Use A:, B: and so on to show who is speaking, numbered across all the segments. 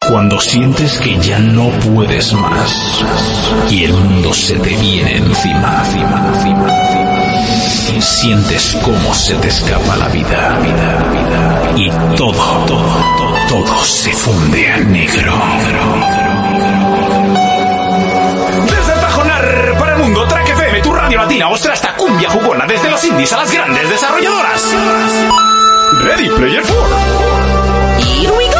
A: Cuando sientes que ya no puedes más y el mundo se te viene encima, encima, encima, encima. sientes cómo se te escapa la vida, vida, vida, y todo, todo, todo, todo se funde a negro.
B: Desde Tajonar para el mundo, Track FM, tu radio latina, ostra hasta cumbia jugona, desde los indies a las grandes desarrolladoras. Ready Player 4.
C: Here we go.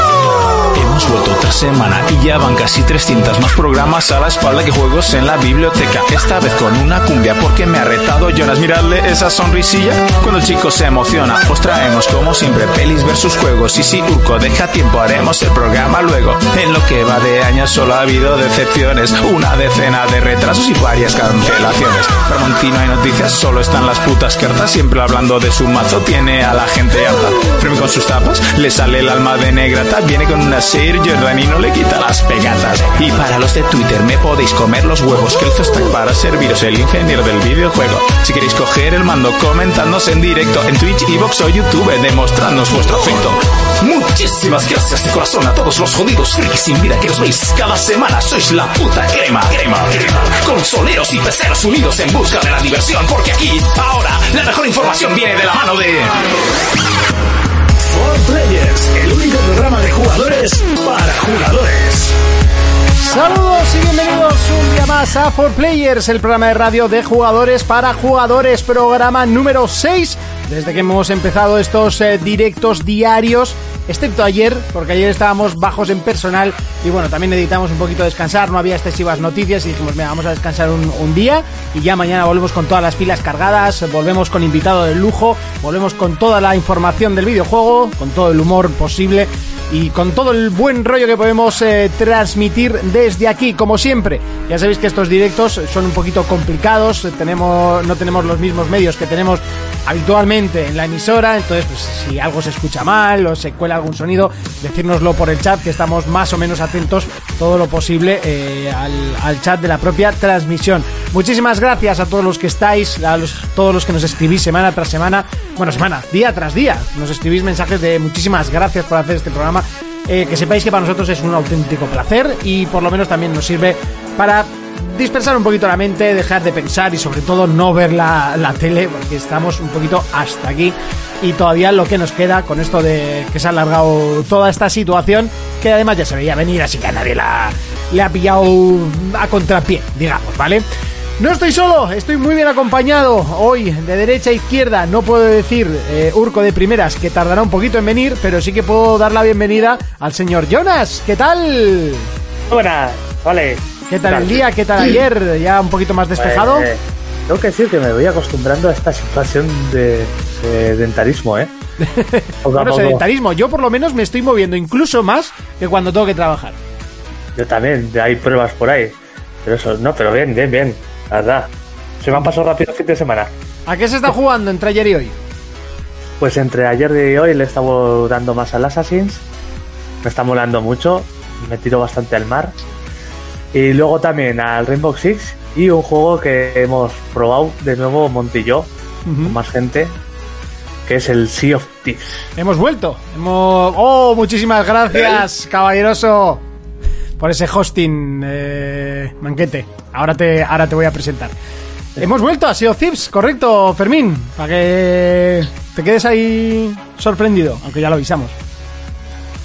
A: Hemos vuelto otra semana y ya van casi 300 más programas a la espalda que juegos en la biblioteca. Esta vez con una cumbia porque me ha retado Jonas. Miradle esa sonrisilla cuando el chico se emociona. Os traemos como siempre pelis versus juegos. Y si Urco deja tiempo haremos el programa luego. En lo que va de año solo ha habido decepciones. Una decena de retrasos y varias cancelaciones. Ramontino hay noticias, solo están las putas cartas. Siempre hablando de su mazo tiene a la gente harta. Fremi con sus tapas, le sale el alma de negrata. Viene con una Sir Jordan y no le quita las pegatas. Y para los de Twitter me podéis comer los huevos. Que el está para serviros el ingeniero del videojuego. Si queréis coger el mando, comentadnos en directo en Twitch, Evox o YouTube, demostrándonos vuestro afecto. Muchísimas gracias de corazón a todos los jodidos frikis sin vida que os veis cada semana. Sois la puta crema, crema, crema. Consoleros y peceros unidos en busca de la diversión, porque aquí, ahora, la mejor información viene de la mano de.
B: For Players, el único programa de jugadores para jugadores.
D: Saludos y bienvenidos un día más a 4Players, el programa de radio de jugadores para jugadores, programa número 6, desde que hemos empezado estos eh, directos diarios, excepto ayer, porque ayer estábamos bajos en personal y bueno, también necesitamos un poquito descansar, no había excesivas noticias y dijimos, mira, vamos a descansar un, un día y ya mañana volvemos con todas las pilas cargadas, volvemos con invitado de lujo, volvemos con toda la información del videojuego, con todo el humor posible y con todo el buen rollo que podemos eh, transmitir desde aquí, como siempre. Ya sabéis que estos directos son un poquito complicados, eh, tenemos, no tenemos los mismos medios que tenemos habitualmente en la emisora, entonces pues, si algo se escucha mal o se cuela algún sonido, decírnoslo por el chat, que estamos más o menos atentos todo lo posible eh, al, al chat de la propia transmisión. Muchísimas gracias a todos los que estáis, a los, todos los que nos escribís semana tras semana, bueno, semana, día tras día, nos escribís mensajes de muchísimas gracias por hacer este programa. Eh, que sepáis que para nosotros es un auténtico placer y por lo menos también nos sirve para dispersar un poquito la mente, dejar de pensar y sobre todo no ver la, la tele porque estamos un poquito hasta aquí y todavía lo que nos queda con esto de que se ha alargado toda esta situación que además ya se veía venir así que a nadie la, le ha pillado a contrapié, digamos, ¿vale? No estoy solo, estoy muy bien acompañado hoy de derecha a izquierda. No puedo decir eh, Urco de primeras que tardará un poquito en venir, pero sí que puedo dar la bienvenida al señor Jonas. ¿Qué tal?
E: Buenas, vale.
D: ¿Qué tal el día? ¿Qué tal ayer? ¿Ya un poquito más despejado?
E: Eh, tengo que decir que me voy acostumbrando a esta situación de, de dentarismo, ¿eh? Poco a
D: Bueno,
E: poco.
D: sedentarismo. Yo por lo menos me estoy moviendo incluso más que cuando tengo que trabajar.
E: Yo también, hay pruebas por ahí. Pero eso, no, pero bien, bien, bien. La verdad. Se me han pasado rápido el fin de semana.
D: ¿A qué se está jugando entre ayer y hoy?
E: Pues entre ayer y hoy le he estado dando más al Assassins. Me está molando mucho. Me tiro bastante al mar. Y luego también al Rainbow Six y un juego que hemos probado de nuevo Montillo con más gente, que es el Sea of Thieves.
D: Hemos vuelto. Hemos... Oh, muchísimas gracias, caballeroso, por ese hosting, eh, Manquete. Ahora te, ahora te voy a presentar. Hemos vuelto a Sea of Thieves, correcto, Fermín, para que te quedes ahí sorprendido, aunque ya lo avisamos.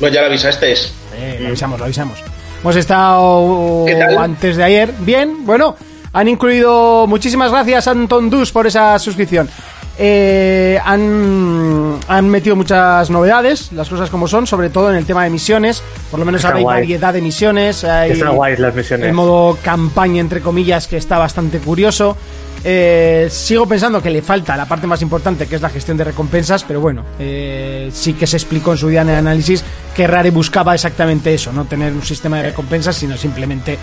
F: No, ya la avisaste.
D: Eh, lo avisamos, lo avisamos. Hemos estado uh,
F: ¿Qué tal?
D: antes de ayer. Bien, bueno, han incluido. Muchísimas gracias, Anton Dus, por esa suscripción. Eh, han, han metido muchas novedades, las cosas como son, sobre todo en el tema de misiones. Por lo menos
E: Está
D: ahora hay
E: guay.
D: variedad de misiones. Hay
E: Están guays las misiones.
D: el modo campaña, entre comillas, que está bastante curioso. Eh, sigo pensando que le falta la parte más importante, que es la gestión de recompensas, pero bueno, eh, sí que se explicó en su día en el análisis que Rare buscaba exactamente eso, no tener un sistema
E: Eh.
D: de recompensas, sino simplemente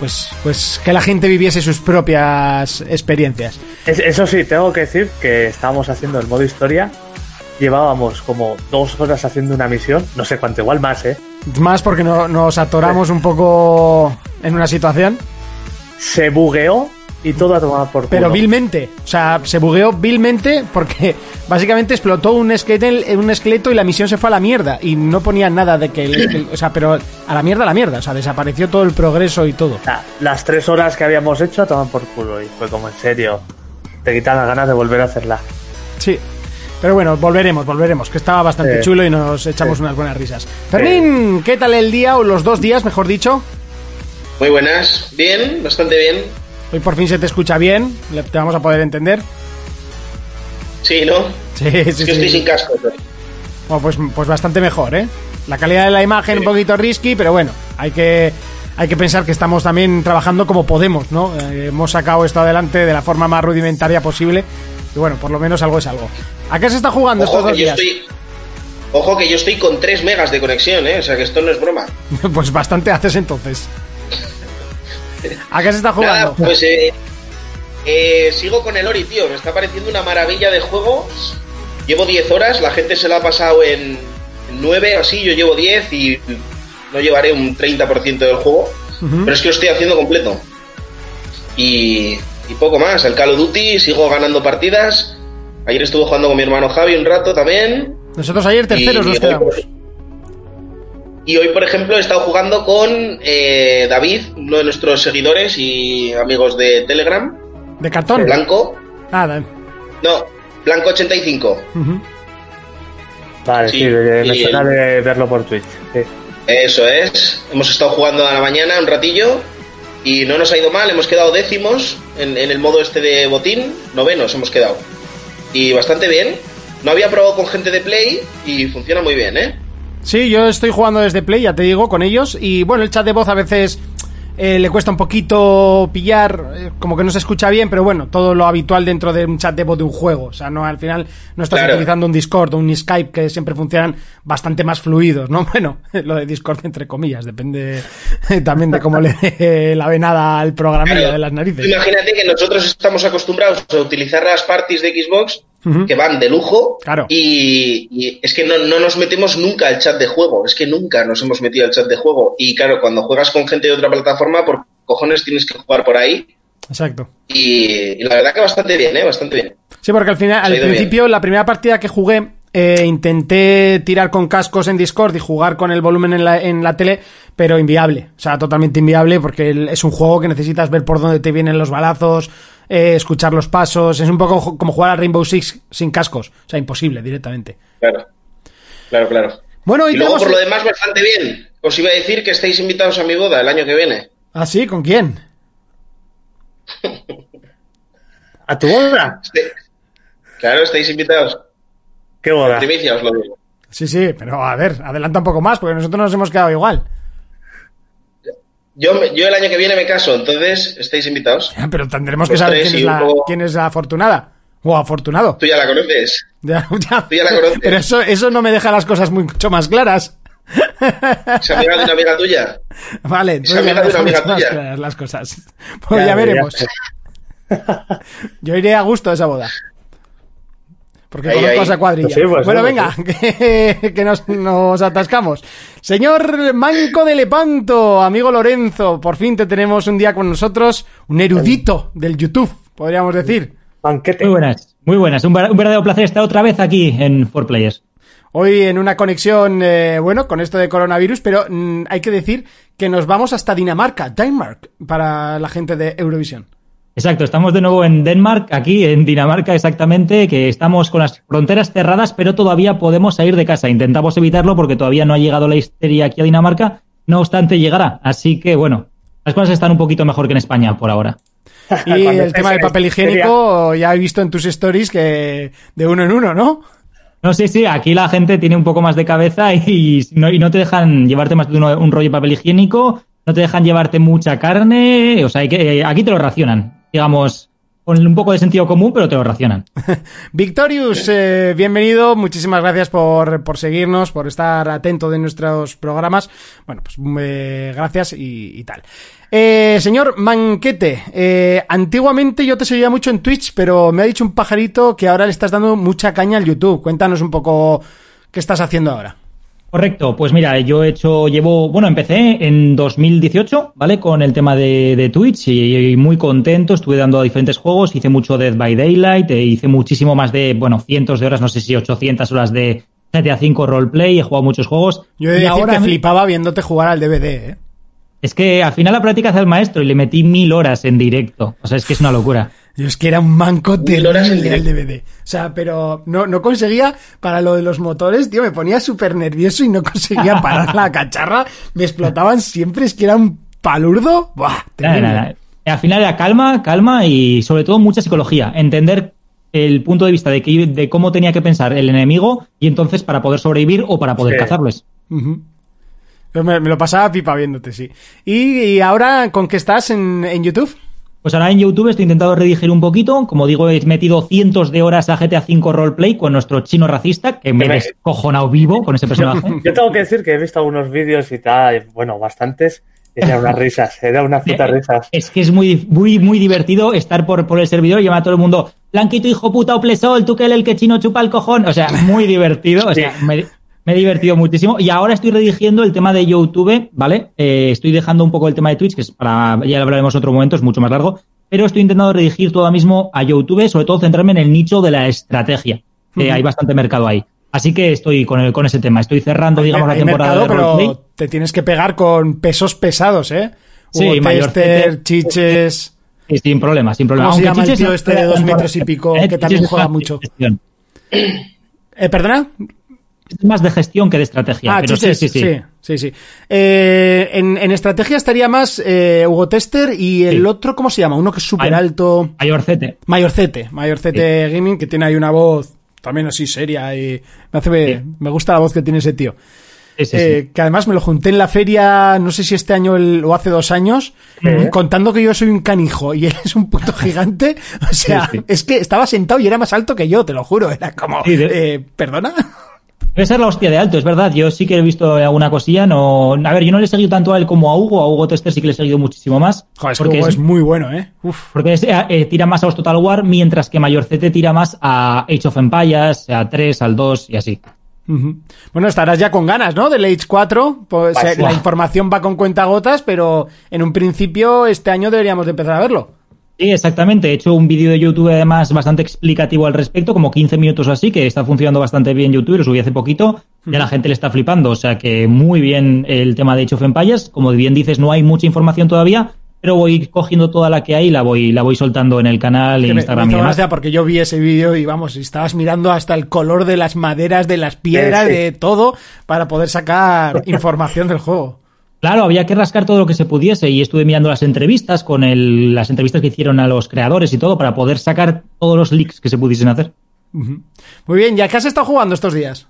D: pues, pues que la gente viviese sus propias experiencias.
E: Es- eso sí, tengo que decir que estábamos haciendo el modo historia. Llevábamos como dos horas haciendo una misión, no sé cuánto, igual más, ¿eh?
D: Más porque no- nos atoramos un poco en una situación,
E: Se bugueó y todo a tomar por culo.
D: pero vilmente. O sea, se bugueó vilmente porque básicamente explotó un esqueleto, un esqueleto y la misión se fue a la mierda. Y no ponía nada de que... el esquel- o sea, pero a la mierda, a la mierda. O sea, desapareció todo el progreso y todo.
E: O sea, las tres horas que habíamos hecho a tomar por culo y fue como en serio. Te quitan las ganas de volver a hacerla.
D: Sí. Pero bueno, volveremos, volveremos, que estaba bastante
E: Sí.
D: chulo y nos echamos unas buenas risas. Fermín, ¿qué tal el día o los dos días, mejor dicho?
F: Muy buenas. Bien, bastante bien.
D: Hoy por fin se te escucha bien, le- te vamos a poder entender.
F: Sí, ¿no?
D: Sí, sí,
F: Es que estoy
D: sí.
F: sin casco. pero-
D: Bueno, pues, pues bastante mejor, ¿eh? La calidad de la imagen un poquito risky, pero bueno, hay que, hay que pensar que estamos también trabajando como podemos, ¿no? Eh, hemos sacado esto adelante de la forma más rudimentaria posible. Y bueno, por lo menos algo es algo. ¿A qué se está jugando estos
F: Ojo
D: dos
F: que yo
D: días?
F: estoy. Ojo que yo estoy con 3 megas de conexión, ¿eh? O sea que esto no es broma.
D: pues bastante haces entonces. ¿A qué se está jugando?
F: Nada, pues eh, eh, sigo con el Ori, tío. Me está pareciendo una maravilla de juego. Llevo 10 horas, la gente se la ha pasado en 9 o así, yo llevo 10 y no llevaré un 30% del juego. Pero es que lo estoy haciendo completo. Y, y poco más, el Call of Duty, sigo ganando partidas. Ayer estuve jugando con mi hermano Javi un rato también.
D: Nosotros ayer terceros nos
F: Y- y hoy,
D: quedamos.
F: por- Y hoy, por ejemplo, he estado jugando con eh, David, uno de nuestros seguidores y amigos de Telegram,
D: De cartón.
F: Blanco.
D: Nada.
F: No, Blanco85.
D: Ujú.
E: Vale,
F: Sí,
E: sí, de- me
F: y
E: suena
F: el-
E: de verlo por Twitch. sí.
F: Eso es. Hemos estado jugando a la mañana un ratillo y no nos ha ido mal. Hemos quedado décimos en, en el modo este de botín. Novenos hemos quedado. Y bastante bien. No había probado con gente de Play y funciona muy bien, ¿eh?
D: Sí, yo estoy jugando desde Play, ya te digo, con ellos. Y bueno, el chat de voz a veces eh, le cuesta un poquito pillar, eh, como que no se escucha bien, pero bueno, todo lo habitual dentro de un chat de voz de un juego. O sea, no al final no estás
F: Claro.
D: utilizando un Discord o un Skype que siempre funcionan bastante más fluidos, ¿no? Bueno, lo de Discord entre comillas, depende también de cómo le dé la venada al programilla de las narices.
F: Imagínate que nosotros estamos acostumbrados a utilizar las parties de Xbox
D: Ujú.
F: que van de lujo
D: Claro.
F: y, y es que no, no nos metemos nunca al chat de juego, es que nunca nos hemos metido al chat de juego y claro, cuando juegas con gente de otra plataforma, por cojones tienes que jugar por ahí
D: Exacto.
F: y, y la verdad que bastante bien, ¿eh? Bastante bien.
D: Sí, porque al final,
F: Se ha
D: al
F: ido bien.
D: principio, la primera partida que jugué, eh, intenté tirar con cascos en Discord y jugar con el volumen en la, en la tele, pero inviable. O sea, totalmente inviable porque el- es un juego que necesitas ver por dónde te vienen los balazos, eh, escuchar los pasos. Es un poco ju- como jugar al Rainbow Six sin cascos. O sea, imposible directamente.
F: Claro, claro, claro.
D: Bueno, y
F: y luego
D: tenemos-
F: por lo demás bastante bien. Os iba a decir que estáis invitados a mi boda el año que viene.
D: ¿Ah, sí? ¿Con quién?
E: ¿A tu boda?
F: Este- Claro, estáis invitados.
E: ¿Qué boda?
F: Primicia, os lo digo.
D: Sí, sí, pero a ver, adelanta un poco más porque nosotros nos hemos quedado igual.
F: Yo, me- yo el año que viene me caso, entonces estáis invitados.
D: Pero tendremos que
F: Los
D: saber
F: Pues tres
D: quién es,
F: y un
D: la,
F: poco-
D: quién es la afortunada o afortunado.
F: Tú ya la conoces.
D: Ya, ya.
F: Tú ya la conoces.
D: Pero eso, eso no me deja las cosas mucho más claras.
F: Es amiga de una amiga tuya.
D: Vale, tú
F: Esa
D: ya
F: amiga
D: me
F: de una
D: dejas
F: amiga
D: mucho más
F: tuya.
D: claras las cosas. Pues ya,
E: Ya, ya.
D: veremos. Yo iré a gusto a esa boda. Porque
F: Ahí,
D: conozco
F: ahí.
D: a esa cuadrilla.
E: Pues sí, pues sí,
D: bueno,
E: pues
D: venga, que, que nos, nos atascamos. Señor Manco de Lepanto, amigo Lorenzo, por fin te tenemos un día con nosotros, un erudito del YouTube, podríamos decir.
E: Banquete.
G: Muy buenas, muy buenas. Un, ver- un verdadero placer estar otra vez aquí en 4Players.
D: Hoy en una conexión, eh, bueno, con esto de coronavirus, pero mm, hay que decir que nos vamos hasta Dinamarca, Denmark, para la gente de Eurovisión.
G: Exacto, estamos de nuevo en Denmark, aquí en Dinamarca exactamente, que estamos con las fronteras cerradas, pero todavía podemos salir de casa. Intentamos evitarlo porque todavía no ha llegado la histeria aquí a Dinamarca, no obstante llegará. Así que bueno, las cosas están un poquito mejor que en España por ahora.
D: Y
E: Cuando
D: el tema
E: estés
D: del
E: en
D: papel
E: Siberia.
D: higiénico, ya he visto en tus stories que de uno en uno, ¿no?
G: No, sí, sí, aquí la gente tiene un poco más de cabeza y no, y no te dejan llevarte más de uno- un rollo de papel higiénico, no te dejan llevarte mucha carne, o sea, hay que, eh, aquí te lo racionan, digamos. con un poco de sentido común, pero te lo racionan.
D: Victorious, eh, bienvenido. Muchísimas gracias por, por seguirnos, por estar atento de nuestros programas. Bueno, pues eh, gracias y, y tal. Eh, señor Manquete, eh, antiguamente yo te seguía mucho en Twitch, pero me ha dicho un pajarito que ahora le estás dando mucha caña al YouTube. Cuéntanos un poco qué estás haciendo ahora.
G: Correcto, pues mira, yo he hecho, llevo, bueno, empecé en 2018, ¿vale? Con el tema de, de Twitch y, y, muy contento, estuve dando a diferentes juegos, hice mucho Dead by Daylight, e hice muchísimo más de, bueno, cientos de horas, no sé si 800 horas de GTA V roleplay, he jugado muchos juegos.
D: Yo he de
G: y
D: decir ahora que flipaba viéndote jugar al DVD, ¿eh?
G: Es que al final la práctica hace el maestro y le metí mil horas en directo, o sea, es que es una locura.
D: Yo es que era un manco terrible el DVD. O sea, pero no, no conseguía, para lo de los motores, tío, me ponía súper nervioso y no conseguía parar la cacharra. Me explotaban siempre, es que era un palurdo. Buah,
G: nada, nada. Al final era calma, calma y sobre todo mucha psicología. Entender el punto de vista de, que, de cómo tenía que pensar el enemigo y entonces para poder sobrevivir o para poder sí. cazarles. Uh -huh.
D: pero me, me, lo pasaba pipa viéndote, sí. ¿Y, y ahora con qué estás en, en YouTube?
G: Pues ahora en YouTube estoy intentando redigir un poquito. Como digo, he metido cientos de horas a GTA V Roleplay con nuestro chino racista, que me he descojonado vivo con ese personaje.
E: Yo tengo que decir que he visto algunos vídeos y tal, bueno, bastantes. Eran unas risas, era unas putas risas.
G: Eh, Es que es muy, muy, muy divertido estar por, por el servidor y llamar a todo el mundo, Blanquito, hijo puta, oplesol, tú que el que chino chupa el cojón. O sea, muy divertido. O sea, sí. me, me he divertido muchísimo y ahora estoy redigiendo el tema de YouTube, ¿vale? Eh, estoy dejando un poco el tema de Twitch, que es para, ya lo hablaremos en otro momento, es mucho más largo, pero estoy intentando redigir todo ahora mismo a YouTube, sobre todo centrarme en el nicho de la estrategia, que uh -huh. hay bastante mercado ahí. Así que estoy con, el, con ese tema, estoy cerrando, digamos,
D: hay,
G: la temporada
D: mercado, de roleplay. pero te tienes que pegar con pesos pesados, ¿eh?
G: Sí,
D: Hugo mayor tester, chiches...
G: Sí, sin problema, sin problema.
D: ¿Cómo se llama el tío este de dos metros y pico, eh, que también juega mucho? Eh, ¿Perdona?
G: es más de gestión que de estrategia.
D: Ah,
G: pero
D: chiches,
G: sí, sí, sí.
D: sí, sí, sí. Eh, en, en, estrategia estaría más eh, Hugo Tester y el otro, ¿cómo se llama? Uno que es súper alto.
G: Mayorcete.
D: Mayorcete. Mayorcete Gaming, que tiene ahí una voz también así seria y me, hace, me gusta la voz que tiene ese tío. Eh, que además me lo junté en la feria, no sé si este año el, o hace dos años, contando que yo soy un canijo y él es un puto gigante. O sea, es que estaba sentado y era más alto que yo, te lo juro. Era como, eh, ¿perdona?
G: Debe ser la hostia de alto, es verdad. Yo sí que he visto alguna cosilla. No, a ver, yo no le he seguido tanto a él como a Hugo. A Hugo Tester sí que le he seguido muchísimo más.
D: Joder, porque Hugo es, es, muy bueno, ¿eh?
G: Uf. Porque es, eh, tira más a los Total War, mientras que Mayor te tira más a Age of Empires, a 3, al 2 y así.
D: Uh -huh. Bueno, estarás ya con ganas, ¿no? Del Age 4. Pues, Vas, eh, la información va con cuentagotas, pero en un principio este año deberíamos de empezar a verlo.
G: Sí, exactamente. He hecho un vídeo de YouTube además bastante explicativo al respecto, como 15 minutos o así, que está funcionando bastante bien YouTube, lo subí hace poquito, ya la gente le está flipando. O sea que muy bien el tema de Age of Empires. Como bien dices, no hay mucha información todavía, pero voy cogiendo toda la que hay y la voy, la voy soltando en el canal, en Instagram
D: me
G: y demás.
D: porque yo vi ese vídeo y vamos, estabas mirando hasta el color de las maderas, de las piedras, sí, sí. de todo, para poder sacar información del juego.
G: Claro, había que rascar todo lo que se pudiese y estuve mirando las entrevistas con el, las entrevistas que hicieron a los creadores y todo para poder sacar todos los leaks que se pudiesen hacer.
D: Muy bien, ¿ya qué has estado jugando estos días?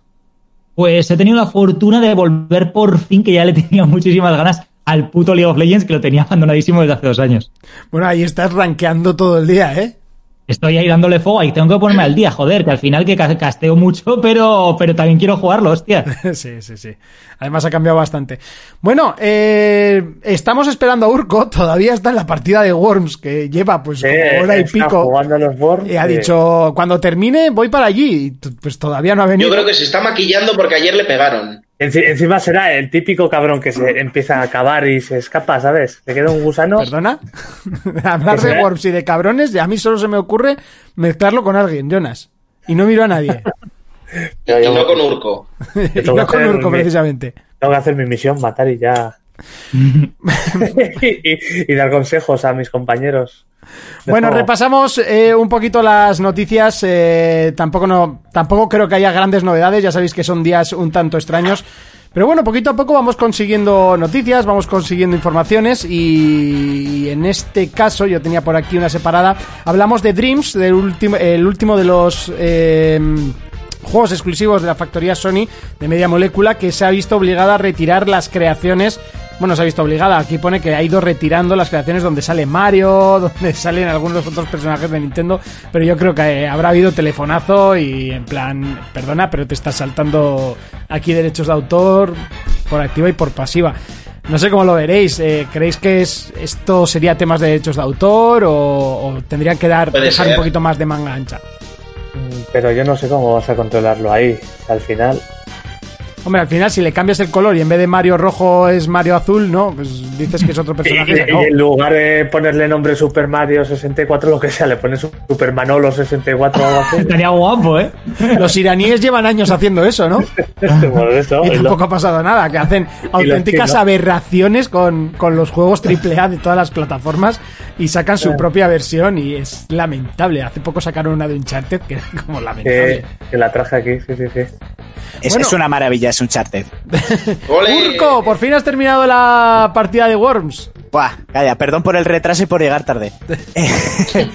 G: Pues he tenido la fortuna de volver por fin, que ya le tenía muchísimas ganas al puto League of Legends que lo tenía abandonadísimo desde hace dos años.
D: Bueno, ahí estás rankeando todo el día, ¿eh?
G: Estoy ahí dándole fuego ahí, tengo que ponerme al día, joder, que al final que casteo mucho, pero, pero también quiero jugarlo, hostia.
D: Sí, sí, sí. Además ha cambiado bastante. Bueno, eh, estamos esperando a Urco, todavía está en la partida de Worms, que lleva pues sí, hora y pico.
E: Jugando a los Worms,
D: y ha sí. dicho, cuando termine voy para allí, pues todavía no ha venido.
F: Yo creo que se está maquillando porque ayer le pegaron.
E: Encima será el típico cabrón que se empieza a acabar y se escapa, ¿sabes? Le queda un gusano.
D: ¿Perdona? Hablar de será? worms y de cabrones, a mí solo se me ocurre mezclarlo con alguien, Jonas. Y no miro a nadie.
F: y, y no con Urco.
D: y no con Urco, mi, precisamente.
E: Tengo que hacer mi misión, matar y ya. y, y dar consejos a mis compañeros.
D: Bueno, repasamos eh, un poquito las noticias. Eh, tampoco, no, tampoco creo que haya grandes novedades. Ya sabéis que son días un tanto extraños. Pero bueno, poquito a poco vamos consiguiendo noticias, vamos consiguiendo informaciones y en este caso yo tenía por aquí una separada. Hablamos de Dreams, del último, el último de los eh, juegos exclusivos de la factoría Sony de media molécula que se ha visto obligada a retirar las creaciones Bueno, se ha visto obligada. Aquí pone que ha ido retirando las creaciones donde sale Mario, donde salen algunos otros personajes de Nintendo, pero yo creo que eh, habrá habido telefonazo y en plan, perdona, pero te estás saltando aquí derechos de autor por activa y por pasiva. No sé cómo lo veréis. eh, ¿Creéis que es, esto sería temas de derechos de autor o, o tendrían que dar,
F: Puede
D: dejar un
F: ser.
D: poquito más de manga ancha?
E: Mm, Pero yo no sé cómo vas a controlarlo ahí. Al final,
D: Hombre, al final, si le cambias el color y en vez de Mario rojo es Mario azul, ¿no? Pues dices que es otro
E: Y-
D: personaje. y se acabó.
E: y en lugar de ponerle nombre Super Mario 64, lo que sea, le pones Super Manolo 64 o algo así.
G: Estaría guapo, ¿eh?
D: Los iraníes llevan años haciendo eso, ¿no?
E: Por este eso,
D: Y
E: y lo-
D: tampoco ha pasado nada, que hacen auténticas
E: chinos.
D: aberraciones con, con los juegos AAA de todas las plataformas y sacan su propia versión y es lamentable. Hace poco sacaron una de Uncharted que era como lamentable.
E: que, que la traje aquí, sí, sí, sí.
H: Es,
D: Bueno.
H: es una maravilla, es un charter.
F: ¡Ole!
D: Urco, por fin has terminado la partida de Worms.
H: Buah, calla, perdón por el retraso y por llegar tarde.
F: Oye,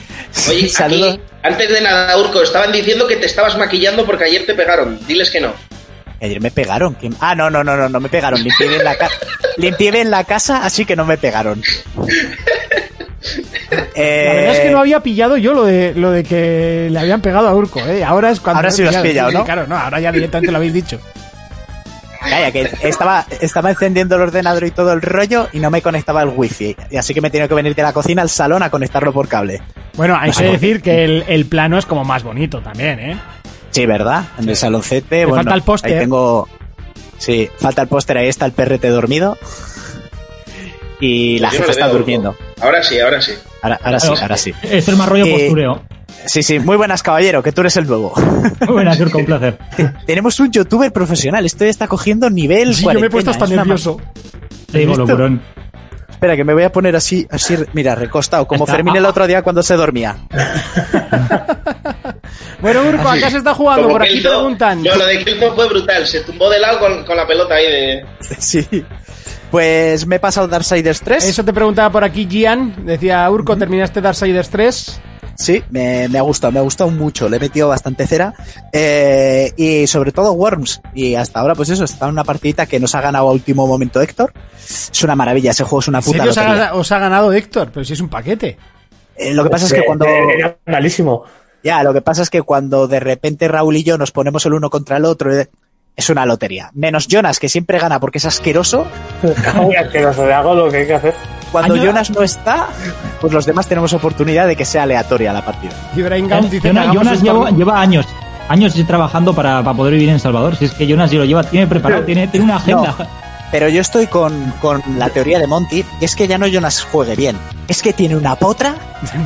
F: aquí,
H: saludos.
F: antes de nada, Urco, estaban diciendo que te estabas maquillando porque ayer te pegaron. Diles que no.
H: Ayer me pegaron. ¿quién? Ah, no, no, no, no, no me pegaron. Limpié bien la, ca- limpié bien la casa, así que no me pegaron. Eh.
D: La verdad es que no había pillado yo lo de, lo de que le habían pegado a Urco, ¿eh? Ahora es cuando...
H: Ahora sí lo has pillado, ¿no?
D: Claro, no, ahora ya directamente lo habéis dicho.
H: Calla, que estaba, estaba encendiendo el ordenador y todo el rollo y no me conectaba el wifi. Y así que me he tenido que venir de la cocina al salón a conectarlo por cable.
D: Bueno, hay que
H: Vale.
D: decir que el, el plano es como más bonito también, ¿eh?
H: Sí, ¿verdad? En el saloncete. bueno,
D: falta el póster.
H: Ahí tengo. Sí, falta el póster. Ahí está el perrete dormido. Y la
F: Yo no
H: jefa
F: le
H: está
F: veo, Urco.
H: durmiendo.
F: Ahora sí, ahora sí.
H: Ahora, ahora sí,
G: Claro.
H: ahora sí.
G: Esto es más rollo
H: Eh,
G: postureo.
H: Sí, sí. Muy buenas, caballero, que tú eres el nuevo.
G: Muy buenas, Urco, un placer.
H: Tenemos un youtuber profesional. Esto ya está cogiendo nivel.
D: Sí, yo me he puesto
H: cuarentena,
D: hasta
H: es una ma-
D: nervioso.
G: Te digo,
H: ¿Listo?
G: locurón.
H: Espera, que me voy a poner así, así, mira, recostado, como
G: Está-
H: Fermín el
D: Ah.
H: otro día cuando se dormía.
D: Bueno, Urco, acá se está jugando,
F: Como
D: por aquí
F: Keldo-
D: preguntan.
F: No, lo de Keldo fue brutal. Se tumbó de lado con, con la pelota ahí de.
H: Sí. Pues me he pasado Darksiders 3.
D: Eso te preguntaba por aquí Gian, decía Urco, terminaste Darksiders 3.
H: Sí, me, me ha gustado, me ha gustado mucho. Le he metido bastante cera. Eh, y sobre todo Worms. Y hasta ahora, pues eso, está en una partidita que nos ha ganado a último momento Héctor. Es una maravilla, ese juego es una
D: ¿En
H: puta
D: serio os
H: lotería.
D: ha, os ha ganado Héctor? Pero si es un paquete.
H: Eh, lo que pasa es que
E: Eh,
H: cuando.
E: eh, Era malísimo.
H: Ya, lo que pasa es que cuando de repente Raúl y yo nos ponemos el uno contra el otro. eh, Es una lotería. Menos Jonas, que siempre gana porque es asqueroso.
E: Muy asqueroso, le hago lo que hay que hacer.
H: Cuando
G: Año-
H: Jonas no está, pues los demás tenemos oportunidad de que sea aleatoria la partida.
D: Y Brain Gaunt dice
G: Jonas,
D: que hagamos
G: Jonas
D: un
G: lleva,
D: torneo.
G: lleva años. Años trabajando para, para poder vivir en Salvador. Si es que Jonas ya lo lleva, tiene preparado, tiene, tiene una agenda.
H: Pero yo estoy con, con la teoría de Monty, y es que ya no Jonas juegue bien, es que tiene una potra.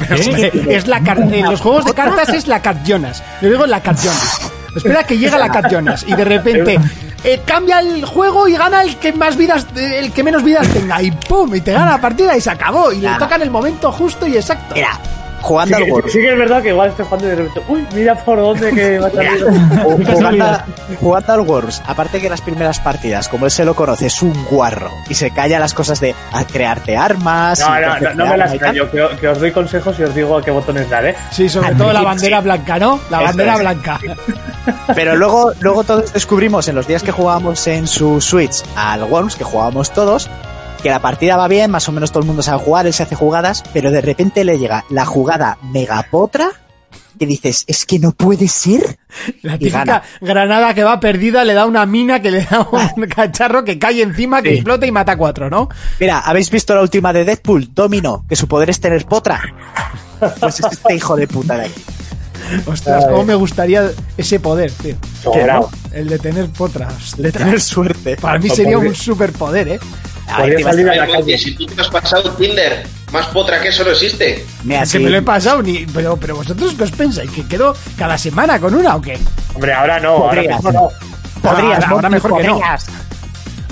D: Pero es- Es la car- en los juegos de cartas es la Cat Jonas. Yo digo la Cat Jonas. Espera que llega la Cat Jonas y de repente eh, cambia el juego y gana el que más vidas, eh, el que menos vidas tenga y pum y te gana la partida y se acabó y le
H: Nada.
D: tocan el momento justo y exacto.
H: Mira, jugando
E: Sí,
H: al
E: que-
H: Worms,
E: sí que es verdad que igual estoy jugando y de repente, uy, mira por dónde que va a salir.
H: ju- jugando,
G: casualidad.
H: a- jugando al Worms, aparte que las primeras partidas, como él se lo conoce, es un guarro y se calla las cosas de a- crearte armas.
E: No,
H: y
E: no, no, no me
H: confeccionar
E: las
H: y tal.
E: callo, que, que os doy consejos y os digo a qué botones dar, ¿eh?
D: Sí, sobre
H: Al
D: todo la
H: principio,
D: bandera
H: sí.
D: blanca, ¿no? La
H: Eso
D: bandera
H: es.
D: blanca.
H: Pero luego, luego todos descubrimos en los días que jugábamos en su Switch al Worms, que jugábamos todos, que la partida va bien, más o menos todo el mundo sabe jugar, él se hace jugadas, pero de repente le llega la jugada megapotra que dices, es que no puede ser.
D: La
H: Y
D: típica
H: gana.
D: granada que va perdida le da una mina que le da un cacharro que cae encima, que explota y mata cuatro, ¿no?
H: Mira, ¿habéis visto la última de Deadpool? Domino, que su poder es tener potra. Pues es este hijo de puta de aquí.
D: Ostras, cómo me gustaría ese poder, tío.
E: Sobrado.
D: El de tener potras.
H: De tener suerte.
D: Para mí
E: O
D: sería
E: podría-
D: un superpoder, ¿eh?
H: Ahí
E: podría
H: te vas-
E: salir a
F: Ay,
E: la
F: Monty,
E: calle.
F: si tú te has pasado Tinder, más potra que eso no existe.
H: Mira,
D: Que
H: sí.
D: me lo he pasado, ni... pero, pero vosotros qué os pensáis, que quedo cada semana con una o qué?
E: Hombre, ahora no, ahora
H: Podrías.
E: mismo no.
H: Podrías,
D: Ahora- ahora
H: Monty,
D: mejor que no.
H: podrías.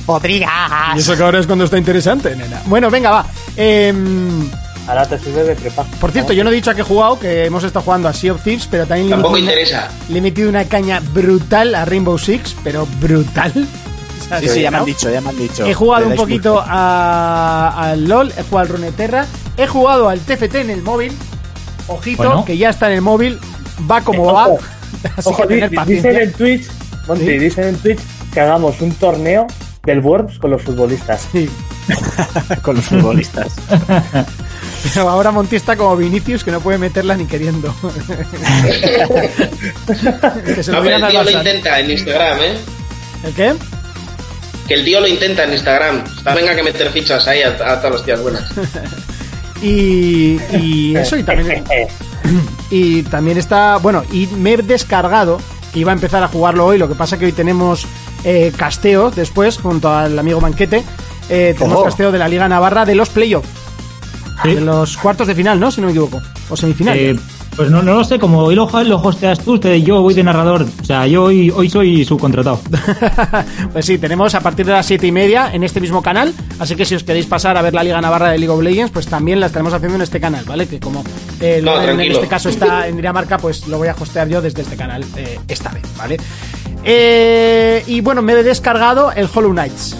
H: Podrías.
D: que ahora es cuando está interesante, nena. Bueno, venga, va. Em,
E: Ahora te sirve de prepa.
D: por cierto, yo no he dicho a qué he jugado, que hemos estado jugando a Sea of Thieves, pero también le he
F: Tampoco
D: metido una-
F: interesa.
D: le he metido una caña brutal a Rainbow Six, pero brutal. O sea,
H: Sí, sí, ya me
D: ¿no?
H: han dicho, ya me han dicho.
D: He jugado
H: Le
D: un
H: dais
D: poquito a- al LOL, he jugado al Runeterra, he jugado al TFT en el móvil. Ojito,
G: Bueno.
D: que ya está en el móvil, va como
E: Eh,
D: va.
E: ojo.
D: Así
E: Ojo,
D: que
E: di-
D: tener
E: di- dicen
D: paciencia.
E: en Twitch, Monty,
D: Sí.
E: dicen en Twitch que hagamos un torneo del Worms con los futbolistas.
D: Sí.
H: con los futbolistas.
D: Pero ahora Monty está como Vinicius que no puede meterla ni queriendo. que se
F: No,
D: lo
F: pero
D: dieran
F: el
D: al
F: tío lo
D: Barça.
F: intenta en Instagram, ¿eh?
D: ¿El qué?
F: Que el tío lo intenta en Instagram. Está, venga que meter fichas ahí a, a todas las tías buenas.
D: Y, y eso, y
E: Eh,
D: también, y también está. Bueno, y me he descargado, que iba a empezar a jugarlo hoy, lo que pasa que hoy tenemos eh, casteo después, junto al amigo Banquete. eh, tenemos
H: Ojo.
D: casteo de la Liga Navarra de los playoffs,
G: Sí.
D: de los cuartos de final, ¿no? Si no me equivoco, o semifinal.
G: Eh, pues no, no lo sé, como hoy lo, lo hosteas tú, te- yo voy de narrador. O sea, yo hoy, hoy soy subcontratado.
D: pues sí, tenemos a partir de las 7 y media en este mismo canal. Así que si os queréis pasar a ver la Liga Navarra de League of Legends, pues también la estaremos haciendo en este canal, ¿vale? Que como eh,
F: No,
D: Loren en
F: tranquilo.
D: este caso está en Dinamarca, pues lo voy a hostear yo desde este canal eh, esta vez, ¿vale? Eh, y bueno, me he descargado el Hollow Knights.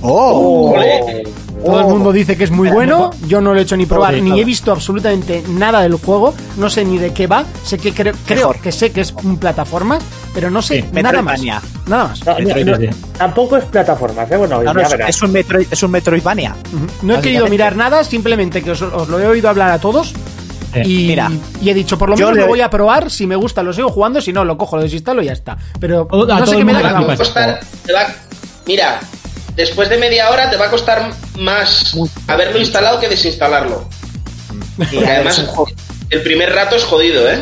H: ¡Oh!
F: Ole.
D: Todo el mundo dice que es muy bueno. Yo no lo he hecho ni probar,
G: Sí,
D: ni he
G: nada.
D: visto absolutamente nada del juego. No sé ni de qué va. Sé que creo, creo
H: Mejor.
D: que sé que es un plataforma, pero no sé
G: Sí,
D: nada más.
H: Metroidvania.
D: Nada más.
E: No,
G: Metroid,
E: no,
G: sí.
E: tampoco es plataformas, ¿eh? Bueno,
H: No, no,
E: ya
H: es,
E: verás.
H: es un Metroid- es un Metroidvania.
D: No he querido
H: Básicamente.
D: mirar nada, simplemente que os, os lo he oído hablar a todos.
G: Eh,
D: y,
H: mira,
D: y he dicho, por lo
H: yo
D: menos
H: le-
D: lo voy a probar, si me gusta lo sigo jugando, si no lo cojo, lo desinstalo y ya está. Pero
G: O- a
D: no sé
G: todo
D: qué
G: el
D: me da
G: mundo
D: la
F: Te
G: le
F: va a
H: Oh.
D: mano.
G: pasa.
F: costar. te va- mira, después de media hora te va a costar más haberlo instalado que desinstalarlo.
H: Y
F: Porque
H: además, Mm. es un
F: además,
H: juego,
F: el primer rato es jodido, ¿eh?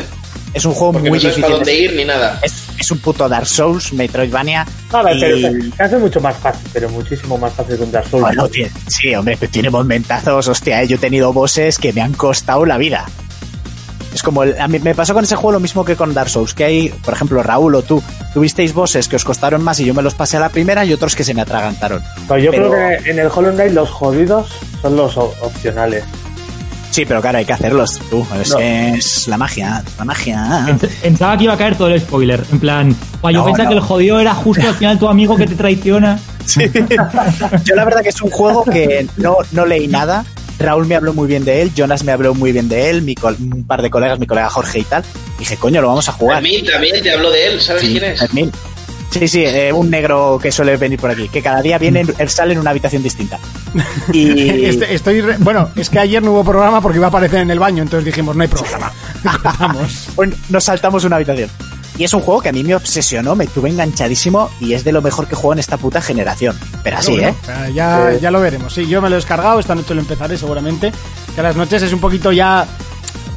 H: es un juego
F: Porque
H: muy
F: no sabes para
H: difícil.
F: dónde ir ni nada.
H: Es, es un puto Dark Souls, Metroidvania.
E: A ver,
H: y-
E: pero se hace mucho más fácil, pero muchísimo más fácil que un Dark Souls.
H: Bueno, tiene- sí, hombre, pero tiene momentazos, hostia, eh, yo he tenido bosses que me han costado la vida. Es como, el- a mí me pasó con ese juego lo mismo que con Dark Souls, que hay, por ejemplo, Raúl o tú, tuvisteis bosses que os costaron más y yo me los pasé a la primera y otros que se me atragantaron.
E: Pero yo
H: pero-
E: creo que en el Hollow Knight los jodidos son los o- opcionales.
H: Sí, pero claro, hay que hacerlos tú, es,
E: No.
H: que es la magia, la magia.
G: Pens- Pensaba que iba a caer todo el spoiler. En plan, guau, yo
H: No,
G: pensaba
H: no.
G: que el jodido era justo al final tu amigo que te traiciona.
H: Sí. Yo la verdad que es un juego que no, no leí nada. Raúl me habló muy bien de él, Jonas me habló muy bien de él, mi col- un par de colegas, mi colega Jorge y tal. Dije, coño, lo vamos a jugar.
F: Fermín también te hablo de él, ¿sabes
H: Sí,
F: quién es?
H: Fermín. Sí, sí, eh, un negro que suele venir por aquí, que cada día viene, él sale en una habitación distinta. Y
D: Este- estoy re- bueno, es que ayer no hubo programa porque iba a aparecer en el baño, entonces dijimos, no hay programa. Vamos.
H: bueno, nos saltamos una habitación. Y es un juego que a mí me obsesionó, me tuve enganchadísimo y es de lo mejor que juego en esta puta generación. Pero así,
D: Bueno,
H: ¿eh?
D: bueno, Ya,
E: Sí.
D: ya lo veremos. Sí, yo me lo he descargado, esta noche lo empezaré seguramente. Que a las noches es un poquito ya.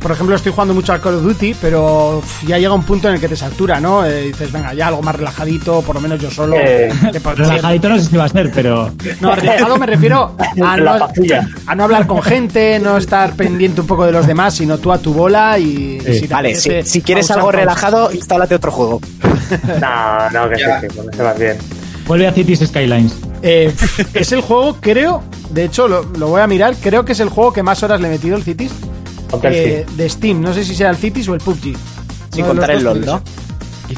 D: Por ejemplo, estoy jugando mucho al Call of Duty, pero uf, ya llega un punto en el que te satura, ¿no? Eh, dices, venga, ya algo más relajadito, por lo menos yo solo.
E: Eh,
D: Que por-
G: Relajadito no sé si va a ser, pero.
D: No, relajado me refiero a
E: La
D: Ah, no,
E: pastilla.
D: a no hablar con gente, no estar pendiente un poco de los demás, sino tú a tu bola y... y te
H: Vale, si,
D: apetece
H: si quieres
D: pausar,
H: algo
D: pausar.
H: relajado, instálate otro juego.
E: No, no, que sí,
F: Ya.
E: que con eso vas bien.
G: Vuelve a Cities Skylines.
D: Eh, es el juego, creo, de hecho lo, lo voy a mirar, creo que es el juego que más horas le he metido el Cities
E: Aunque el
D: eh, de Steam. No sé si será el Cities o el PUBG.
H: Sin
D: Uno de
H: contar
D: los
H: el
D: dos
H: LOL,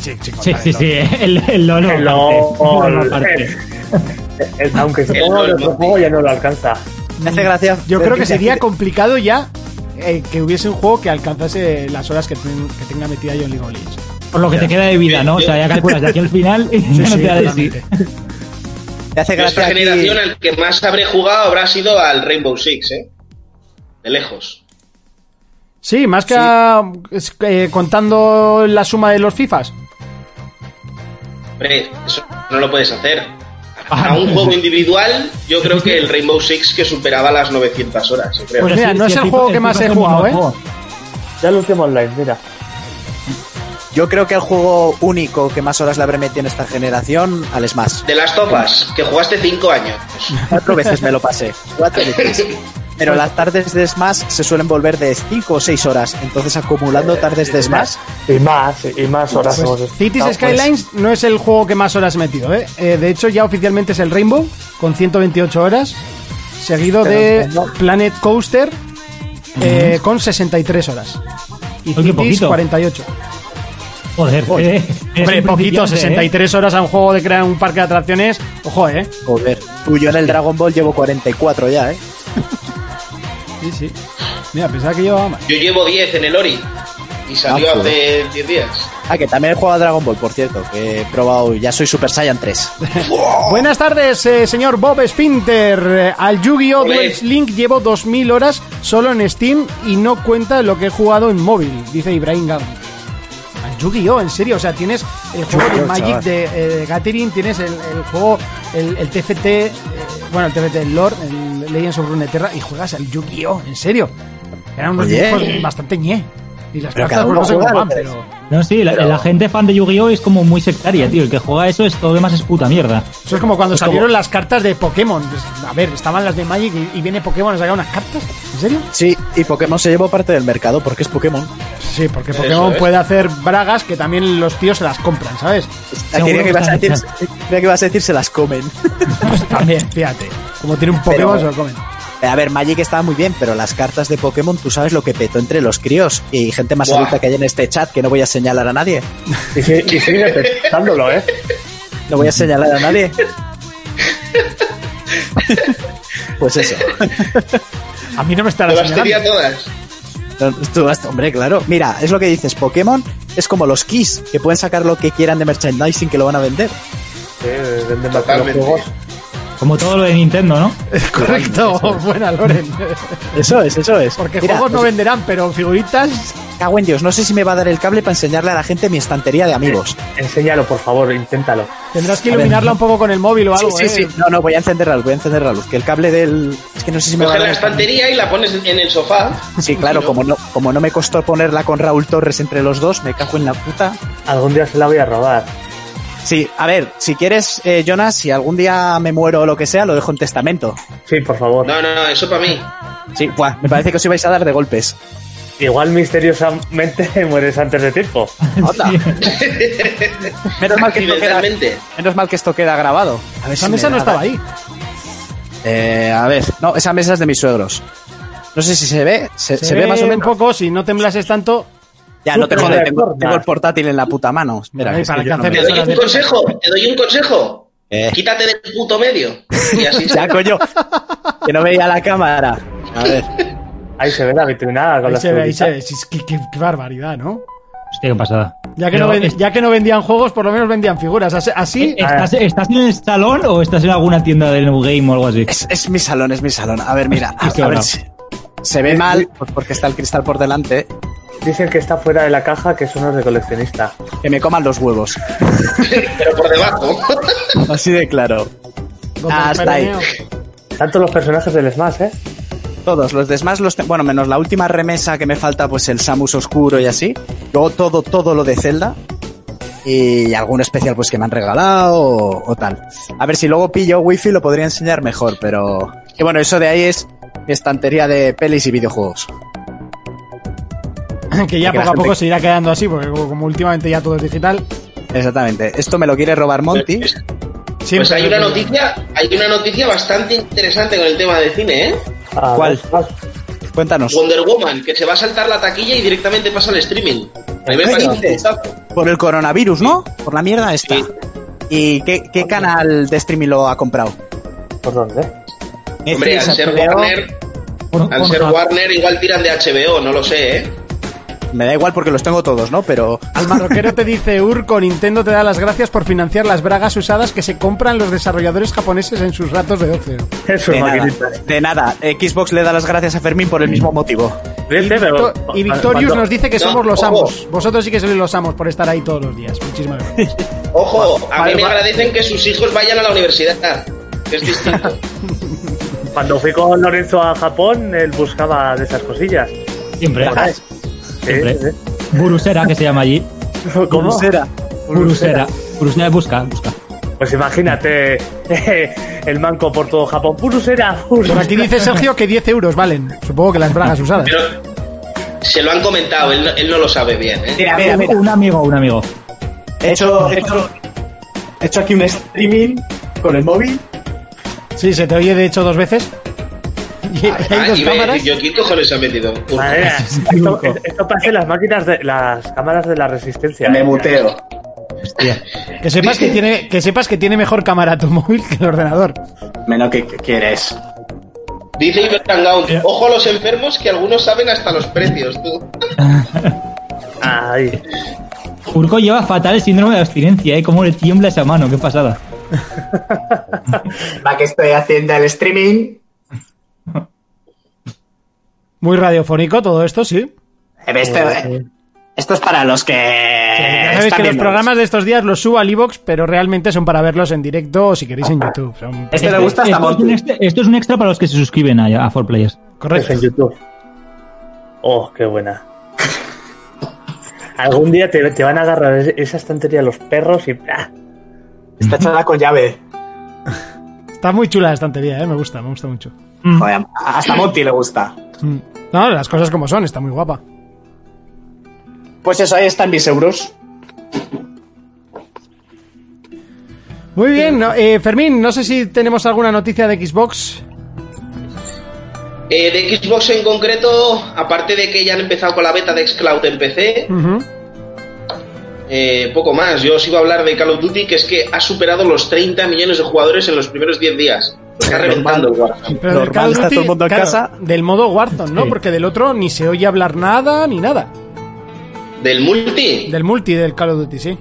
D: tiene
H: ¿no?
D: que ser. Sí, sí,
G: Sí,
D: contar
G: sí,
D: el
G: sí. El, el LOL. no
E: El
G: parte,
E: LOL.
G: no parte.
E: El- el- aunque supongo que
F: LOL,
E: otro
F: ¿no?
E: juego ya no lo alcanza.
H: Me hace gracia.
D: Yo
H: ver
D: creo que
H: te
D: sería
H: hace-
D: complicado ya eh, que hubiese un juego que alcanzase las horas que, ten- que tenga metida yo en League of Legends.
G: Por lo que te queda de vida, ¿no? O sea, ya calculas de aquí al final y ya no te da de sí.
D: totalmente.
H: te hace
F: De esta
H: gracia. aquí-
F: generación el que más habré jugado habrá sido al Rainbow Six, ¿eh? De lejos.
D: Sí, más que a- es- eh, contando la suma de los FIFAs.
F: Hombre, eso no lo puedes hacer. A
G: Ah,
F: un
G: no.
F: juego individual, yo creo que el Rainbow Six que superaba las 900 horas, yo creo.
H: Pues-
G: Bueno,
D: Mira, no es el
G: FIFA-
D: juego que más
G: FIFA
D: he
G: es Pues el
D: jugado,
G: mismo
D: ¿eh?
G: juego.
E: Ya el último online, mira.
H: Yo creo que el juego único que más horas le habré metido en esta generación, al Smash.
F: De las topas, que jugaste 5 años.
H: Cuatro veces me lo pasé. Cuatro veces. Pero las tardes de Smash se suelen volver de 5 o 6 horas. Entonces,
F: Eh,
H: acumulando tardes de Smash,
E: Y más, y más horas hemos
D: Cities
E: estado, pues.
D: Skylines no es el juego que más horas he metido, ¿eh? Eh, De hecho, ya oficialmente es el Rainbow, con 128 horas, seguido de Planet Coaster, eh, con 63 horas. Y
G: Oye, qué
D: Cities,
G: poquito.
D: 48.
G: Joder, eh, eres
D: Hombre,
G: un
D: poquito,
G: principiante, ¿eh?
D: 63 horas a un juego de crear un parque de atracciones. Ojo, ¿eh?
H: joder. Tú, yo en el Dragon Ball llevo 44 ya, ¿eh?
D: Sí, sí. Mira, pensaba que llevaba más.
F: Yo llevo 10 en el Ori y salió
H: Ah, joder.
F: hace 10 días.
H: Ah, que también he jugado a Dragon Ball, por cierto, que he probado, ya soy Super Saiyan 3.
D: Buenas tardes, eh, señor Bob Spinter. Eh, Al Yu-Gi-Oh!
F: Olé.
D: Duel Link llevo 2000 horas solo en Steam y no cuenta lo que he jugado en móvil, dice Ibrahim Gabi. Al Yu-Gi-Oh! En serio, o sea, tienes el juego de
H: Yu-Gi-Oh,
D: Magic
H: chaval.
D: de, eh, de Gathering, tienes el, el juego, el, el TFT, eh, bueno, el TFT, el Lord, el Legends of Runeterra y juegas al Yu-Gi-Oh! En seño. Eran unos
H: Oye.
D: dibujos bastante ñe. Y las cartas
H: Pero cada
D: pues,
H: uno
D: no se
H: juega lo
D: copan,
H: que
D: pero...
G: No, sí, la, la gente fan de Yu-Gi-Oh! es como muy sectaria, tío. El que juega eso es todo lo demás es puta mierda.
D: Eso es como cuando
H: Es como-
D: salieron las cartas de Pokémon. Pues, A ver, estaban las de Magic y, y viene Pokémon a sacar unas cartas. ¿En serio?
H: Sí, y Pokémon se llevó parte del mercado porque es Pokémon.
D: Sí, porque
F: Eso
D: Pokémon
F: es.
D: puede hacer bragas que también los tíos se las compran, ¿sabes?
H: Ah, Quería que, ibas a decir, quería que ibas a decir se las comen.
D: También, fíjate. Como tiene un Pokémon,
H: Pero-
D: se lo comen.
H: Eh, A ver, Magic estaba muy bien, pero las cartas de Pokémon, tú sabes lo que petó entre los críos y gente más
F: Buah.
H: adulta que hay en este chat, que no voy a señalar a nadie.
E: Y, si- y sigue pensándolo, ¿eh?
H: No voy a señalar a nadie. Pues eso.
D: A mí no me está
F: Te
D: la
F: las tenía todas.
H: No, tú vas- hombre, claro. Mira, es lo que dices. Pokémon es como los keys, que pueden sacar lo que quieran de merchandising que lo van a vender.
E: Sí, venden más que los
F: Totalmente.
E: juegos.
G: Como todo lo de Nintendo, ¿no?
D: Correcto, buena Loren.
H: Eso es, eso es.
D: Porque
H: Mira,
D: juegos no
H: pues,
D: venderán, pero figuritas.
H: cago en Dios, no sé si me va a dar el cable para enseñarle a la gente mi estantería de amigos.
E: Enséñalo, por favor, inténtalo.
D: Tendrás que
H: A ver.
D: iluminarla un poco con el móvil o algo,
H: sí, sí,
D: ¿eh?
H: sí. No, no, voy a encender la luz, voy a encender la luz. Que el cable del. Es que no sé si me va a
F: Coges
H: dar.
F: la
H: el cable.
F: estantería y la pones en el sofá.
H: Sí, claro, como no, como no me costó ponerla con Raúl Torres entre los dos, me cago en la puta.
E: Algún día se la voy a robar.
H: Sí, a ver, si quieres, eh, Jonas, si algún día me muero o lo que sea, lo dejo en testamento.
E: Sí, por favor.
F: No, no, no, eso para mí.
H: Sí, buah, me parece que os ibais a dar de golpes.
E: Igual misteriosamente mueres antes de tiempo.
H: Anda. Menos mal que esto queda,
F: Accidentalmente.
H: menos mal que esto queda grabado. A ver
D: Esa
H: si me
D: mesa no
H: da-
D: estaba ahí.
H: Eh, a ver, no, esa mesa es de mis suegros. No sé si se ve, se, se ve, más o menos.
D: un poco, si no temblases tanto.
H: Ya, no te
E: Súper
H: jode, tengo,
E: recorta.
H: tengo el portátil en la puta mano. Espera,
D: Ay,
H: que es
D: para
H: que
D: qué
H: yo no
D: hacer
F: Te
H: me-
D: eso.
F: doy un consejo, te doy un consejo.
H: Eh.
F: Quítate del puto medio. Y así
H: Ya, coño, que no veía la cámara. A ver,
E: Ahí se ve la vitrina con
D: Ahí
E: la
D: se ve, ahí se
E: seguridad.
D: ve. Sí, es que- qué- qué barbaridad, ¿no?
G: Hostia, qué pasada.
D: Ya que,
G: Pero
D: no ven-
G: es- ¿E-,
D: ya que no vendían juegos, por lo menos vendían figuras. Así, así-
G: ¿Estás, estás en el salón o estás en alguna tienda de New Game o algo así?
H: es, es mi salón, es mi salón. A ver, mira, a,
G: Sí, sí,
H: a ver
G: no.
H: si- se ve mal pues porque está el cristal por delante.
E: Dicen que está fuera de la caja, que son los de coleccionista.
H: Que me coman los huevos.
F: pero por debajo.
H: Así de claro.
D: Don
H: Ah, hasta
D: Peperineo.
E: Tanto los personajes del Smash, ¿eh?
H: Todos, los demás los... te- Bueno, menos la última remesa que me falta, pues el Samus Oscuro y así. Luego todo, todo lo de Zelda. Y algún especial pues que me han regalado o, o tal. A ver si luego pillo wifi lo podría enseñar mejor, pero... Y bueno, eso de ahí es mi estantería de pelis y videojuegos.
D: Que ya
H: Que la
D: poco a poco
H: gente-
D: se irá quedando así, porque como, como últimamente ya todo es digital.
H: Exactamente. Esto me lo quiere robar Monty.
D: siempre-
F: Pues hay una noticia, hay una noticia bastante interesante con el tema de cine, ¿eh?
E: Ah,
H: ¿Cuál?
E: ah,
H: Cuéntanos.
F: Wonder Woman, que se va a saltar la taquilla y directamente pasa al streaming. A mí me
H: ¿Qué
F: parece un
H: dices?
F: puntazo.
H: Por el coronavirus, ¿no? Por la mierda esta.
F: Sí.
H: ¿Y qué, qué canal de streaming lo ha comprado?
E: ¿Por dónde?
F: Hombre, al
H: Netflix,
F: ser
H: HBO.
F: Warner,
G: Por-
F: al
G: por-
F: ser Warner igual tiran de HBO, no lo sé, ¿eh?
H: Me da igual porque los tengo todos, ¿no? Pero...
F: Ah,
D: El marroquero te dice, Urco, Nintendo te da las gracias por financiar las bragas usadas que se compran los desarrolladores japoneses en sus ratos de ocio.
E: En sus
H: De nada,
E: maquinitas.
H: de nada. Xbox le da las gracias a Fermín por el mismo motivo.
E: Vete, pero-
D: Victo- Y Victorious
E: cuando-
D: nos dice que
F: No,
D: somos los
F: ojo.
D: amos. Vosotros sí que sois los amos por estar ahí todos los días. Muchísimas gracias.
F: Ojo, a
E: Vale,
F: mí me
E: va-
F: agradecen que sus hijos vayan a la universidad. Es distinto.
E: Cuando fui con Lorenzo a Japón, él buscaba de esas cosillas.
G: Siempre.
H: Ah,
E: Cajas. Sí,
G: Siempre.
E: sí,
G: Burusera, que se llama allí.
E: sí. ¿Cómo?
H: será?
G: Burusera. Burusera, busca, busca.
E: Pues imagínate el manco por todo Japón. Purusera,
D: Por aquí dice Sergio que 10 euros valen. Supongo que las bragas usadas.
F: Pero se lo han comentado, él no, él no lo sabe bien, ¿eh?
H: Mira, mira, mira.
G: Un amigo, un amigo.
H: He hecho, he hecho, he hecho aquí un streaming con el móvil.
D: Sí, se te oye de hecho dos veces. Y y hay
F: Ah,
D: dos
F: y ve,
D: cámaras.
F: yo, ¿qué cojones ha metido? Uf.
E: Madre mía, esto, esto parece las máquinas de las cámaras de la resistencia.
H: Me
E: ¿eh?
H: muteo.
D: Que sepas que tiene, que sepas que tiene mejor cámara tu móvil que el ordenador.
H: Menos que que quieres.
F: Dice Ibertangaun, ojo a los enfermos que algunos saben hasta los precios, tú.
E: Ay.
G: Urco lleva fatal el síndrome de abstinencia, ¿eh? Cómo le tiembla esa mano, qué pasada.
I: Va que estoy haciendo el streaming.
D: Muy radiofónico todo esto, sí.
I: Eh, Esto, esto es para los que.
D: Ya
I: Ya
D: sabéis que los programas de estos días los subo al iVoox, pero realmente son para verlos en directo o si queréis en YouTube. Son-
I: Este le gusta hasta
G: esto, es un
I: Monty.
G: extra, esto es un extra para los que se suscriben a, a 4Players.
D: Correcto.
E: Es en YouTube. Oh, qué buena. Algún día te, te van a agarrar es- esa estantería los perros y. ¡ah!
I: Está echada con llave.
D: Está muy chula la estantería, ¿eh? me gusta, me gusta mucho.
I: Joder, hasta Monty le gusta.
D: Mm. No, las cosas como son, está muy guapa.
I: Pues eso, ahí están mis euros.
D: Muy bien, no, eh, Fermín, no sé si tenemos alguna noticia de Xbox.
F: Eh, de Xbox en concreto, aparte de que ya han empezado con la beta de Xcloud en PC,
D: Ujú.
F: eh, poco más. Yo os iba a hablar de Call of Duty, que es que ha superado los 30 millones de jugadores en los primeros 10 días. Está reventando el Warzone.
D: Pero del
H: Normal,
D: Call of
H: está
D: Duty,
H: todo el mundo en
D: claro,
H: casa.
D: Del modo Warzone, ¿no?
G: Sí.
D: Porque del otro ni se oye hablar nada ni nada.
F: ¿Del multi?
D: Del multi del Call of Duty, sí.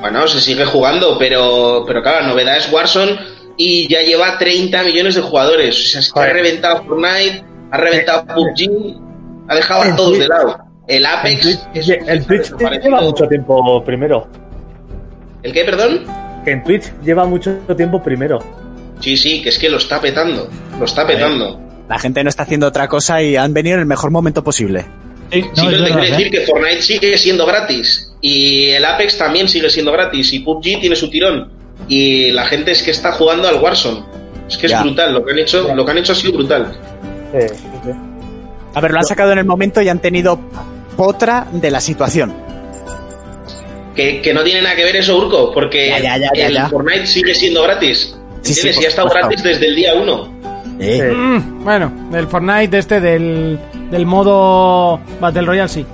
F: Bueno, se sigue jugando, pero, pero claro, la novedad es Warzone y ya lleva 30 millones de jugadores. O sea, es que ha
E: Joder. Eh,
F: reventado Fortnite, ha reventado PUBG, ha dejado a
E: en
F: todos
E: Twitch-
F: de lado. El
E: El
F: Apex. es-
E: Twitch, el Twitch lleva
F: parecido.
E: mucho tiempo primero.
F: ¿El qué, perdón?
E: Que en Twitch lleva mucho tiempo primero.
F: Sí, sí, que es que lo está petando. Lo está petando.
H: La gente no está haciendo otra cosa y han venido en el mejor momento posible.
F: Sí,
G: Sí, no, es
F: pero te
G: verdad,
F: quiero
G: ¿eh?
F: decir que Fortnite sigue siendo gratis. Y el Apex también sigue siendo gratis. Y PUBG tiene su tirón. Y la gente es que está jugando al Warzone. Es que
H: Ya.
F: es brutal. Lo que han hecho, lo que han hecho ha sido brutal.
E: Sí, sí, sí.
H: A ver, lo han sacado en el momento y han tenido potra de la situación.
F: Que, que no tiene nada que ver eso, Urco, porque
H: Ya, ya, ya, ya,
F: el
H: ya.
F: Fortnite sigue siendo gratis.
H: Sí, sí,
F: ¿Entiendes?
H: por
F: y ha estado
H: supuesto.
F: gratis desde el día 1.
H: Eh,
E: Sí.
D: Mm, bueno, del Fortnite este, del, del modo Battle Royale, sí.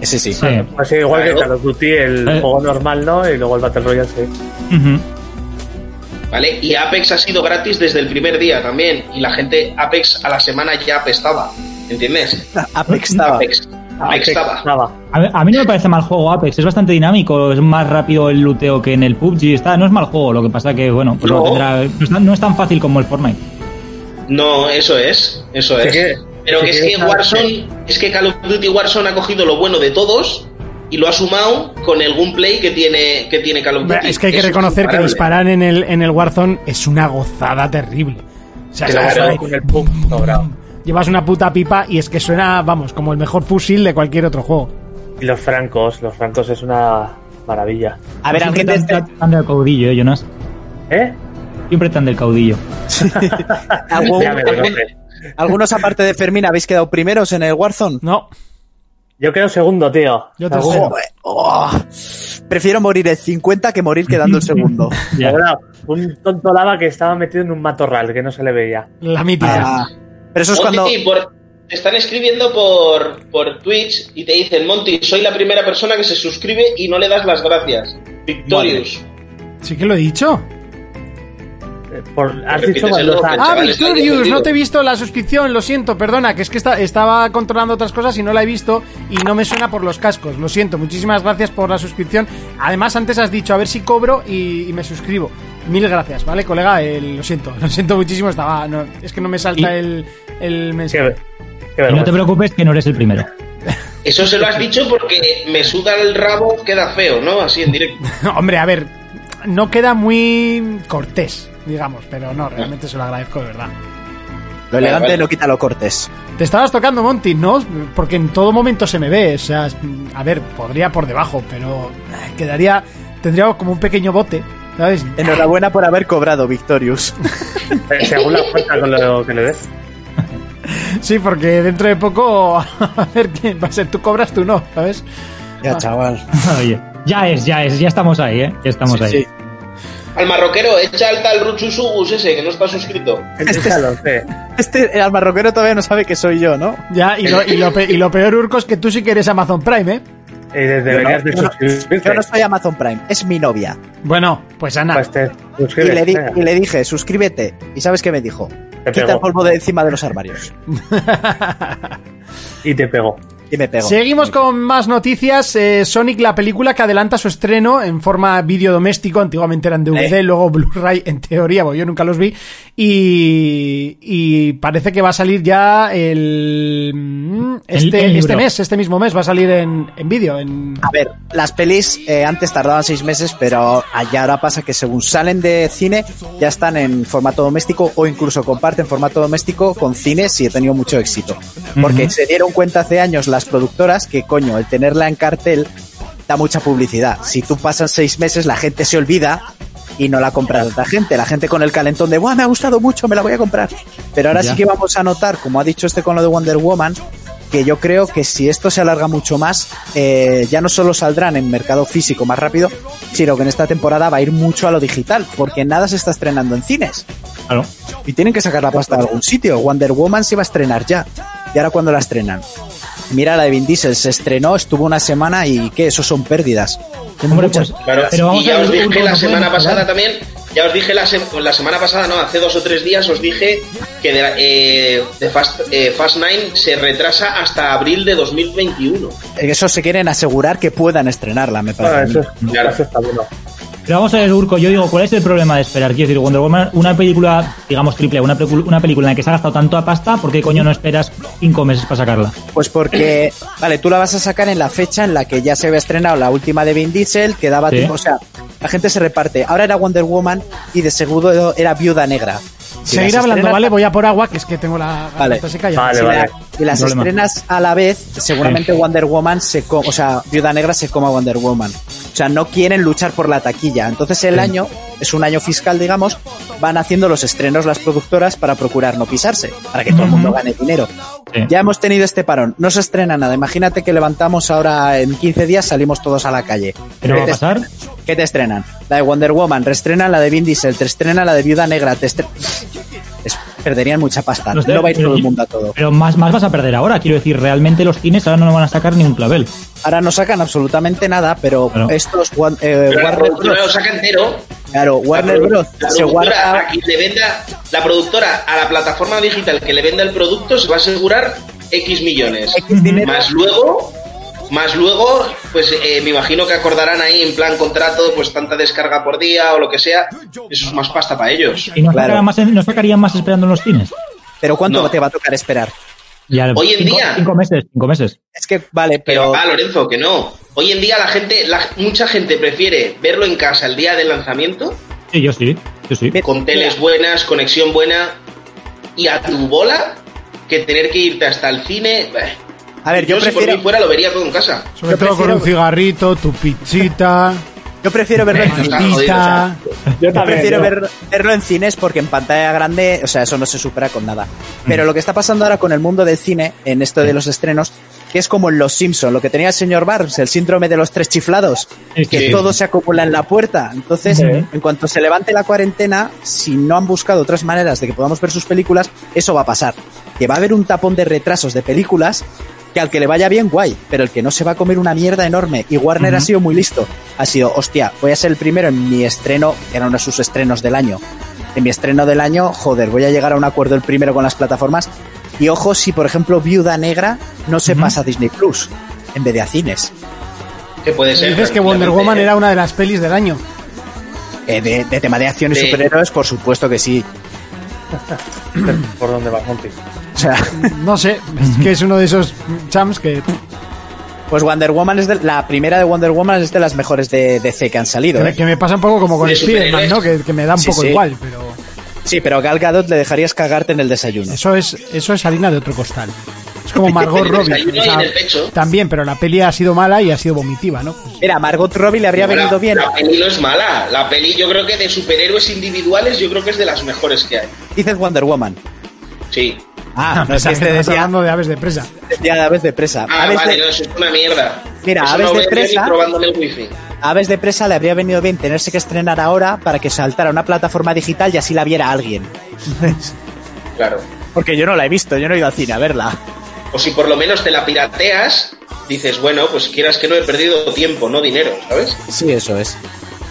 H: Ese sí.
G: Sí.
E: Así igual que
F: Claro.
E: Call of Duty, el
G: Eh.
E: juego normal, ¿no? Y luego el Battle Royale, sí.
G: Ujú.
F: ¿Vale? Y Apex ha sido gratis desde el primer día también. Y la gente Apex a la semana ya apestaba. ¿Entiendes?
H: Apex estaba.
F: Apex.
E: Apex,
F: Apestaba.
E: nada.
G: A mí, a mí no me parece mal juego Apex, es bastante dinámico, es más rápido el luteo que en el PUBG, está, no es mal juego, lo que pasa que, bueno, pues
F: No.
G: lo tendrá- no, es tan, no es tan fácil como el Fortnite.
F: No, eso es. Eso
E: Sí
F: es.
E: que-
F: Pero
E: sí
F: que es
E: que
F: que
E: está-
F: Warzone, es que Call of Duty Warzone ha cogido lo bueno de todos y lo ha sumado con el gunplay que tiene, que tiene Call of Duty.
D: Es que hay que
F: Eso
D: reconocer que
F: imparable.
D: disparar en el, en el Warzone es una gozada terrible. O sea,
E: Claro,
D: llevas-
E: con el pum, sobrado.
D: llevas una puta pipa y es que suena, vamos, como el mejor fusil de cualquier otro juego.
E: Y los francos, los francos es una maravilla.
H: A ver,
G: Siempre
H: Ángel,
G: tan,
H: este-
G: tan- tan del caudillo, eh, Jonas.
E: ¿Eh?
G: Siempre tan del caudillo.
H: algún-
E: Ya me conoces.
H: algunos aparte de Fermín habéis quedado primeros en el Warzone.
D: No,
E: Yo quedo segundo, tío.
D: Yo
E: Segundo.
D: tercero.
H: Joder, oh. prefiero morir el 50 que morir quedando el segundo.
G: Ya.
E: Ahora, un tonto lava que estaba metido en un matorral que no se le veía.
D: la mítica.
H: Ah, pero eso es
F: Monty,
H: cuando.
F: por- te están escribiendo por, por Twitch y te dicen, Monty, soy la primera persona que se suscribe y no le das las gracias. Victorious.
D: Sí que lo he dicho.
E: Eh, por- has
F: Repites
E: dicho
F: el
E: cuando
F: logo,
E: está-
F: El
D: Ah,
F: chaval está ahí
D: Victorious,
F: confundido.
D: no te he visto la suscripción, lo siento, perdona, que es que esta- estaba controlando otras cosas y no la he visto y no me suena por los cascos, lo siento, muchísimas gracias por la suscripción. Además, antes has dicho, a ver si cobro y, y me suscribo. Mil gracias, ¿vale, colega? Eh, lo siento, lo siento muchísimo, estaba... no, es que no me salta
G: Y-
D: el, el
E: Qué,
D: mensaje.
E: qué
G: Y no te
E: vergüenza.
G: preocupes que no eres el primero.
F: Eso se lo has dicho porque me suda el rabo, queda feo, ¿no? Así en directo.
D: Hombre, a ver, no queda muy cortés, digamos, pero no, realmente se lo agradezco de verdad.
H: Lo
F: Vale,
H: elegante
F: vale.
H: no quita lo cortes.
D: Te estabas tocando, Monty, ¿no? Porque en todo momento se me ve. O sea, a ver, podría por debajo, pero eh, quedaría. Tendría como un pequeño bote, ¿sabes?
H: Enhorabuena por haber cobrado, Victorious.
E: Eh, Según la fuerza con lo que le des.
D: Sí, porque dentro de poco. A ver, ¿qué va a ser? Tú cobras, tú no, ¿sabes?
H: Ya, chaval.
G: Oye, ya es, ya es, ya estamos ahí, ¿eh? Ya estamos ahí.
H: Sí,
F: Al marroquero, echa al tal Ruchusugus ese que no está suscrito.
E: Échalo, sí.
H: Este, el marroquero todavía no sabe que soy yo, ¿no?
D: Ya, y lo, y lo pe- y lo peor, Urco, es que tú sí que eres Amazon Prime, ¿eh?
E: Y de- deberías de
H: yo no-
E: suscribirte.
H: Yo no soy Amazon Prime, es mi novia.
D: Bueno, pues Ana.
E: Pues te
H: Y
E: suscribes,
H: le, di-
E: venga.
H: y le dije, suscríbete. ¿Y sabes qué me dijo?
E: Te
H: Quita el
E: pegó.
H: polvo de encima de los armarios.
E: Y te pegó.
H: y me pego.
D: Seguimos con más noticias. Eh, Sonic, la película que adelanta su estreno en forma vídeo doméstico. Antiguamente eran DVD, luego Blu-ray, en teoría, porque yo nunca los vi. Y, y parece que va a salir ya el, mm, este,
G: el
D: este
G: libro.
D: mes, este mismo mes, va a salir en, en vídeo. En...
H: A ver, las pelis eh, antes tardaban seis meses, pero allá ahora pasa que según salen de cine ya están en formato doméstico o incluso comparten formato doméstico con cines y he tenido mucho éxito. Porque se dieron cuenta hace años las productoras que, coño, el tenerla en cartel da mucha publicidad. Si tú pasan seis meses, la gente se olvida y no la compra tanta gente. La gente con el calentón de, ¡guau, me ha gustado mucho, me la voy a comprar! Pero ahora
G: Ya.
H: sí que vamos a notar, como ha dicho este con lo de Wonder Woman, que yo creo que si esto se alarga mucho más, eh, ya no solo saldrán en mercado físico más rápido, sino que en esta temporada va a ir mucho a lo digital, porque nada se está estrenando en cines.
G: Claro.
H: Y tienen que sacar la pasta de algún sitio. Wonder Woman se va a estrenar ya. ¿Y ahora cuándo la estrenan? Mira la de Vin Diesel, se estrenó, estuvo una semana y ¿qué? Eso son pérdidas.
G: Hombre, pues,
F: Claro,
G: pero vamos
F: y ya
G: a
F: os dije
G: ver, no
F: la
G: pueden
F: semana
G: mejorar.
F: pasada también, ya os dije la, se- la semana pasada, no, hace dos o tres días os dije que de, la- eh, de Fast, eh, Fast Nine se retrasa hasta abril de 2021.
H: Eso se quieren asegurar que puedan estrenarla, me parece.
E: Ah,
H: a mí.
E: eso, es-
F: Claro.
E: eso está bueno.
G: Pero vamos a ver, Urco, yo digo, ¿cuál es el problema de esperar? Quiero decir, Wonder Woman, una película, digamos triple, A, una, pecu- una película en la que se ha gastado tanto a pasta, ¿por qué coño no esperas cinco meses para sacarla?
H: Pues porque, vale, tú la vas a sacar en la fecha en la que ya se había estrenado la última de Vin Diesel, que daba
G: Sí.
H: tiempo, o sea, la gente se reparte. Ahora era Wonder Woman y de seguro era Viuda Negra. Si
D: Seguir
H: las
D: hablando,
H: estrenas-
D: ¿vale? Voy a por agua, que es que tengo la
H: Vale.
D: garganta seca ya.
E: Vale,
H: Si,
E: vale.
H: la- si las
G: No problema.
H: estrenas a la vez, seguramente Wonder Woman se co- o sea, Viuda Negra se coma a Wonder Woman. O sea, no quieren luchar por la taquilla. Entonces el año, es un año fiscal, digamos, van haciendo los estrenos las productoras para procurar no pisarse, para que todo el mundo gane dinero.
G: Sí.
H: Ya hemos tenido este parón, no se estrena nada. Imagínate que levantamos ahora en 15 días, salimos todos a la calle.
G: ¿Pero
H: ¿Qué
G: va a
H: te-
G: pasar?
H: ¿Qué te estrenan? La de Wonder Woman, reestrenan la de Vin Diesel, te estrenan la de Viuda Negra, te estre- Es- perderían mucha pasta.
G: No sé,
H: no va a ir
G: pero
H: todo el
G: yo-
H: mundo a todo.
G: Pero más, más vas a perder ahora, quiero decir, realmente los cines ahora no van a sacar ni un clavel.
H: Ahora no sacan absolutamente nada, pero
G: Claro.
H: estos Wan- eh,
F: Pero la
H: Warner
F: productora lo
H: Bros.
F: saca entero.
H: Claro, Warner
F: La produ-
H: Bros.
F: la
H: se
F: productora
H: guarda.
F: a quien le venda, la productora a la plataforma digital que le venda el producto se va a asegurar X millones.
H: X dinero.
F: Más luego, más luego, pues eh, me imagino que acordarán ahí en plan contrato, pues tanta descarga por día o lo que sea. Eso es más pasta para ellos.
G: Y nos,
H: Claro.
G: sacarán más en- nos sacarían más esperando en los cines.
H: Pero ¿cuánto
F: No.
H: te va a tocar esperar?
G: Ya,
F: Hoy en
G: cinco-
F: día.
G: Cinco meses, cinco meses.
H: Es que, vale,
F: Pero
H: pero.
F: ah, Lorenzo, que no. Hoy en día la gente, la- mucha gente prefiere verlo en casa el día del lanzamiento,
G: Sí, yo sí, yo sí.
H: Mira,
F: con teles buenas, conexión buena y a tu bola, que tener que irte hasta el cine. Beh.
H: A ver, yo
F: si por
H: prefiero,
F: mí fuera lo vería todo en casa.
D: Sobre
H: Yo
D: todo con
H: prefiero-
D: un cigarrito, tu pichita,
H: yo prefiero verlo en
F: Venga,
H: cines.
F: está jodido, o
D: pita.
F: sea,
H: Yo prefiero ver- verlo en cines porque en pantalla grande, o sea, eso no se supera con nada. Pero lo que está pasando ahora con el mundo del cine, en esto de los estrenos, que es como en Los Simpson, lo que tenía el señor Barnes, el síndrome de los tres chiflados,
G: Sí,
H: que
G: sí.
H: todo se acumula en la puerta. Entonces, en cuanto se levante la cuarentena, si no han buscado otras maneras de que podamos ver sus películas, eso va a pasar. Que va a haber un tapón de retrasos de películas que al que le vaya bien, guay, pero el que no se va a comer una mierda enorme. Y Warner ha sido muy listo. Ha sido, hostia, voy a ser el primero en mi estreno, era uno de sus estrenos del año. En mi estreno del año, joder, voy a llegar a un acuerdo el primero con las plataformas. Y ojo si, por ejemplo, Viuda Negra no se pasa a Disney Plus en vez de a cines.
F: Que puede ser.
D: Dices que Wonder
F: tranquilamente,
D: Woman
F: ¿eh?
D: era una de las pelis del año.
H: Eh, de, de tema de acción y
F: Sí.
H: superhéroes, por supuesto que sí.
E: ¿Por dónde vas, Monty?
H: O sea,
D: No sé, es que es uno de esos chams que
H: pues Wonder Woman es de, la primera de Wonder Woman es de las mejores de DC que han salido. ¿eh?
D: Que me pasa un poco como con
F: De
D: Spider-Man, ¿no? Que, que me da un
H: Sí,
D: poco
H: sí.
D: igual, pero
H: Sí, pero Gal Gadot le dejarías cagarte en el desayuno.
D: eso es, eso es harina de otro costal. Es como Margot
F: En el
D: Robbie.
F: desayuno y en el pecho.
D: también, pero la peli ha sido mala y ha sido vomitiva, ¿no? Pues,
H: Mira, Margot Robbie le habría
F: No, la-
H: venido bien.
F: La peli no es mala. La peli, yo creo que de superhéroes individuales, yo creo que es de las mejores que hay.
H: Dices Wonder Woman.
F: Sí.
H: Ah, no es
D: pensaba
H: que
D: que
H: este
D: estabas
H: decía,
D: hablando de aves de presa.
H: decía de aves de presa.
F: Ah,
H: aves,
F: vale,
H: de,
F: no, eso es una mierda.
H: Mira,
F: Eso
H: Aves
F: no
H: de
F: voy a ver
H: presa-
F: ni probándome el wifi.
H: aves de presa le habría venido bien tenerse que estrenar ahora para que saltara a una plataforma digital y así la viera alguien.
F: Claro.
H: Porque yo no la he visto, yo no he ido al cine a verla.
F: O si por lo menos te la pirateas, dices, bueno, pues quieras que no he perdido tiempo, no dinero, ¿sabes?
H: Sí, eso es.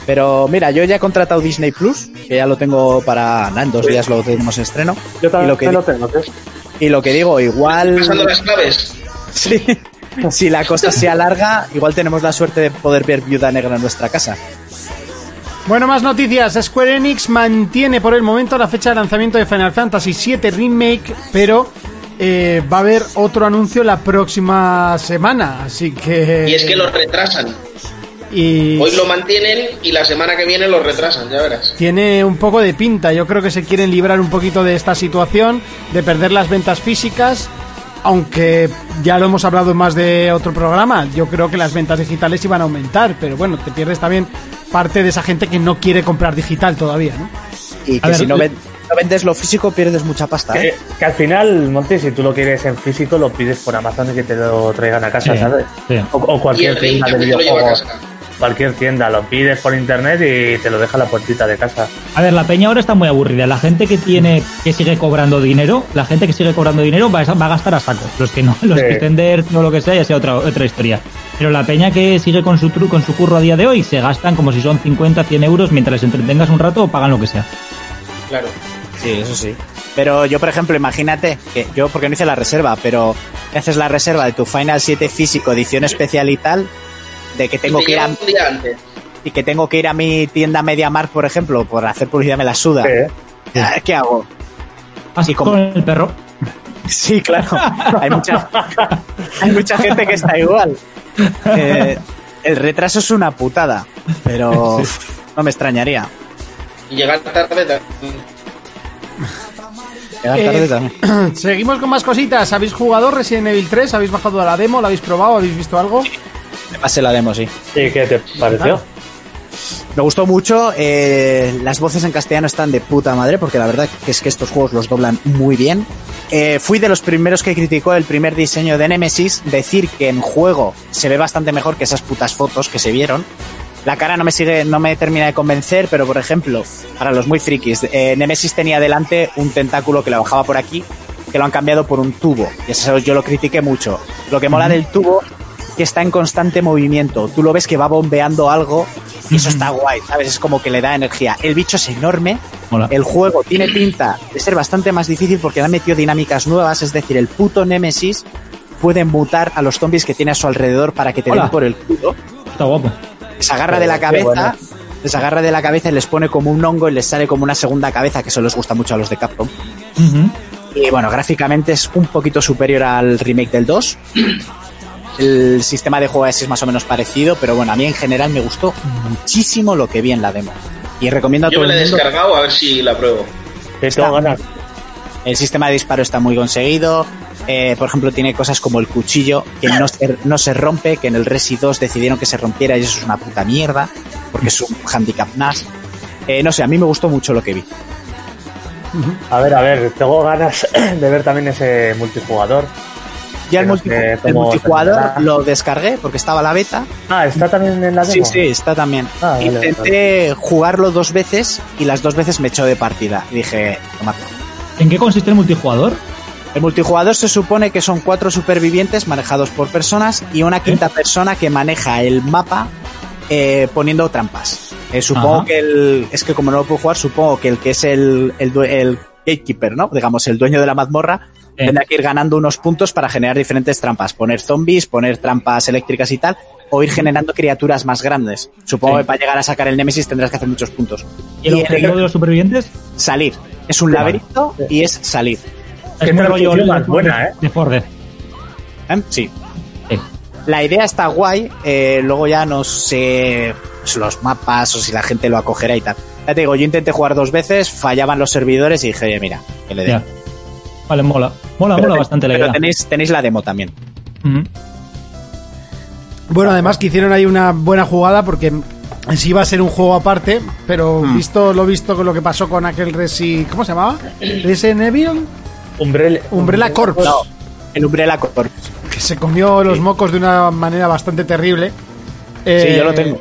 H: Pero mira, yo ya he contratado Disney Plus, que ya lo tengo para nada, en dos días lo tenemos en estreno.
E: Yo
H: y
E: también
H: lo que,
E: lo ¿eh?
H: di-
E: tengo, ¿qué?
H: y lo que digo, igual.
F: Pasando las claves.
H: Sí. si la cosa se alarga, igual tenemos la suerte de poder ver Viuda Negra en nuestra casa.
D: Bueno, más noticias. Square Enix mantiene por el momento la fecha de lanzamiento de Final Fantasy VII Remake, pero eh, va a haber otro anuncio la próxima semana, así que...
F: Y es que lo
H: Eh,
F: retrasan.
D: y
F: Hoy lo mantienen y la semana que viene lo retrasan, ya verás.
D: tiene un poco de pinta. Yo creo que se quieren librar un poquito de esta situación, de perder las ventas físicas, aunque ya lo hemos hablado en más de otro programa. Yo creo que las ventas digitales iban a aumentar, pero bueno, te pierdes también parte de esa gente que no quiere comprar digital todavía, ¿no?
H: Y
G: A
H: que
G: ver,
H: si no,
G: le-
H: ven- no vendes lo físico, pierdes mucha pasta. ¿eh?
E: Que, que al final, Monty, si tú lo quieres en físico, lo pides por Amazon y que te lo traigan a casa,
G: Sí,
E: ¿sabes?
G: sí.
E: O, o
F: Y
E: cualquier
F: el
E: tienda
F: link
E: de
F: también te lo lleva a
E: videojuegos.
F: casa.
E: Cualquier tienda, lo pides por internet y te lo deja a la puertita de casa.
G: A ver, la peña ahora está muy aburrida. La gente que tiene, que sigue cobrando dinero, la gente que sigue cobrando dinero va a, va a gastar a saco. Los que no, los
E: Sí.
G: que tender o lo que sea, ya sea otra, otra historia. Pero la peña que sigue con su tru, con su curro a día de hoy, se gastan como si son 50, 100 euros mientras les entretengas un rato o pagan lo que sea.
F: Claro.
H: Sí, eso sí. Pero yo, por ejemplo, imagínate, que yo porque no hice la reserva, pero te haces la reserva de tu Final 7 físico, edición especial y tal, de que tengo
F: Y te
H: que ir a,
F: llega un día antes.
H: y que tengo que ir a mi tienda MediaMark, por ejemplo, por hacer publicidad me la suda.
E: Sí. ¿eh?
H: Ah, ¿Qué hago?
G: Así
H: Y como-
G: con el perro.
H: Sí, claro. Hay mucha, hay mucha gente que está igual. Eh, el retraso es una putada, pero no me extrañaría.
F: Y llegar tarde también.
H: Llegar
D: Eh,
H: tarde también.
D: Seguimos con más cositas. ¿Habéis jugado Resident Evil 3? ¿Habéis bajado a la demo? ¿La habéis probado? ¿Habéis visto algo?
H: Me pasé la demo, sí.
E: ¿Y qué te pareció?
H: Me gustó mucho. eh, las voces en castellano están de puta madre, porque la verdad que es que estos juegos los doblan muy bien. Eh, fui de los primeros que criticó el primer diseño de Nemesis. Decir que en juego se ve bastante mejor que esas putas fotos que se vieron. La cara no me sigue, no me termina de convencer, pero por ejemplo, para los muy frikis, eh, Nemesis tenía delante un tentáculo que la bajaba por aquí, que lo han cambiado por un tubo. Y eso yo lo critiqué mucho. Lo que mola del tubo que está en constante movimiento. Tú lo ves que va bombeando algo y eso está guay, ¿sabes? Es como que le da energía. El bicho es enorme,
G: Mola.
H: el juego tiene pinta de ser bastante más difícil porque le han metido dinámicas nuevas, es decir, el puto Nemesis puede mutar a los zombies que tiene a su alrededor para que te
G: Hola.
H: den por el culo.
G: Está guapo.
H: Les agarra de la
E: Qué
H: cabeza,
E: bueno.
H: les agarra de la cabeza y les pone como un hongo y les sale como una segunda cabeza, que eso les gusta mucho a los de Capcom.
G: Ujú.
H: Y bueno, gráficamente es un poquito superior al remake del 2. El sistema de juego es más o menos parecido, pero bueno, a mí en general me gustó muchísimo lo que vi en la demo. Y recomiendo a
F: Yo
H: todo
F: me la he
H: el mundo.
F: descargado a ver si la pruebo.
E: ¿Qué
H: Está-
E: tengo ganas?
H: El sistema de disparo está muy conseguido. Eh, por ejemplo, tiene cosas como el cuchillo que no se, no se rompe, que en el Resi 2 decidieron que se rompiera y eso es una puta mierda, porque es un handicap más. Eh, no sé, a mí me gustó mucho lo que vi.
E: A ver, a ver, tengo ganas de ver también ese multijugador.
H: Ya el,
E: Pero
H: multi-
E: es que
H: el
E: como
H: multijugador
E: terminará-
H: lo descargué porque estaba la beta
E: Ah, está también en la
H: Sí,
E: demo.
H: sí, está también.
E: Ah, vale,
H: Intenté jugarlo dos veces y las dos veces me echó de partida. Y dije, toma.
G: ¿En qué consiste el multijugador?
H: El multijugador se supone que son cuatro supervivientes manejados por personas y
G: ¿Eh?
H: una quinta persona que maneja el mapa eh, poniendo trampas. Eh, supongo
G: Ajá.
H: que el. Es que como no lo puedo jugar, supongo que el que es el, el, due- el gatekeeper, ¿no? Digamos, el dueño de la mazmorra.
G: Eh.
H: Tendrá que ir ganando unos puntos para generar diferentes trampas. Poner zombies, poner trampas eléctricas y tal. O ir generando criaturas más grandes. Supongo
G: Sí.
H: que para llegar a sacar el Nemesis tendrás que hacer muchos puntos.
G: ¿Y el
H: Y el-
G: objetivo de los supervivientes?
H: Salir. Es un laberinto y es salir.
G: Es
E: Qué
G: muy
E: transición
G: rollo
E: más
G: de-
E: buena, ¿eh?
G: De Ford. eh.
H: ¿Eh? Sí.
G: Sí.
H: La idea está guay, eh, luego ya no sé pues, los mapas o si la gente lo acogerá y tal. Ya te digo, yo intenté jugar dos veces, fallaban los servidores y dije, oye, mira, que le dé.
G: Ya. Vale, mola. Mola, mola bastante la
H: Pero
G: idea.
H: tenéis, tenéis la demo también.
G: Ujú.
D: Bueno, además que hicieron ahí una buena jugada porque en sí iba a ser un juego aparte, pero visto lo visto con lo que pasó con aquel Resi... ¿Cómo se llamaba? Resident Evil
E: Umbrella,
D: Umbrella Corps,
H: No, el Umbrella Corp.
D: que se comió los mocos de una manera bastante terrible. Eh,
H: yo lo tengo.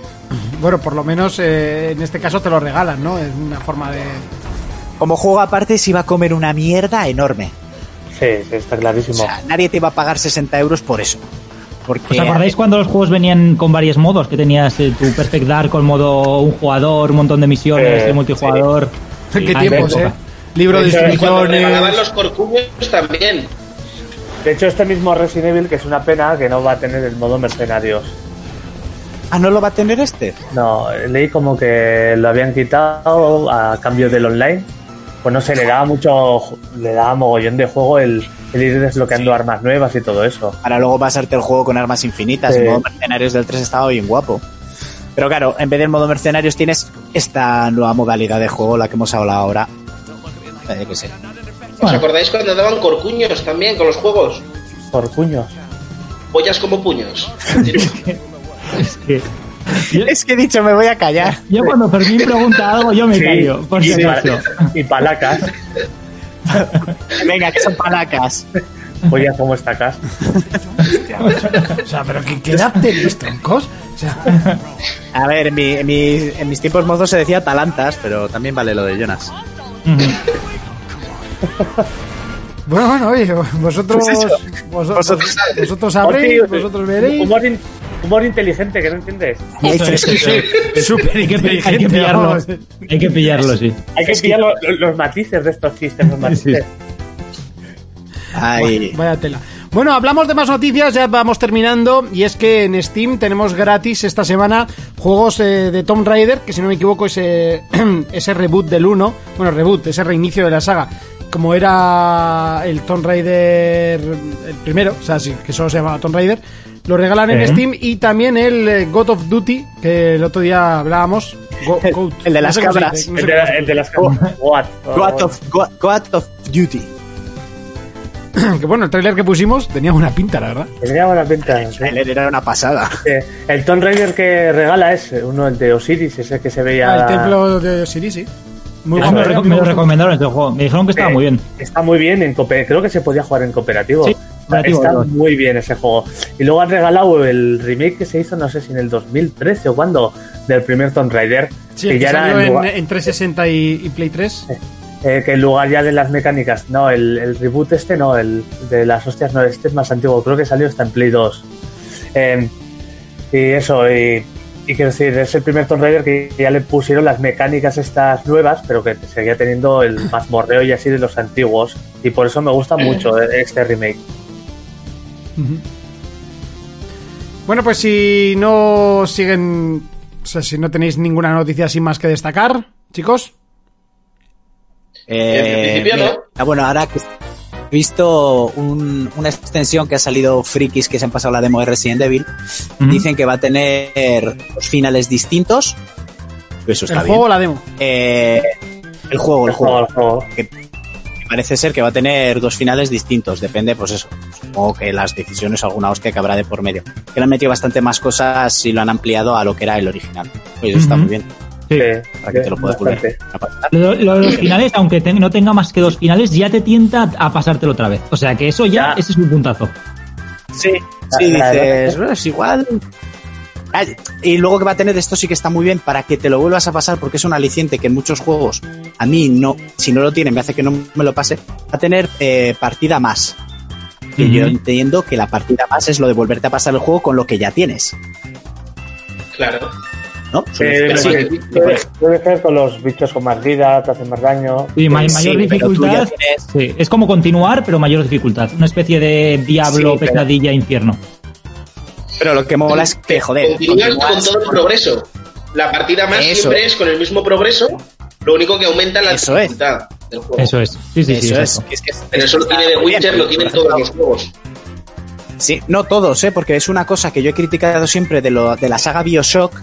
D: Bueno, por lo menos eh, en este caso te lo regalan, ¿no? Es una forma de...
H: Como juego aparte se iba a comer una mierda enorme.
E: Sí, sí, está
H: O
E: clarísimo.
H: sea, nadie te iba a pagar 60 euros por eso.
G: ¿Os
H: Porque
G: acordáis cuando los juegos venían con varios modos? Que tenías eh, tu Perfect Dark con modo un jugador, un montón de misiones,
E: Eh,
G: de multijugador.
D: ¿Qué
G: Ah,
D: tiempos,
G: época.
D: eh? Libro de
E: De hecho,
F: Cuando
D: instrucciones...
F: regalaban los corcubios también.
E: De hecho, este mismo Resident Evil, que es una pena, que no va a tener el modo mercenarios.
H: Ah, ¿no lo va a tener este?
E: No, leí como que lo habían quitado a cambio del online. Pues no sé, le daba mucho, le daba mogollón de juego el, el ir desbloqueando armas nuevas y todo eso.
H: Para luego pasarte el juego con armas infinitas.
E: Sí.
H: El modo mercenarios del 3 estaba bien guapo. Pero claro, en vez del modo mercenarios tienes esta nueva modalidad de juego, la que hemos hablado ahora. Eh, yo qué sé.
F: ¿Os acordáis cuando daban corcuños también con los juegos?
E: Por puños.
F: Pollas como puños.
G: Es que
H: Es que he dicho, me voy a callar.
G: yo cuando Fermín pregunta algo, yo me
E: Sí,
G: callo, por
E: y,
G: si
E: pa-
G: acaso.
E: y palacas.
H: Venga, que son palacas.
E: Oye, ¿cómo estacas?
D: O sea, pero ¿qué, qué edad tenéis, troncos? O sea,
H: A ver, en, mi- en mis- en mis tiempos mozos se decía talantas, pero también vale lo de Jonas.
G: Ujú.
D: bueno, bueno, oye, vosotros,
H: Pues eso.
D: vosotros,
H: Vosotros-
D: vosotros sabréis, vosotros veréis.
E: Oh, Humor, in- humor inteligente, que no entiendes.
G: Eso es, eso es. Hay que, pi- hay que pillarlo.
D: vamos.
G: Hay que pillarlo, sí.
E: Hay que pillar lo- lo- los matices de estos chistes, los matices.
H: Ay.
D: Vaya tela. Bueno, hablamos de más noticias, ya vamos terminando. Y es que en Steam tenemos gratis esta semana juegos eh, de Tomb Raider, que si no me equivoco es eh, ese reboot del 1. Bueno, reboot, ese reinicio de la saga. Como era el Tomb Raider el primero, o sea, sí, que solo se llamaba Tomb Raider. Lo regalan en
G: Eh.
D: Steam y también el eh, God of Duty, que el otro día hablábamos. Go-
H: El-
D: Goat.
H: el de las
D: cómo se
H: cabras.
D: dice, no sé cómo
E: El de,
D: se
E: la-
D: dice.
E: el de las camas. What?
H: God of, God- God of Duty.
D: Que bueno, el tráiler que pusimos tenía una pinta, la verdad.
E: Tenía buena pinta. ¿eh?
H: Trailer Era una pasada.
E: Eh, El Tomb Raider que regala es eh, uno, el de Osiris, ese que se veía.
D: Ah, el templo de Osiris, sí. Muy
G: Ah,
D: bueno,
G: me,
D: eh, muy
G: lo, me lo
D: bueno.
G: recomendaron este juego. Me dijeron que estaba
E: Eh,
G: muy bien.
E: Está muy bien en cooper- creo que se podía jugar en cooperativo.
G: Sí, cooperativo,
E: está
G: claro.
E: muy bien ese juego. Y luego han regalado el remake que se hizo, no sé si en el 2013 o cuándo, del primer Tomb Raider,
D: Sí,
E: que
D: el que
E: ya era
D: salió
E: en
D: en,
E: lugar,
D: en 360 y, y Play 3.
E: eh, que en lugar ya de las mecánicas. No, el, el reboot este no, el de las hostias no, este es más antiguo, creo que salió hasta en Play 2. Eh, y eso, y, y quiero decir, es el primer Tomb Raider que ya le pusieron las mecánicas estas nuevas, pero que seguía teniendo el mazmorreo y así de los antiguos. Y por eso me gusta mucho este remake.
D: Bueno, pues si no siguen. O sea, si no tenéis ninguna noticia sin más que destacar, chicos.
H: Eh,
F: En principio,
H: mira,
F: ¿no?
H: ah, bueno, ahora que he visto un- una extensión que ha salido frikis que se han pasado la demo de Resident Evil,
G: Ujú.
H: dicen que va a tener dos finales distintos. Eso está
D: el
H: bien.
D: juego o la demo.
H: Eh, el juego, el juego.
E: el juego.
H: Parece ser que va a tener dos finales distintos, depende, pues eso. Supongo que las decisiones, alguna hostia que habrá de por medio. Que le han metido bastante más cosas y lo han ampliado a lo que era el original. Pues eso está
G: Ujú.
H: muy bien,
G: Sí.
E: Sí,
H: para que te lo puedas
E: bastante.
H: volver. a pasar.
G: Lo- lo de los finales, aunque te- no tenga más que dos finales, ya te tienta a pasártelo otra vez. O sea que eso
E: Ya.
G: ya, ese es un puntazo.
H: Sí, sí,
E: La- la
H: dices, "Bueno, es igual. Ah, Y luego que va a tener esto sí que está muy bien para que te lo vuelvas a pasar porque es un aliciente que en muchos juegos a mí no, si no lo tiene me hace que no me lo pase. Va a tener eh, partida más. Que yo
G: Ujú.
H: entiendo que la partida más es lo de volverte a pasar el juego con lo que ya tienes,
F: Claro.
H: ¿no?
E: Eh,
H: Pero
E: sí,
H: sí,
E: puede- puede ser con los bichos con más vida, te hacen más daño.
G: Y ma-
H: sí,
G: mayor
H: pero tú ya
G: dificultad.
H: tienes-
G: Sí, es como continuar, pero mayor dificultad. Una especie de diablo,
H: Sí, pero-
G: pesadilla, infierno.
H: Pero lo que mola es que, joder,
F: Continúan con
H: continúas-
F: todo el progreso. La partida más
H: Eso.
F: siempre es con el mismo progreso, lo único que aumenta la
H: Eso es.
F: dificultad del juego.
G: Eso es. Sí, sí, sí.
H: Eso es,
G: exacto.
H: que es que es-
F: Pero eso lo tiene The
H: está muy bien,
F: Witcher, lo
H: pero,
F: tienen
H: por ejemplo,
F: todos los juegos.
H: Sí, no todos, ¿eh? porque es una cosa que yo he criticado siempre de, lo, de la saga Bioshock,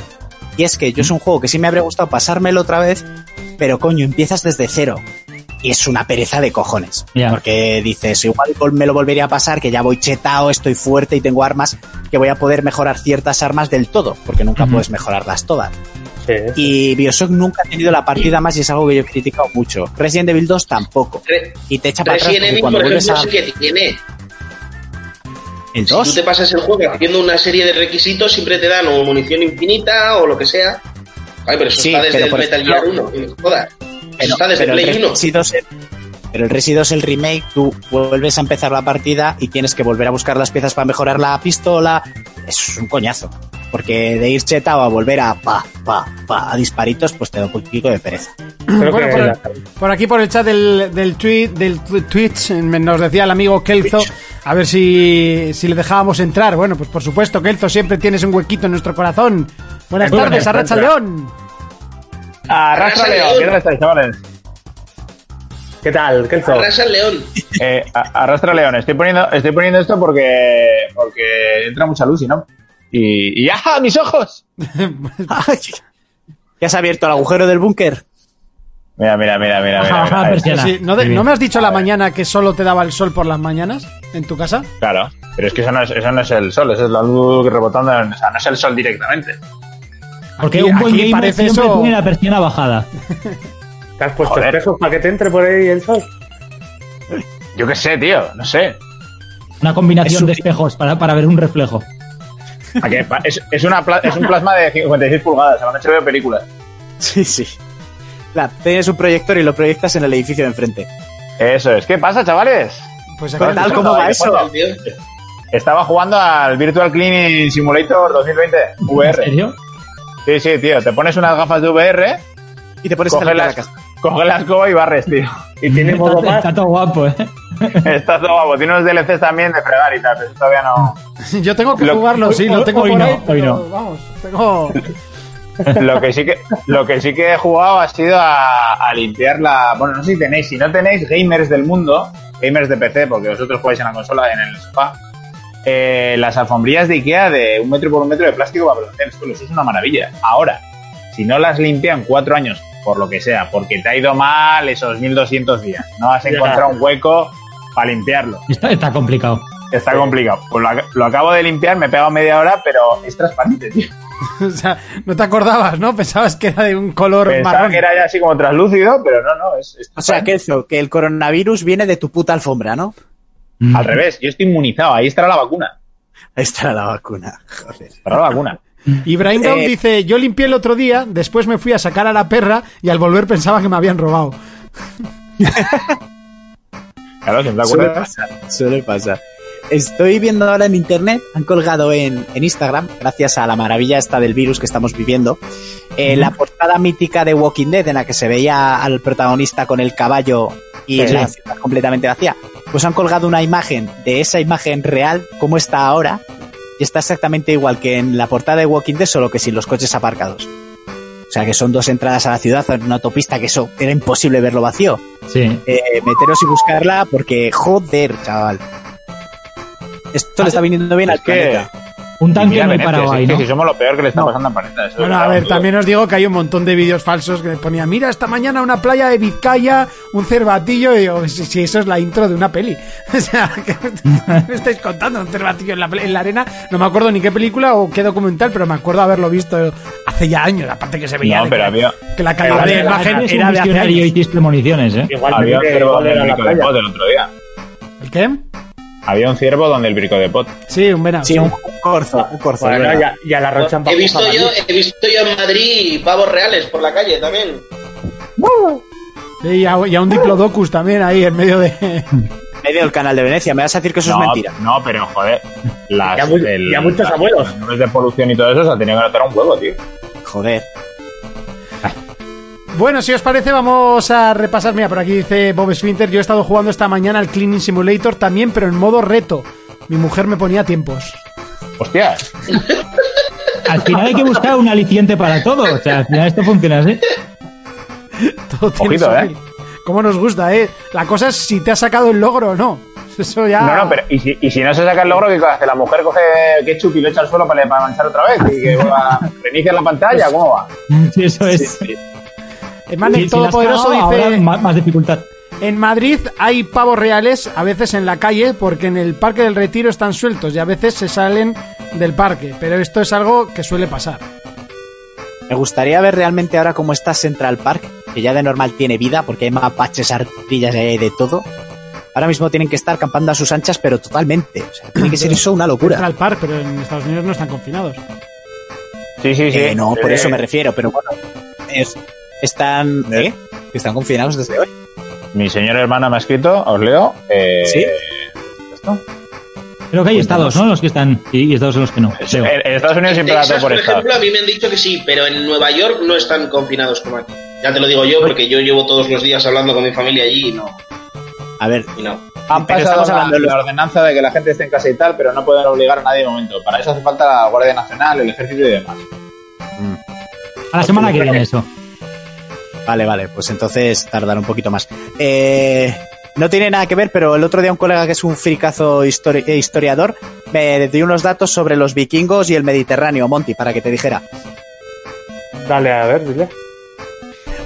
H: y es que yo es un juego que sí me habría gustado pasármelo otra vez, pero coño, empiezas desde cero. Y es una pereza de cojones.
G: Ya.
H: Porque dices, igual vol- me lo volvería a pasar, que ya voy chetao, estoy fuerte y tengo armas, que voy a poder mejorar ciertas armas del todo, porque nunca
G: Ujú.
H: puedes mejorarlas todas.
E: Sí.
H: Y Bioshock nunca ha tenido la partida más y es algo que yo he criticado mucho. Resident Evil 2 tampoco.
F: Re-
H: Y te echa para atrás
F: Resident
H: porque
F: Evil,
H: cuando
F: por
H: vuelves
F: ejemplo,
H: a...
F: sí que tiene.
H: El
F: Si tú
H: 2...
F: te pasas el juego haciendo una serie de requisitos, siempre te dan o munición infinita o lo que sea. Ay, pero eso
H: Sí,
F: está desde
H: pero
F: el
H: por
F: Metal
H: ejemplo-
F: Gear 1. que me jodas. Eso está desde
H: el
F: Play 1.
H: Resi 2 el- pero el Resi 2, el remake, tú vuelves a empezar la partida y tienes que volver a buscar las piezas para mejorar la pistola. Es un coñazo. Porque de ir chetao a volver a pa, pa, pa, a disparitos, pues te da un poquito de pereza.
E: Creo
D: Bueno,
E: que
D: por,
E: la-
D: por aquí por el chat del, del tweet, del tu- Twitch, me- nos decía el amigo Kelzo, A ver si, si le dejábamos entrar. Bueno, pues por supuesto, Kelzo, siempre tienes un huequito en nuestro corazón. Buenas
J: Muy
D: tardes,
J: buenas,
D: Arracha
J: entra.
D: León.
J: Arrasa
F: Arrasa
J: el León,
F: León.
J: ¿qué tal estáis, chavales?
E: ¿Qué tal, Kelzo?
F: Arrasa el león.
J: Eh, a- arrastra León, estoy poniendo, estoy poniendo esto porque, porque entra mucha luz y no. Y, y ¡ajá! ¡Mis ojos!
H: Ay, ¿Ya has abierto el agujero del búnker?
J: Mira, mira, mira, mira. mira, mira.
G: Ajá,
J: Ahí.
G: persiana.
D: Sí, ¿no, de-
G: Muy bien.
D: ¿No me has dicho a la mañana que solo te daba el sol por las mañanas en tu casa?
J: Claro, pero es que eso no es, eso no es el sol, eso es la luz rebotando, en- o sea, no es el sol directamente.
G: Porque
D: Aquí-
G: un buen
D: aquí
G: gamer
D: parece
G: siempre
D: eso-
G: tiene la persiana bajada.
E: ¿Te has puesto
J: Joder.
E: espejos para que te entre por ahí el sol?
J: Yo qué sé, tío, no sé.
G: Una combinación de espejos para, para ver un reflejo.
J: ¿A qué pa- Es, es una pla- es un plasma de 56 pulgadas, a la noche veo películas.
H: Sí, sí. La, tienes un proyector y lo proyectas en el edificio de enfrente.
J: Eso es. ¿Qué pasa, chavales?
D: Pues
H: ¿Qué tal? ¿Cómo va eso?
F: El león.
J: Estaba jugando al Virtual Cleaning Simulator 2020 VR.
G: ¿En serio?
J: Sí, sí, tío. Te pones unas gafas de VR,
H: Y te pones a
J: coges
H: calentar
J: la,
H: la casa.
J: coges la escoba y barres, tío.
E: Y tiene
G: Está-
E: modo más.
G: Está todo guapo, ¿eh?
J: Estás todo guapo. Tiene unos DLCs también de fregar y tal, pero eso todavía no.
D: Yo tengo que
J: Lo-
D: jugarlo, sí, lo
G: hoy-
D: tengo
G: hoy
D: por
G: no,
D: ahí,
G: hoy
D: pero
G: no.
D: Vamos, tengo...
J: Lo que sí que, lo que, sí que he jugado ha sido a, a limpiar la. Bueno, no sé si tenéis. Si no tenéis gamers del mundo, gamers de PC, porque vosotros jugáis en la consola, en el sofá. eh, las alfombrillas de Ikea de un metro por un metro de plástico para proteger el suelo. Eso es una maravilla. Ahora, si no las limpian cuatro años, por lo que sea, porque te ha ido mal esos 1200 días, no has encontrado un hueco para limpiarlo.
G: Está, está complicado.
J: Está complicado. Pues lo, ac- lo acabo de limpiar, me he pegado media hora, pero es transparente, tío.
D: O sea, no te acordabas, ¿no? Pensabas que era de un color
J: Pensaba
D: marrón.
J: que era ya así como translúcido, pero no, no. Es, es
H: O sea, Kelzo, que el coronavirus viene de tu puta alfombra, ¿no?
J: Al revés, yo estoy inmunizado, ahí estará la vacuna.
H: Ahí está la vacuna. Joder.
J: Estará la vacuna.
D: Ibrahim Brown
H: Eh,
D: dice, yo limpié el otro día, después me fui a sacar a la perra y al volver pensaba que me habían robado.
J: Claro, siempre
H: Suele
J: acuerdas.
H: pasar, suele pasar. Estoy viendo ahora en internet, han colgado en, en Instagram, gracias a la maravilla esta del virus que estamos viviendo, eh, la portada mítica de Walking Dead en la que se veía al protagonista con el caballo y
J: Sí.
H: la ciudad completamente vacía. Pues han colgado una imagen de esa imagen real, cómo está ahora, y está exactamente igual que en la portada de Walking Dead, solo que sin los coches aparcados. O sea que son dos entradas a la ciudad en una autopista que eso era imposible verlo vacío
G: Sí.
H: eh, meteros y buscarla porque joder, chaval. Esto le está viniendo bien al
J: Ah, Es que,
H: planeta.
G: Un
J: y
G: tanque
J: mira,
G: no hay
J: Venecia,
G: parado
J: si,
G: ahí,
J: si-
G: ¿no?
J: si somos lo peor que le está pasando a planeta. eso
D: Bueno,
J: es
D: a ver,
J: verdad.
D: también os digo que hay un montón de vídeos falsos que ponía, mira, esta mañana una playa de Vizcaya, un cervatillo, y digo, si, si eso es la intro de una peli. O sea, ¿qué me estáis contando? Un cervatillo en la, pla- en la arena, no me acuerdo ni qué película o qué documental, pero me acuerdo haberlo visto hace ya años, aparte que se veía
J: No,
D: de
J: pero
D: que,
J: había-
D: que la calidad de
J: había-
D: la imagen
G: Eres un
D: era de hace
G: visionario y
D: años.
G: diste municiones, ¿eh?
E: Igual me
J: Había un
E: dice que
J: ciervo
E: igual
J: donde el
E: era la
J: brico de
E: playa.
J: pot el otro día.
D: ¿El qué?
J: Había un ciervo donde el brico de pot.
D: Sí, un verano.
H: Sí, un corzo, un corzo. es
E: Bueno,
H: verdad.
E: y a, y a la rocha
F: He visto yo, he visto yo en Madrid pavos reales por la calle también.
D: Sí, y, a, y a un diplodocus también ahí en medio de...
H: En Medio del canal de Venecia, me vas a decir que eso
J: no,
H: es mentira.
J: No, pero joder. Las,
E: Y a mu-
J: el-
E: y a muchos
J: las-
E: abuelos.
J: Las nubes de polución y todo eso se ha tenido que notar un huevo, tío.
H: Joder.
D: Bueno, si os parece, vamos a repasar. Mira, por aquí dice Bob Sfinter. Yo he estado jugando esta mañana al Cleaning Simulator también, pero en modo reto. Mi mujer me ponía tiempos.
J: Hostias.
G: Al final hay que buscar un aliciente para todo. O sea, al final esto funciona así.
D: Todo tiene
J: Ojito,
D: su
J: ¿eh?
D: mil. Cómo nos gusta, ¿eh? La cosa es si te has sacado el logro o no. Eso ya.
J: No, no, pero ¿y si, y si no se saca el logro, ¿qué hace? ¿La mujer coge ketchup y lo echa al suelo para, para manchar otra vez? ¿Y que vuelva- reinicia la pantalla? ¿Cómo va?
G: Sí, eso
H: Pues,
G: es.
D: El Manek
G: Sí, si la has
D: Todopoderoso
G: cagado,
D: dice.
G: ahora más, más dificultad.
D: En Madrid hay pavos reales, a veces en la calle, porque en el Parque del Retiro están sueltos y a veces se salen del parque. Pero esto es algo que suele pasar.
H: Me gustaría ver realmente ahora cómo está Central Park, que ya de normal tiene vida, porque hay mapaches, ardillas y hay de todo. Ahora mismo tienen que estar campando a sus anchas, pero totalmente. O sea, tiene que ser eso una locura.
D: Central Park, pero en Estados Unidos no están confinados.
J: Sí, sí, sí.
H: Eh, no, por
J: Eh,
H: eso me refiero, pero bueno. es- están. ¿Eh? Que están confinados desde hoy.
J: Mi señora hermana me ha escrito, os leo. Eh,
H: ¿Sí?
J: esto.
G: Creo que hay
H: Cuéntanos. eh,
G: estados, ¿no? Los que están. Y, y estados en los que no. creo.
J: En, en Estados Unidos
F: En
J: siempre la
F: Texas,
J: hace
F: por
J: por estados.
F: ejemplo, a mí me han dicho que sí, pero en Nueva York no están confinados como aquí. Ya te lo digo yo, porque yo llevo todos los días hablando con mi familia allí y no.
H: A ver,
F: Y no.
J: Han
H: Pero
J: pasado
H: estamos hablando
J: la,
H: de los-
J: la ordenanza de que la gente esté en casa y tal, pero no pueden obligar a nadie de momento. Para eso hace falta la Guardia Nacional, el Ejército y demás.
G: A la semana que viene eso.
H: Vale, vale, pues entonces tardará un poquito más. Eh, no tiene nada que ver, pero el otro día un colega que es un fricazo histori- eh, historiador me dio unos datos sobre los vikingos y el Mediterráneo, Monty, para que te dijera.
E: Dale, a ver, dile.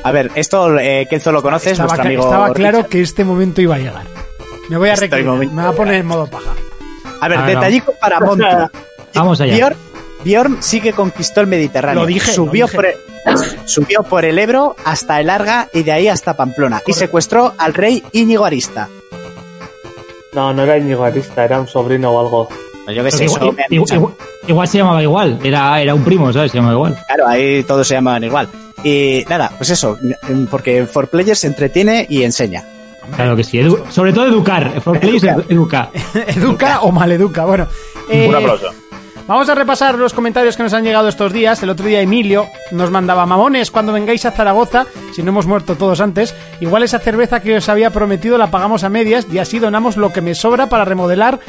H: A ver, esto, eh, Kenzo, lo conoces,
D: Estaba,
H: nuestro
D: cla-
H: amigo.
D: estaba
H: Richard.
D: claro que este momento iba a llegar. Me voy a
H: Estoy
D: reclinar,
H: momento-
D: me va a poner en modo paja.
H: A ver,
G: Ah, no.
H: detallito para Monty.
G: Vamos allá.
H: Bjorn, Bjorn sí que conquistó el Mediterráneo.
D: Lo dije,
H: Subió,
D: lo dije.
H: Por el, subió por el Ebro hasta el Arga y de ahí hasta Pamplona. Y secuestró al rey Íñigo Arista.
E: No, no era Íñigo Arista, era un sobrino o algo.
H: Pues Yo qué sé,
G: Igual,
H: eso me han
G: igual-
H: dicho.
G: igual- igual se llamaba igual, era, era un primo, ¿sabes? Se llamaba igual.
H: Claro, ahí todos se llamaban igual. Y nada, pues eso, porque For Players se entretiene y enseña.
G: Claro que sí. edu- sobre todo educar. For players, edu- educa.
D: ¿Educa o maleduca? Bueno, eh,
J: Un aplauso.
D: Vamos a repasar los comentarios que nos han llegado estos días. El otro día Emilio nos mandaba mamones cuando vengáis a Zaragoza, si no hemos muerto todos antes. Igual esa cerveza que os había prometido la pagamos a medias y así donamos lo que me sobra para remodelar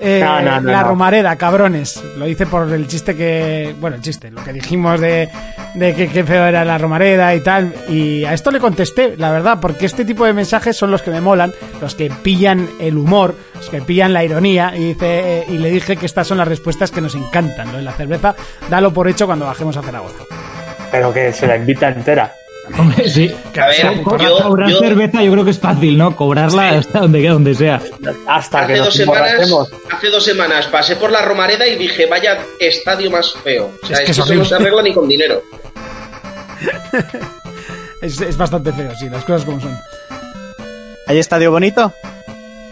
D: eh,
E: No, no, no,
D: la
E: no.
D: Romareda, cabrones. Lo hice por el chiste que, bueno, el chiste, lo que dijimos de, de que qué feo era la Romareda y tal. Y a esto le contesté, la verdad, porque este tipo de mensajes son los que me molan, los que pillan el humor, los que pillan la ironía. Y, dice, eh, y le dije que estas son las respuestas que nos encantan. Lo de la cerveza, dalo por hecho cuando bajemos a Zaragoza.
E: Pero que se la invita entera.
G: Hombre, sí.
F: A ver,
G: Co-
F: yo-
G: cobrar
F: yo-
G: cerveza yo creo que es fácil, ¿no? Cobrarla hasta donde, queda, donde sea.
E: Hasta
F: Hace
E: que
F: dos,
E: nos
F: semanas,
E: emborrachemos.
F: hace dos semanas pasé por la Romareda y dije, vaya estadio más feo. O sea,
D: Es que es
F: esto no
D: horrible.
F: se arregla ni con dinero.
D: Es, es bastante feo, sí, las cosas como son.
H: ¿Hay estadio bonito?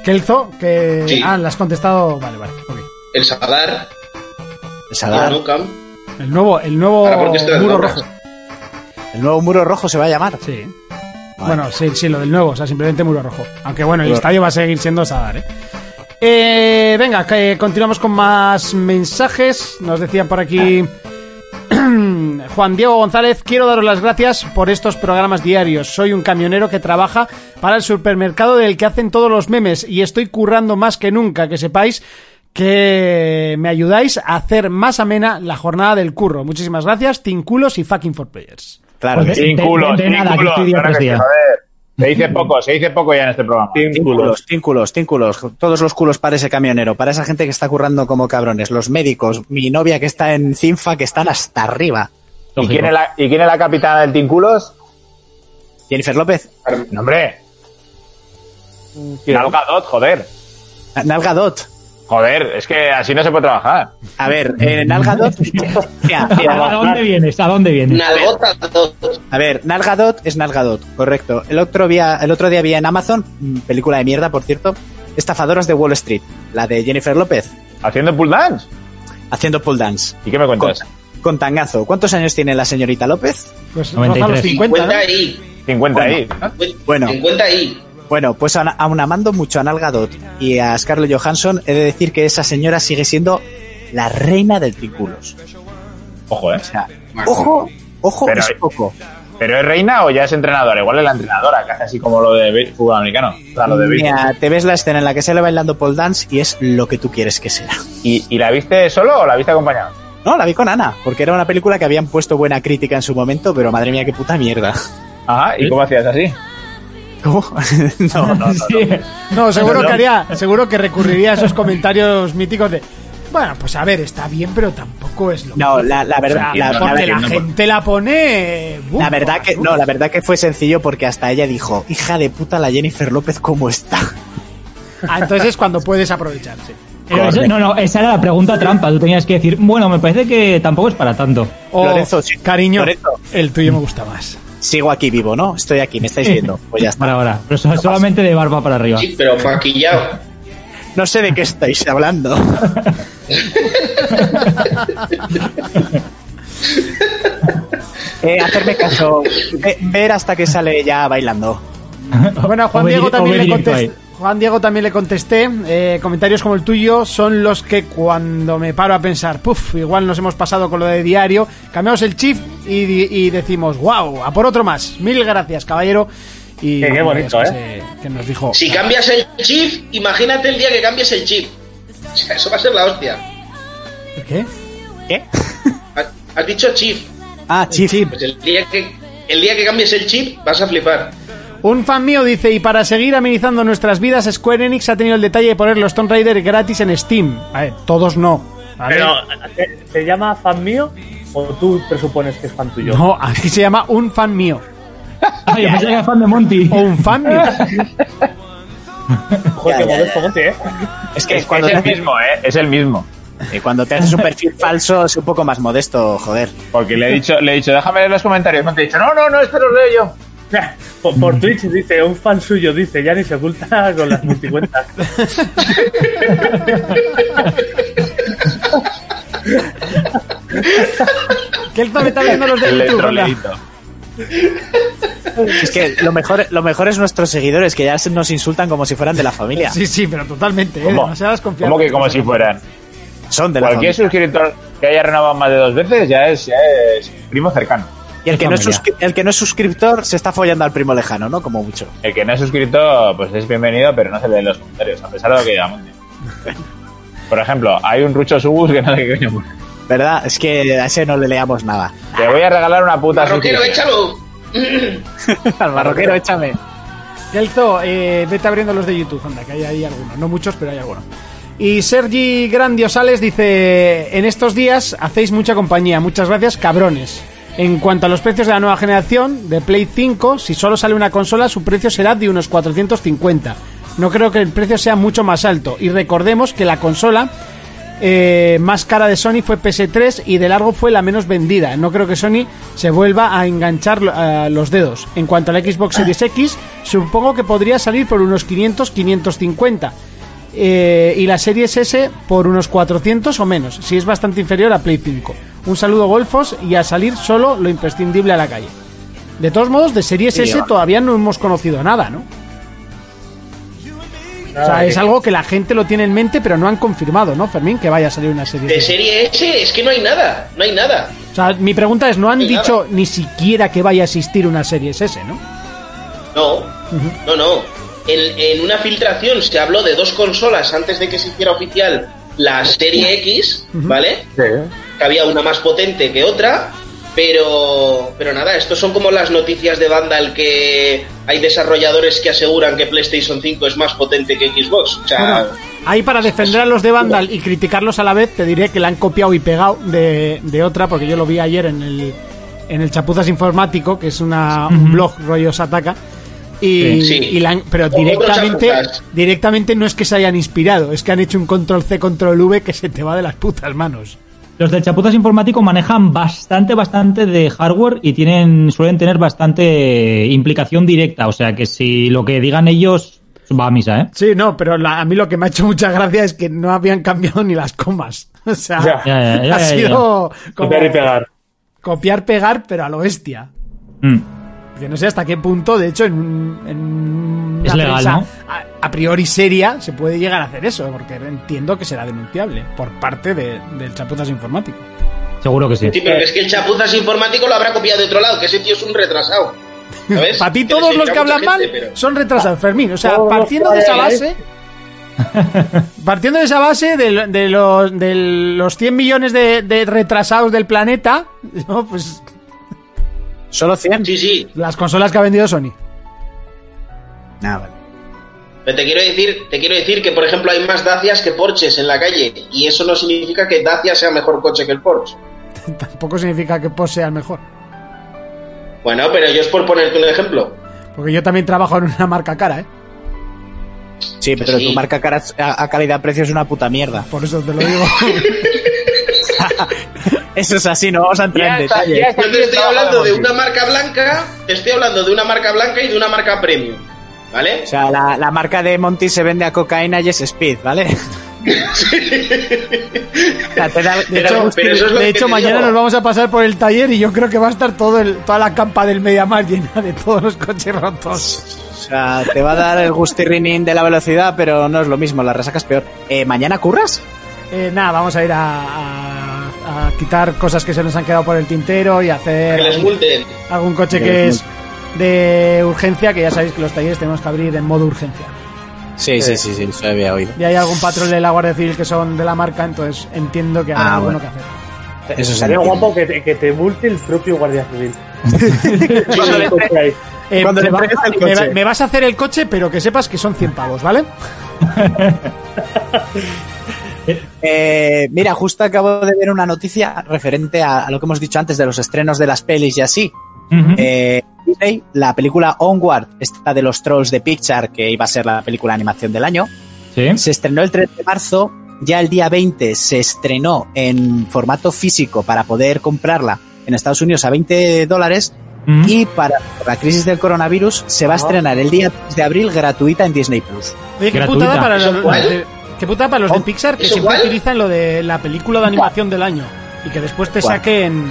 D: Kelzo, que.
F: Sí.
D: Ah, le has contestado. Vale, vale, ok.
F: El Sadar,
H: El
F: el
H: Sadar.
F: Nou Camp.
D: El nuevo, el nuevo
F: Ahora, ¿por qué estoy
D: muro
F: dando
D: rojo.
H: El nuevo muro rojo se va a llamar.
D: Sí. Bueno, sí, sí, lo del nuevo, o sea, simplemente muro rojo. Aunque bueno, el
H: Muro
D: estadio va a seguir siendo Sadar, ¿eh? Eh, venga, que continuamos con más mensajes. Nos decían por aquí Juan Diego González, quiero daros las gracias por estos programas diarios. Soy un camionero que trabaja para el supermercado del que hacen todos los memes y estoy currando más que nunca, que sepáis que me ayudáis a hacer más amena la jornada del curro. Muchísimas gracias, Tinculos y fucking for players.
H: Claro que
G: Pues
H: sí.
G: de-
J: Sin culos,
G: de- de
J: sin
G: nada, que
J: culos.
G: estoy día
J: claro
G: tras
J: que sí,
G: día.
J: joder. Se dice poco, se dice poco ya en este programa.
H: Tínculos, tínculos, tínculos. Todos los culos para ese camionero, para esa gente que está currando como cabrones, los médicos, mi novia que está en Cinfa, que están hasta arriba.
J: ¿Y
G: Lógico.
J: quién, es la, ¿Y quién es la capitana del Tínculos?
H: Jennifer López,
J: No, hombre. Nalgadot, joder.
H: Nalgadot.
J: Joder, es que así no se puede trabajar.
H: A ver, eh, Nalgadot. Mira,
G: ¿A
H: mira,
G: dónde vienes? ¿A dónde vienes?
F: Nalgota dos.
H: A ver, Nalgadot es Nalgadot, correcto. El otro, día, el otro día vi en Amazon, mm, película de mierda, por cierto, Estafadoras de Wall Street, la de Jennifer López,
J: Haciendo pull dance.
H: haciendo pull dance.
J: ¿Y qué me cuentas?
H: Con tangazo. ¿Cuántos años tiene la señorita López?
D: Pues roza
G: 93.
D: los 50, ¿no?
F: 50 ahí.
J: 50 ahí.
H: Bueno.
F: 50 ahí.
H: Bueno, pues aun- aun amando mucho a Nalgadot y a Scarlett Johansson, he de decir que esa señora sigue siendo la reina del triculos.
J: Ojo, eh.
H: O sea, ojo, ojo,
J: Pero-
H: es poco.
J: ¿Pero es reina o ya es entrenadora? Igual es la entrenadora, casi así como lo de be- fútbol americano. O sea, lo de béisbol.
H: Mira, te ves la escena en la que sale bailando pole dance y es lo que tú quieres que sea.
J: ¿Y, y la viste solo o la viste acompañada?
H: No, la vi con Ana, porque era una película que habían puesto buena crítica en su momento, pero madre mía, qué puta mierda.
J: Ajá, ¿y cómo hacías así?
H: ¿Cómo? no, no, no.
G: Sí.
D: No, seguro
H: No.
D: que haría, seguro que recurriría a esos comentarios míticos de. Bueno, pues a ver, está bien, pero tampoco es lo.
H: No, la, la
D: O
H: verdad,
D: sea,
H: la, la-
D: porque
H: la-
D: la gente la pone. uh,
H: la verdad que no, la verdad que fue sencillo porque hasta ella dijo, hija de puta la Jennifer López, ¿cómo está?
D: Ah, entonces es cuando puedes aprovechar, sí.
G: Pero eso-
H: Correcto.
G: no, no, esa era la pregunta trampa. Tú tenías que decir, bueno, me parece que tampoco es para tanto.
D: O,
H: Lorenzo, sí.
D: Oh, cariño,
H: Lorenzo.
D: el tuyo me gusta más.
H: Sigo aquí vivo, ¿no? Estoy aquí, me estáis viendo. Pues ya
G: Para
H: está.
G: ahora. Pero so- solamente de barba para arriba.
F: Sí, pero maquillado.
H: No sé de qué estáis hablando. Eh, hacerme caso, Ve- ver hasta que sale ella bailando.
D: Bueno, a Juan
G: O ve
D: Diego
G: dire- o
D: también
G: ve
D: le
G: directo
D: contesté. Juan Diego también le contesté. eh, comentarios como el tuyo son los que cuando me paro a pensar, puff, igual nos hemos pasado con lo de diario, cambiamos el chip y, di- y decimos, wow, a por otro más. Mil gracias, caballero. Y
E: Sí, qué
D: bueno,
E: bonito,
D: es que
E: ¿eh?
D: se- que nos dijo.
F: Si cambias el chip, imagínate el día que cambies el chip. O sea, eso va a ser la hostia.
D: ¿Qué?
H: ¿Qué?
F: Ha- Has dicho chip.
H: Ah, chip.
F: Pues el día que el día que cambies el chip vas a flipar.
D: Un fan mío dice, y para seguir amenizando nuestras vidas, Square Enix ha tenido el detalle de poner los Tomb Raider gratis en Steam. A ver, todos no. ¿vale?
E: Pero, ¿se- ¿se llama fan mío o tú presupones que es fan tuyo?
D: No, aquí se llama un fan mío.
G: Ay, Ah, yo pensé que era fan de Monty.
D: O un fan mío.
E: Joder, qué modesto, Monty, ¿eh?
H: Es que
J: Es,
H: cuando,
J: es el
H: te,
J: mismo, ¿eh? Es el mismo.
H: eh, cuando te haces un perfil falso es un poco más modesto, joder.
J: Porque le he dicho, le he dicho, déjame leer los comentarios. Me ha dicho, no, no, no, este lo leo yo.
E: Por, por Twitch dice, un fan suyo dice, ya ni se oculta con las multicuentas.
D: que él también está viendo los de
J: El
D: YouTube. anda.
J: troleíto.
H: Es que lo mejor, lo mejor es nuestros seguidores, que ya se- nos insultan como si fueran de la familia.
D: Sí, sí, pero totalmente, ¿eh?
J: ¿Cómo?
D: Demasiadas confianzas.
J: ¿Cómo que como si fueran?
H: Son de la
J: Cualquier
H: familia.
J: suscriptor que haya renovado más de dos veces ya es, ya es primo cercano.
H: Y el que, no es
J: familia.
H: suscri- el que no es suscriptor se está follando al primo lejano, ¿no? Como mucho.
J: El que no es suscrito, pues es bienvenido, pero no se leen los comentarios, a pesar de lo que digamos. Por ejemplo, hay un Rucho Subus que no sé qué coño pone.
H: ¿Verdad? Es que a ese no le leamos nada.
J: Te voy a regalar una puta
F: Marroquero, eh.
J: suscripción.
F: échalo.
H: al marroquero, échame.
D: Kelzo, eh, vete abriendo los de YouTube, anda, que hay ahí algunos. No muchos, pero hay algunos. Y Sergi Grandiosales dice: En estos días hacéis mucha compañía. Muchas gracias, cabrones. En cuanto a los precios de la nueva generación, de Play 5, si solo sale una consola, su precio será de unos 450. No creo que el precio sea mucho más alto. Y recordemos que la consola eh, más cara de Sony fue PS3 y de largo fue la menos vendida. No creo que Sony se vuelva a enganchar lo- a los dedos. En cuanto a la Xbox Series X, supongo que podría salir por unos 500-550. eh, y la Series S por unos 400 o menos, si es bastante inferior a Play 5. Un saludo, Golfos, y a salir solo lo imprescindible a la calle. De todos modos, de Series
H: Sí,
D: S
H: va.
D: todavía no hemos conocido nada, ¿no? O
E: Ah,
D: sea, es algo que la gente lo tiene en mente, pero no han confirmado, ¿no, Fermín? Que vaya a salir una serie.
F: De serie S es que no hay nada, no hay nada.
D: O sea, mi pregunta es, ¿no han
F: Ni nada.
D: dicho ni siquiera que vaya a existir una serie S, no?
F: No, no, no. En, en una filtración se habló de dos consolas antes de que se hiciera oficial la serie X, ¿vale?
E: ¿eh?
F: Que había una más potente que otra, pero, pero nada, estos son como las noticias de Vandal que hay desarrolladores que aseguran que PlayStation 5 es más potente que Xbox. O sea,
D: Bueno, ahí para defender a los de Vandal y criticarlos a la vez, te diré que la han copiado y pegado de, de otra, porque yo lo vi ayer en el, en el Chapuzas Informático, que es una, un blog rollo Sataka. Y,
F: Sí.
D: y la han- pero
F: Otro
D: directamente,
F: Chapuzas.
D: directamente no es que se hayan inspirado, es que han hecho un control C, control V que se te va de las putas manos.
G: Los del Chapuzas Informático manejan bastante, bastante de hardware y tienen, suelen tener bastante implicación directa. O sea que si lo que digan ellos va a misa, ¿eh?
D: Sí, no, pero la- a mí lo que me ha hecho mucha gracia es que no habían cambiado ni las comas. O sea,
E: Ya.
G: Ya, ya, ya,
D: ha
G: ya, ya.
D: sido como
E: Copiar y pegar.
D: copiar, pegar, pero a lo bestia.
G: Mm.
D: Que no sé hasta qué punto, de hecho, en, un- en
G: Es
D: una
G: legal,
D: prensa
G: ¿no?
D: a, a priori seria se puede llegar a hacer eso, porque entiendo que será denunciable por parte de- del chapuzas informático.
G: Seguro que sí.
F: sí,
D: eh.
F: pero es que el chapuzas informático lo habrá copiado de otro lado, que ese tío es un retrasado. ¿Sabes?
D: Para ti
F: Pero
D: todos
F: sí,
D: los
F: habrá
D: que hablan
F: mucha
D: mal
F: gente, pero-
D: son retrasados, Fermín. O sea,
E: Ah. Todos los
D: partiendo de
E: que ¿eh?
D: esa
E: hablan
D: base... Partiendo de esa base de, lo- de los, de los 100 millones de, de retrasados del planeta, ¿no? pues
H: ¿Solo 100?
F: Sí, sí,
D: las consolas que ha vendido Sony.
H: Nah, vale.
F: Pero te quiero decir, te quiero decir que por ejemplo hay más Dacias que Porches en la calle y eso no significa que Dacia sea mejor coche que el Porsche.
D: Tampoco significa que Porsche sea el mejor.
F: Bueno, pero yo es por ponerte un ejemplo.
D: Porque yo también trabajo en una marca cara, ¿eh?
H: Sí, pero
F: Sí.
H: tu marca cara- a, a calidad-precio es una puta mierda.
D: Por eso te lo digo.
H: Eso es así, no vamos a entrar en detalle.
F: Yo te estoy hablando de una marca blanca, te estoy hablando de una marca blanca y de una marca premium, ¿vale?
H: O sea, la, la marca de Monty se vende a cocaína y es Speed, ¿vale? O sea, te da-
F: Pero-
H: te da-
F: pero eso es lo
D: de
F: que
D: hecho,
F: te
D: mañana
F: digo.
D: nos vamos a pasar por el taller y yo creo que va a estar todo el, toda la campa del Mediamar llena de todos los coches rotos.
H: o sea, te va a dar el gustirrinín de la velocidad, pero no es lo mismo, la resaca es peor. Eh, ¿Mañana curras?
D: Eh, nada, vamos a ir a, a- a quitar cosas que se nos han quedado por el tintero y
F: Que les
D: hacer
F: multen.
D: eh, algún coche
H: Que
D: que
H: les
D: es de urgencia, que ya sabéis que los talleres tenemos que abrir en modo urgencia.
H: Sí, sí, sí, sí, eso había oído.
D: Y hay algún patrón de la Guardia Civil que son de la marca, entonces entiendo que habrá
H: Ah,
D: alguno
H: bueno.
D: que hacer.
H: Eso sí.
E: Sería guapo que te, que te multe el propio guardia civil.
H: Cuando le-
D: Eh,
H: Cuando le
D: me, va-
H: entregues el
D: me va-
H: coche.
D: me vas a hacer el coche, pero que sepas que son 100 pavos, ¿vale?
H: Eh, mira, justo acabo de ver una noticia referente a, a lo que hemos dicho antes de los estrenos de las pelis y así. Eh, Disney, la película Onward, esta de los trolls de Pixar, que iba a ser la película de animación del año,
G: Sí.
H: se estrenó el 3 de marzo. Ya el día 20 se estrenó en formato físico para poder comprarla en Estados Unidos a 20 dólares.
G: Mm,
H: Y para la crisis del coronavirus se va
F: Ah.
H: a estrenar el día 3 de abril gratuita en Disney Plus.
D: Oye, qué
G: Gratuita.
D: putada para
F: ¿Eso
D: los,
F: cuál?
D: los de, qué putada para los de Pixar que
F: ¿Eso
D: siempre
F: cuál?
D: utilizan lo de la película de animación del año y que después te
H: ¿Cuál?
D: saquen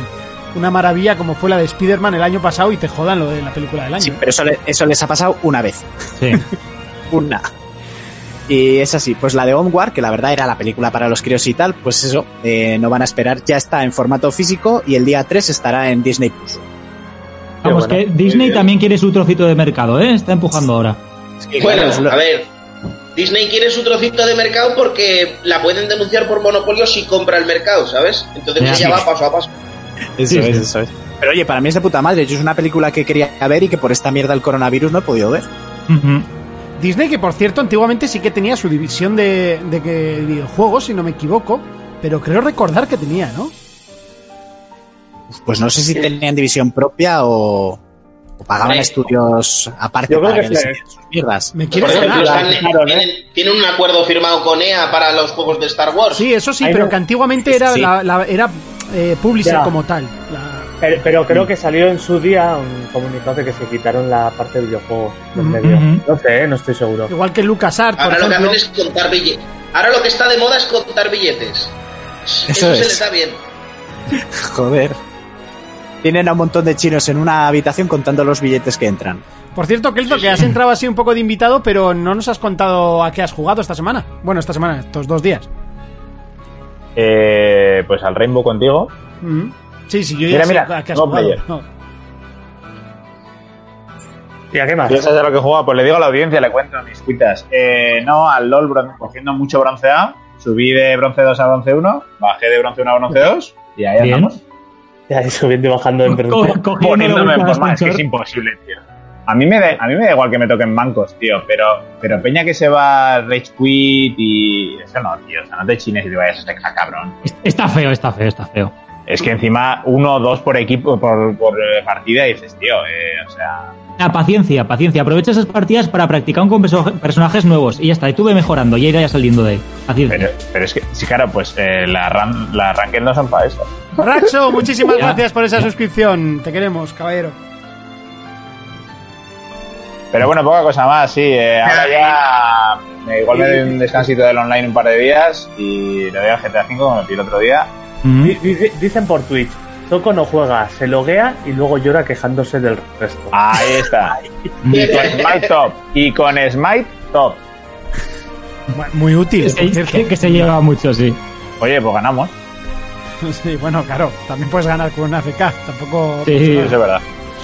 D: una maravilla como fue la de Spider-Man el año pasado y te jodan lo de la película del año.
H: Sí, pero eso, le- eso les ha pasado una vez.
G: Sí.
H: una. Y es así, pues la de Onward, que la verdad era la película para los críos y tal, pues eso, eh, no van a esperar, ya está en formato físico y el día 3 estará en Disney Plus.
G: Vamos,
J: bueno, Eh,
G: que Disney
J: bien.
G: también quiere su trocito de mercado, ¿eh? Está empujando ahora.
H: Es que,
F: Bueno,
H: claro, es lo-
F: a ver. Disney quiere su trocito de mercado porque la pueden denunciar por monopolio si compra el mercado, ¿sabes? Entonces
G: Ya.
F: ella va paso a paso.
H: eso
G: sí,
H: es,
G: sí.
H: eso es. Pero oye, para mí es de puta madre, yo es una película que quería ver y que por esta mierda del coronavirus no he podido ver.
G: Ujú.
D: Disney, que por cierto, antiguamente sí que tenía su división de, de que- videojuegos, si no me equivoco, pero creo recordar que tenía, ¿no?
H: Pues no sé si tenían división propia o, o pagaban
F: Hombre.
H: estudios aparte
E: Yo creo
H: para
E: que
H: que les
E: sí.
H: hicieran sus mierdas.
D: Me
F: Por
D: quiere
F: ejemplo,
D: sonar.
F: están-
E: Claro, ¿eh?
F: tienen, tienen un acuerdo firmado con EA para los juegos de Star Wars.
D: Sí, eso sí,
E: Ahí
D: pero
E: no.
D: que antiguamente era,
H: Sí.
D: la, la- era eh, publisher
E: Ya.
D: como tal. La-
E: Pero, pero creo que salió en su día un comunicado de que se quitaron la parte de videojuego del
D: Ujú.
E: medio.
G: Ujú.
E: No sé, eh, no estoy seguro.
D: igual que LucasArts, por
F: Ahora lo Ah, que
D: ejemplo.
F: hacen es contar billetes. Ahora lo que está de moda es contar billetes.
H: Eso
F: se
H: es.
F: les da bien.
H: Joder. Tienen a un montón de chinos en una habitación contando los billetes que entran.
D: Por cierto, Kelto, que has entrado así un poco de invitado, pero no nos has contado a qué has jugado esta semana. Bueno, esta semana, estos dos días.
J: Eh, pues al Rainbow contigo.
D: Mm. Sí, sí, yo ya
J: Mira,
D: sé
J: mira,
D: a qué has
J: no
D: jugado.
J: player.
D: No.
E: ¿Y a qué más?
J: ¿Piensas de lo que juega? Pues le digo a la audiencia, le cuento mis cuitas. Eh, no, al LOL bron- cogiendo mucho bronce A. Subí de bronce 2 a bronce 1. Bajé de bronce 1 a bronce 2. Y ahí
G: Bien.
J: andamos.
E: Ya, ahí subiendo y bajando en
G: Co- cogiendo
J: poniéndome
G: la
J: en
G: boca
J: forma. Es que es
G: ascensor.
J: imposible, tío. A mí, me da, a mí me da igual que me toquen bancos, tío, pero, pero Peña que se va a Rage Quit y... Eso no, tío, o sea, no te chines y te vayas a seca, cabrón.
G: Es- Está feo, está feo, está feo.
J: Es que encima uno o dos por equipo, por, por eh, partida, y dices, tío, eh, o sea...
G: Ah, paciencia, paciencia. Aprovecha esas partidas para practicar con perso- personajes nuevos. Y ya está, y tú ve mejorando, y ahí ya saliendo de ahí. Paciencia.
J: Pero, pero es que, sí, claro, pues eh, la, ran, la ranked no son para eso.
D: Raxo, muchísimas
G: Ya.
D: gracias por esa suscripción. Te queremos, caballero.
J: Pero bueno, poca cosa más, sí. eh, ahora ya... eh, igual me doy un descansito del online un par de días y le doy al GTA V como me pidió el otro día.
G: Mm.
E: Di- di- Dicen por Twitch, Toco no juega, se loguea y luego llora quejándose del resto.
J: Ahí está. Y con Smite top. Y con Smite top.
D: Bueno, Muy útil,
G: Que
D: por
G: se-
D: cierto.
G: que, que se lleva mucho, sí.
J: Oye, pues ganamos.
D: Sí, bueno, claro, también puedes ganar con una FK. Tampoco.
G: Sí.
J: Eso es verdad.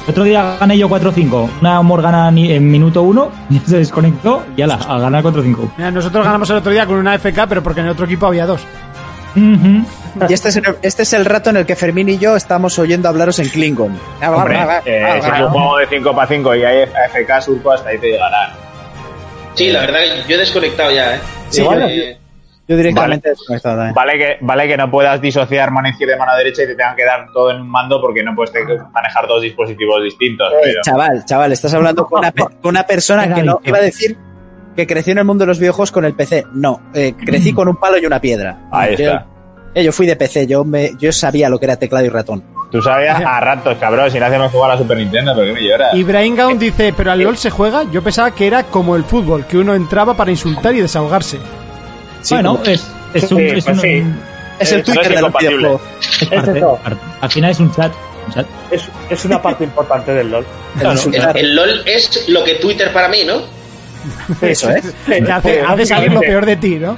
G: Otro día gané yo 4-5. Una Morgana ni- en minuto 1 se desconectó y ala, a ganar 4-5.
D: Mira, nosotros ganamos el otro día con una FK, pero porque en el otro equipo había dos.
G: Ujú.
H: Y este es, el, este es el rato en el que Fermín y yo estamos oyendo hablaros en Klingon.
J: Hombre, eh, si es un juego de 5 para 5 y hay FK surco, hasta ahí te llegará.
F: Sí, la verdad que yo he desconectado ya, ¿eh?
H: Sí,
F: Igual,
H: vale.
F: eh,
H: Yo directamente he desconectado también.
J: Vale que, vale que no puedas disociar mano izquierda y mano derecha y te tengan que dar todo en un mando porque no puedes te- manejar dos dispositivos distintos.
H: Eh,
J: pero-
H: Chaval, chaval, estás hablando con una, pe- con una persona que no iba a decir que creció en el mundo de los videojuegos con el PC. No, eh, crecí con un palo y una piedra.
J: Ahí
H: Yo-
J: está.
H: eh, yo fui de PC, yo, me, yo sabía lo que era teclado y ratón.
J: Tú sabías a ratos, cabrón, si no hacemos jugar a la Super Nintendo, ¿por qué me lloras?
D: Y Brain Gaun dice: ¿Pero al LOL se juega? Yo pensaba que era como el fútbol, que uno entraba para insultar y desahogarse.
H: Sí,
G: bueno,
H: como-
G: es, es
J: Sí,
G: un. es
J: pues
G: un-
J: sí.
H: eh, es el
J: eso no
H: Twitter
J: Eh,
H: de
J: es
H: los
J: incompatible.
H: videojuegos.
G: es parte,
E: eso.
G: parte. Al final es un chat. un chat.
E: Es, es una parte importante del LOL.
H: el insultar.
F: el, el LOL es lo que Twitter para mí, ¿no?
H: Eso, ¿eh?
D: Te hace, hace salir lo peor de ti, ¿no?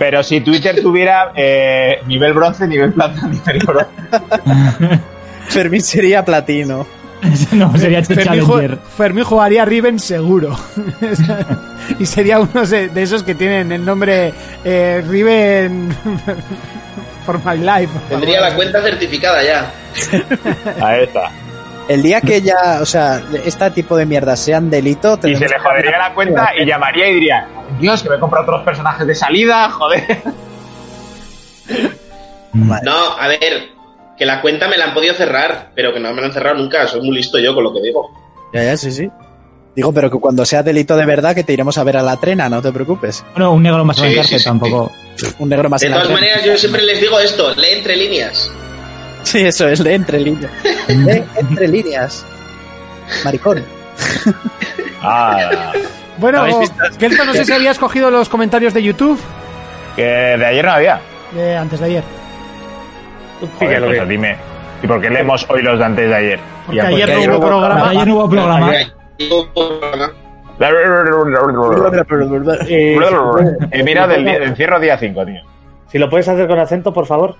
J: Pero si Twitter tuviera eh, nivel bronce, nivel plata, nivel oro.
H: Fermín sería platino.
D: Pues
G: no, sería
D: Fermín, ju-
G: Challenger.
D: Fermín jugaría Riven seguro. y sería uno de, de esos que tienen el nombre eh, Riven for my life.
F: Tendría la cuenta certificada ya.
J: Ahí está.
H: El día que ya, o sea, este tipo de mierdas sean delito,
J: Y se le jodería la cuenta y llamaría y diría, Dios, que me he comprado otros personajes de salida, joder.
F: No, a ver, que la cuenta me la han podido cerrar, pero que no me la han cerrado nunca. Soy muy listo yo con lo que digo.
H: Ya, ya, sí, sí. Digo, pero que cuando sea delito de verdad, que te iremos a ver a la trena, no te preocupes.
G: Bueno, un negro más en
F: Sí,
G: la cárcel
F: sí, sí.
G: tampoco.
H: Un negro más
F: De
H: en la
F: todas
H: trena.
F: maneras, yo siempre les digo esto, lee entre líneas.
H: Sí, eso es, lee entre líneas. Lee
J: Eh,
H: entre líneas. Maricón.
J: Ah,
D: Bueno,
J: ¿Habéis visto?
D: Kelton, no sé si habías cogido los comentarios de YouTube
J: que de ayer no había.
D: de antes de ayer.
J: Sí, que lo que- dime.
G: pues,
J: ¿Y por qué leemos hoy los de antes de ayer? pues,
D: Porque ayer no hubo programa.
G: Ayer no hubo programa.
E: Eh,
J: Eh, mira, del día- encierro día 5, tío.
E: si lo puedes hacer con acento, por favor.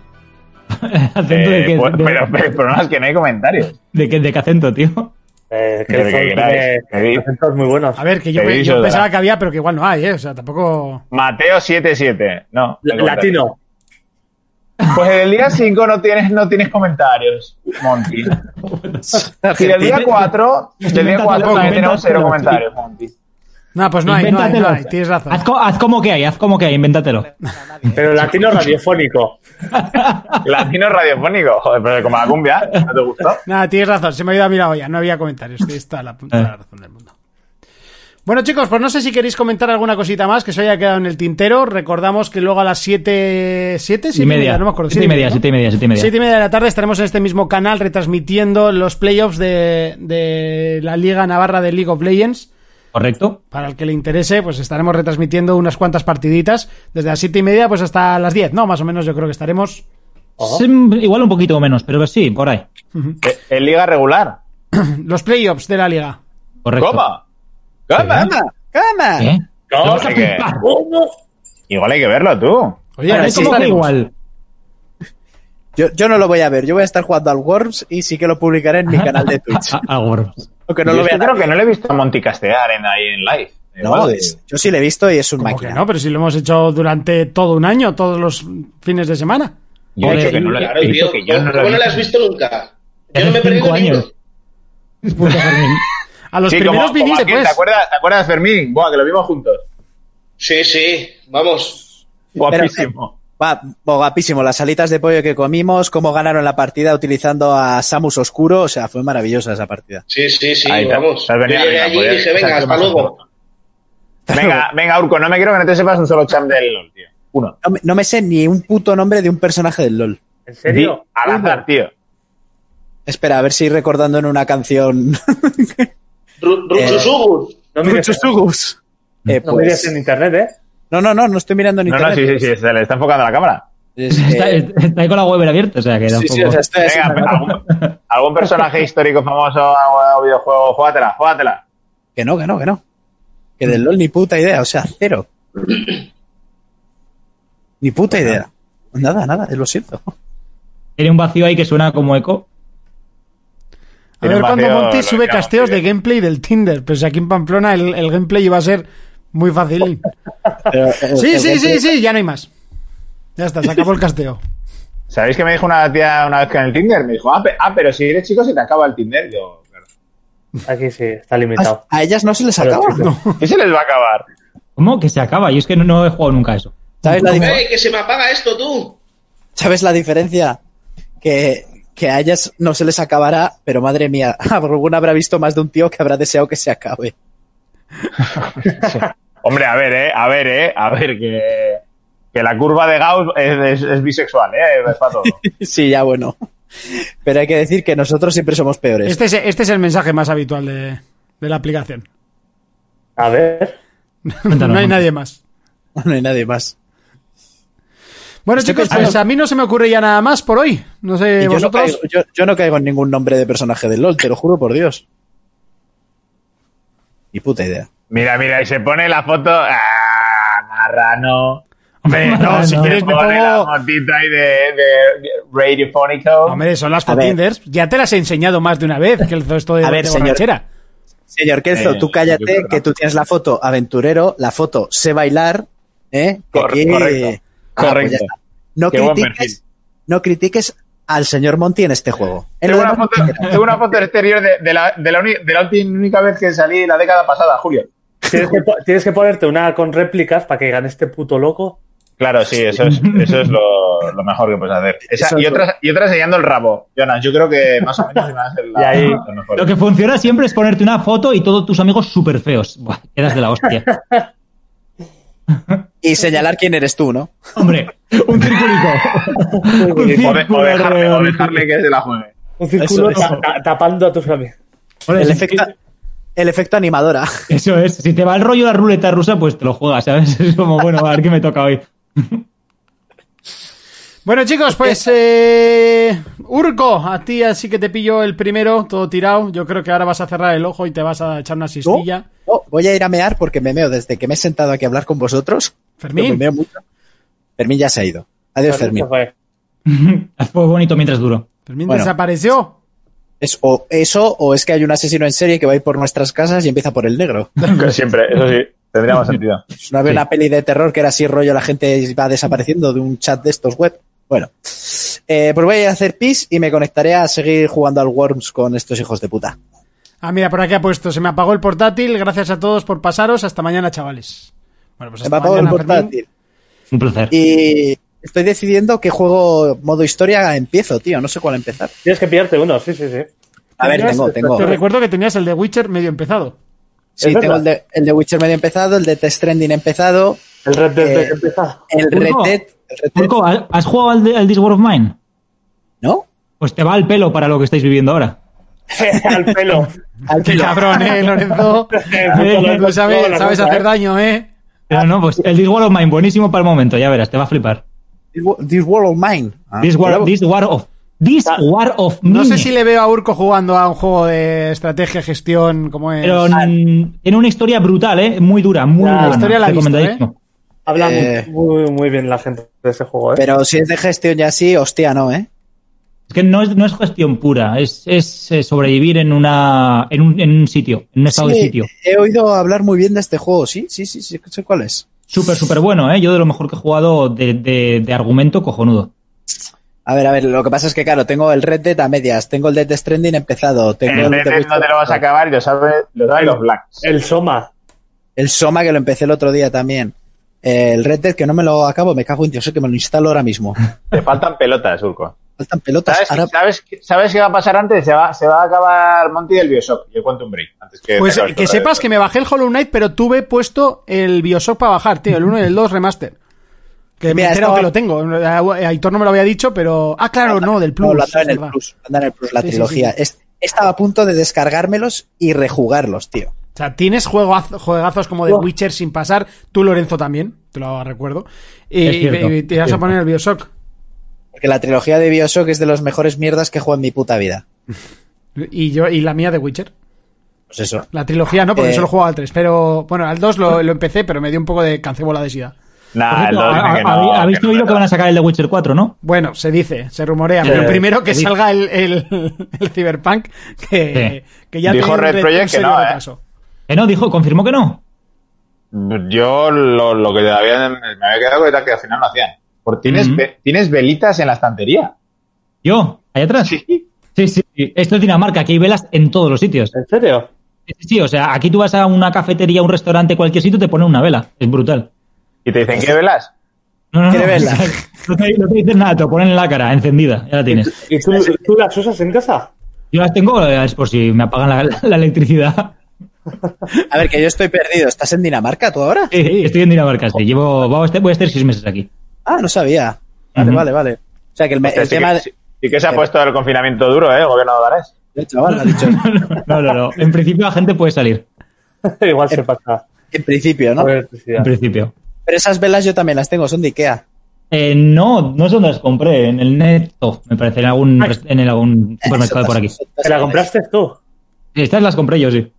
G: Acento de
J: Eh,
G: qué-
J: pues,
G: de-
J: pero, pero, pero no, es que no hay comentarios.
G: ¿De qué, de qué acento, tío?
E: Eh, que
J: Pero
E: son-
J: que queráis,
E: tiene
J: queréis.
E: acentos muy buenos.
D: A ver, que yo,
J: Te
D: pe-
J: aviso,
D: yo pensaba
J: ¿verdad?
D: que había, pero que igual no hay, ¿eh? O sea, tampoco...
J: Mateo77, no. no hay comentarios.
E: Latino.
J: Pues el día 5 no tienes, no tienes comentarios, Monty. Y el día 4, el día 4 también tenemos cero comentarios, Monty.
D: No, pues no hay, no hay, no hay. Tienes razón.
G: Haz, co- haz como que hay, haz como que hay, invéntatelo.
E: Pero latino radiofónico.
J: Latino radiofónico, joder, pero como la cumbia, ¿no te gustó?
D: Nada, tienes razón, se me ha ido a mirar olla, no había comentarios, tienes toda la, punta de
G: Eh.
D: la razón del mundo. Bueno chicos, pues no sé si queréis comentar alguna cosita más que se haya quedado en el tintero. Recordamos que luego a las 7... ¿7?
G: Siete y media,
D: no me acuerdo.
G: siete y media,
D: ¿no?
G: siete y media, siete y media.
D: Siete y media de la tarde estaremos en este mismo canal retransmitiendo los playoffs de, de la Liga Navarra de League of Legends.
G: ¿Correcto?
D: Para el que le interese, pues estaremos retransmitiendo unas cuantas partiditas desde las siete y media pues hasta las 10, ¿no? Más o menos yo creo que estaremos...
G: Sí, igual un poquito menos, pero sí, por ahí.
J: Eh, En liga regular.
D: Los playoffs de la Liga.
G: Correcto.
J: ¿Cómo? ¿Cómo?
H: ¡Cama! ¡Cama!
G: ¿Eh?
J: ¿Cómo?
G: Te vas a
J: Hay que-
G: flipar.
J: Igual hay que verlo tú.
D: Oye,
G: Pero
D: ahí
G: es como que
D: estaremos.
G: igual.
H: Yo, yo no lo voy a ver, yo voy a estar jugando al Worms y sí que lo publicaré en mi canal de Twitch.
G: A- a Worms.
H: Aunque no
J: Yo
H: lo
J: es que
H: vea
J: creo
H: nadie.
J: que no le he visto a Monty castear en, ahí en live. Eh,
H: No,
J: Igual.
H: es- yo sí le he visto y es un
D: ¿Cómo que
H: máquina.
D: no? Pero si lo hemos hecho durante todo un año, todos los fines de semana.
J: Yo he dicho que no lo he
F: Claro,
J: he dicho
F: tío.
J: que yo no lo he
F: ¿Cómo no la
J: visto.
F: has visto nunca? Yo no
G: Hace
F: me he perdido
G: cinco
F: ninguno.
G: años. Puta, Fermín.
D: A los
J: Sí, como-
D: primeros
J: como
D: viniste,
J: aquí,
D: pues.
J: ¿te, acuerdas, ¿Te acuerdas, Fermín? Buah, que lo vimos juntos.
F: Sí, sí, vamos.
J: Guapísimo.
H: Va, bo- guapísimo, las alitas de pollo que comimos, cómo ganaron la partida utilizando a Samus Oscuro, o sea, fue maravillosa esa partida.
F: Sí, sí, sí,
J: Ahí está.
F: vamos.
J: Has
F: Yo
J: venido
F: llegué
J: arriba,
F: allí y
J: podías-
F: dije,
J: o
F: venga,
J: sea,
F: hasta
J: pues que
F: luego.
J: Venga, venga, Urco, no me quiero que no te sepas un solo champ del LOL, tío. Uno.
H: No me, no me sé ni un puto nombre de un personaje del LOL.
E: ¿En serio?
J: Di Al azar, tío.
H: Espera, a ver si recordando en una canción.
F: Ru- Ruchusugus.
E: No mires,
H: Ruchusugus. Eh,
E: no mires
H: pues,
E: en internet, ¿eh?
H: no, no, no, no estoy mirando en
J: No, no,
H: internet.
J: sí, sí, sí, se le está enfocando la cámara.
H: Es,
G: Está,
H: eh,
G: está ahí con la web abierta, o sea que
H: sí,
G: tampoco.
H: sí, o sea, estoy así.
J: Venga, algún, algún personaje histórico famoso, algún videojuego, júgatela, júgatela.
H: Que no, que no, que no. Que del LOL ni puta idea, o sea, cero. Ni puta idea. Nada, nada, lo siento.
G: Tiene un vacío ahí que suena como eco.
D: A
J: Tiene
D: ver
J: un
D: cuando
J: vacío,
D: Monty
J: lo
D: sube
J: tiramos,
D: casteos
J: sí,
D: de gameplay del Tinder. Pero si aquí en Pamplona el, el gameplay iba a ser muy fácil.
H: Pero, eh,
D: Sí,
H: el
D: sí,
H: gameplay-
D: sí, sí, ya no hay más. Ya está, se acabó el casteo.
J: ¿Sabéis que me dijo una tía una vez que en el Tinder? Me dijo, ah, pe- ah, pero si eres chico se te acaba el Tinder. Yo, claro.
E: Aquí sí, está
H: A,
E: limitado.
H: a ellas no se les acaba.
J: ¿Qué se les va a acabar?
G: ¿Cómo? Que se acaba. Yo es que no, no he jugado nunca a eso.
H: ¿Sabes, la dif-
F: Eh, que se me apaga esto, tú.
H: ¿Sabes la diferencia? Que, que a ellas no se les acabará, pero madre mía, alguna habrá visto más de un tío que habrá deseado que se acabe.
J: Hombre, a ver, eh, a ver, eh, a ver, que, que la curva de Gauss es, es- es bisexual, eh, es para todo.
H: Sí, ya bueno. Pero hay que decir que nosotros siempre somos peores.
D: Este es, este es el mensaje más habitual de, de la aplicación.
E: A ver.
G: Cuéntanos,
D: No hay
G: Monty.
D: nadie más.
H: No hay nadie más.
D: Bueno,
H: Estoy
D: chicos, pues
H: pensando-
D: a mí no se me ocurre ya nada más por hoy. No
H: Y
D: sé,
H: yo, no caigo,
D: Eh, vosotros.
H: yo- yo no caigo en ningún nombre de personaje del LOL, te lo juro por Dios. Ni puta idea.
J: Mira, mira, y se pone la foto. ¡Ah! Marrano.
D: Hombre, no, si quieres me
J: Pone la
D: pongo...
J: motito ahí de, de Radiofónico.
D: Hombre, son las
J: A ver.
D: Potinders. Ya te las he enseñado más de una vez, que el esto de,
H: A ver,
D: de
H: señor.
D: borrachera.
H: Señor Kelzo,
J: Eh,
H: tú
J: yo creo
H: cállate,
J: que
H: que tú tienes la foto aventurero, la foto sé bailar, ¿eh? Que
J: Cor-
H: aquí-
J: correcto.
H: Ah, pues
J: Correcto.
H: ya está. No
J: Qué buen
H: critiques,
J: perfil.
H: no critiques al señor Monti en este juego. En lo
J: Tengo una,
H: demás,
J: foto, tengo una foto exterior de, de la, de, la uni- de la ulti- única vez que salí la década pasada, Julio.
E: Tienes que, po- tienes que ponerte una con réplicas para que gane este puto loco.
J: Claro, sí, eso es, eso es lo, lo mejor que puedes hacer. Esa-
H: Eso es
J: y,
H: lo-
J: otra, y otra enseñando el rabo, Jonas. Yo creo que más o menos van a ser la,
E: Y ahí-
J: lo mejor.
G: Lo que funciona siempre es ponerte una foto y todos tus amigos súper feos. Buah, quedas de la hostia.
H: y señalar quién eres tú, ¿no?
G: Hombre, un circulito. Un
J: O, de-
G: círculo
J: o dejarle, o
G: alrededor.
J: dejarle que se la juegue.
E: Un círculo
H: Eso es.
E: ta- ta- tapando a tus amigos.
G: Bueno,
H: El
G: si-
H: efecto, el efecto animadora.
G: Eso es. Si te va el rollo de la ruleta rusa, pues te lo juegas, ¿sabes? Es como, bueno, a ver qué me toca hoy.
D: Bueno, chicos, pues... Eh, Urco, a ti así que te pillo el primero, todo tirado. Yo creo que ahora vas a cerrar el ojo y te vas a echar una
H: No,
D: siestilla.
H: no, voy a ir a mear porque me meo desde que me he sentado aquí a hablar con vosotros.
D: Fermín.
H: Me meo mucho. Fermín ya se ha ido. Adiós, Fermín.
G: Fue bonito mientras duró.
D: Fermín
H: Bueno.
D: desapareció.
H: Es o eso, o es que hay un asesino en serie que va a ir por nuestras casas y empieza por el negro.
J: Siempre, eso sí, tendría más sentido.
H: No había una peli de terror que era así rollo, la gente va desapareciendo de un chat de estos web. Bueno, eh, pues voy a ir a hacer pis y me conectaré a seguir jugando al Worms con estos hijos de puta.
D: Ah, mira, por aquí ha puesto. Se me apagó el portátil. Gracias a todos por pasaros. Hasta mañana, chavales. Bueno, pues
H: Se
D: hasta
H: me apagó el
D: mañana, Fermín.
H: portátil.
G: Un placer.
H: Y estoy decidiendo qué juego modo historia empiezo, tío. No sé cuál empezar.
E: Tienes que pillarte uno, sí, sí, sí.
H: A ver, tengo,
G: este,
H: tengo.
D: Te recuerdo que tenías el de Witcher medio empezado.
H: Sí,
E: Es
H: tengo el
E: verdad.
H: de, el de Witcher medio empezado, el de Test Trending empezado,
E: El Red Dead
H: Eh,
E: que empieza.
H: el Red
G: Urco,
H: Dead. el Red Dead,
G: Urco, ¿ha- ¿has jugado al, de- al This War of Mine?
H: ¿No?
G: Pues te va al pelo para lo que estáis viviendo ahora.
E: Al pelo.
H: Al
D: Qué
H: pilo.
D: cabrón, eh, Lorenzo. Tú sabes, sabes hacer daño, eh.
G: Pero no, pues el This War of Mine, buenísimo para el momento, ya verás, te va a flipar.
H: This Wo- This World of Mine. Ah,
G: This War,
H: bravo.
G: this war of... This War of Mine.
D: Ah, No sé si le veo a Urco jugando a un juego de estrategia, gestión, como es.
G: Pero mm, tiene una historia brutal, ¿eh? Muy dura, muy
E: La
G: buena.
D: historia la he visto,
G: Recomendadísimo.
E: Habla muy-
H: Eh.
E: muy, muy bien la gente de ese juego, ¿eh?
H: Pero si es de gestión y así, hostia, no, ¿eh?
G: Es que no es, no es gestión pura, es, es eh, sobrevivir en, una, en, un, en un sitio, en un estado de
H: Sí,
G: sitio.
H: He oído hablar muy bien de este juego, sí, sí, sí, sí, sé cuál es.
G: Súper, súper bueno, ¿eh? Yo de lo mejor que he jugado de, de- de argumento cojonudo.
H: A ver, a ver, lo que pasa es que, claro, tengo el Red Dead a medias, tengo el Dead Stranding empezado, tengo
J: El
H: el, The
J: Red Dead
H: Witcher-
J: no te lo vas a acabar y lo saben lo saben los Blacks.
E: El Soma.
H: el Soma que lo empecé el otro día también. Eh, El Red Dead que no me lo acabo, me cago en Dios, sé que me lo instalo ahora mismo.
J: Te faltan pelotas, Urco.
H: Faltan pelotas.
J: ¿Sabes,
H: ahora-
J: sabes, sabes qué va a pasar antes? Se va, se va a acabar Monty del Bioshock y el Quantum Break. Antes que
D: Pues eh, que sepas que me bajé el Hollow Knight, pero tuve puesto el Bioshock para bajar, tío, el 1 y el 2 remaster. Que me he
H: Mira,
D: enterado
H: estaba-
D: que lo tengo. A- Aitor no me lo había dicho, pero. Ah, claro, no, del Plus.
H: No, lo anda
D: es
H: en el
D: verdad.
H: Plus, anda en el Plus, la
D: Sí, sí,
H: trilogía.
D: sí, sí.
H: Es- Estaba a punto de descargármelos y rejugarlos, tío.
D: O sea, tienes juegazo- juegazos como The Witcher sin pasar. Tú, Lorenzo, también. Te lo recuerdo. Y,
G: Es cierto,
D: y- y te vas a
G: cierto.
D: poner el Bioshock.
H: Porque la trilogía de Bioshock es de las mejores mierdas que he jugado en mi puta vida.
D: Y yo y la mía de Witcher.
H: Pues eso.
D: La trilogía no, porque
H: Eh.
D: solo jugaba al 3. Pero bueno, al 2 lo, lo empecé, pero me dio un poco de cancebola de sida.
J: Nah, el
G: Por cierto,
J: dos
G: ha-
J: dice Ah, que
G: ha-
J: no,
G: Habéis
J: que no,
G: oído
J: no.
G: que van a sacar el de Witcher 4, ¿no?
D: Bueno, se dice, se rumorea, pero
G: Eh,
D: primero que
G: se dice.
D: salga el, el, el Cyberpunk, que, que ya
J: Dijo
D: tiene un
J: Red
D: re-
J: Project
D: un
J: que
D: serio
J: no, ¿eh?
D: retraso.
G: Que no, dijo, confirmó que no.
J: Yo lo, lo que todavía me me había quedado con era que al final no hacían. Porque tienes,
G: Ujú.
J: ve- tienes velitas en la estantería.
G: ¿Yo? ¿Allá atrás?
J: Sí.
G: Ah, Sí, sí. sí. Esto es Dinamarca, aquí hay velas en todos los sitios.
E: ¿En serio?
G: Sí, sí, o sea, aquí tú vas a una cafetería, un restaurante, cualquier sitio, te ponen una vela. Es brutal.
J: Y te dicen, ¿qué velas?
G: No, no, no.
H: ¿Qué vela?
G: No te, no te dicen nada, te lo ponen en la cara, encendida. Ya la tienes.
E: ¿Y tú, tú las usas en casa?
G: Yo las tengo eh, es por si me apagan la, la- la electricidad.
H: A ver, que yo estoy perdido. ¿Estás en Dinamarca tú ahora?
G: Sí, sí, Estoy en Dinamarca, sí. Llevo, voy a estar- voy a estar seis meses aquí.
H: Ah, no sabía. Vale,
G: Ujú.
H: vale, vale. O sea, que el, me-
J: Hostia,
H: el
J: sí
H: tema...
J: que, sí- sí que se ha puesto el confinamiento duro, ¿eh? El gobierno danés.
H: El chaval ha dicho...
G: No, no, no. En principio la gente puede salir.
E: Igual se pasa.
H: En principio, ¿no?
E: Por
J: Pues-
E: electricidad.
G: En principio.
H: Pero esas velas yo también las tengo, son de Ikea.
J: Pues
G: Eh, no, no sé dónde las compré. En el Neto, me parece. En algún,
E: Ay.
G: rest- en el- algún supermercado
H: Son-
G: por aquí.
H: son-
E: ¿Te la compraste tú?
G: Estas las compré yo, sí.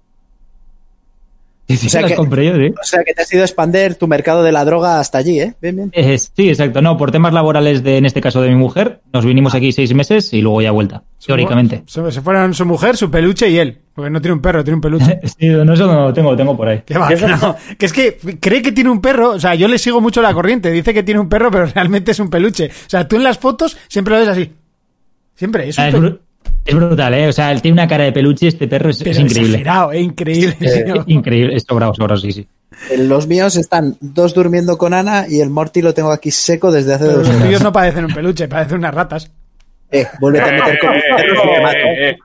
G: Sí, las compré yo, sí.
H: o sea que te has ido a expander tu mercado de la droga hasta allí, ¿eh? Bien, bien.
G: Eh, sí, exacto. No, por temas laborales de, en este caso de mi mujer, nos vinimos aquí seis meses y luego ya vuelta, teóricamente.
D: Se, se fueron su mujer, su peluche y él. Porque no tiene un perro, tiene un peluche.
G: Sí, no, eso no lo tengo, lo tengo por ahí.
D: Qué va, que no. Que es que cree que tiene un perro. O sea, yo le sigo mucho la corriente. Dice que tiene un perro, pero realmente es un peluche. O sea, tú en las fotos siempre lo ves así. Siempre. Es un
G: Ah, es,
D: pe-
G: bru- es brutal, ¿eh? O sea, él tiene una cara de peluche, este perro es,
D: pero
G: es increíble.
D: exagerado, eh, increíble.
G: Es
D: señor.
G: increíble, es sobrado, sobrado, sí, sí.
H: Eh, Los míos están dos durmiendo con Ana y el Morty lo tengo aquí seco desde hace
D: Pero
H: dos
D: los tuyos
H: años.
D: no parecen un peluche, parecen unas ratas.
H: Eh, vuélvete a meter con
J: Eh,
H: mis perros y
J: eh,
H: te mato.
J: eh, eh.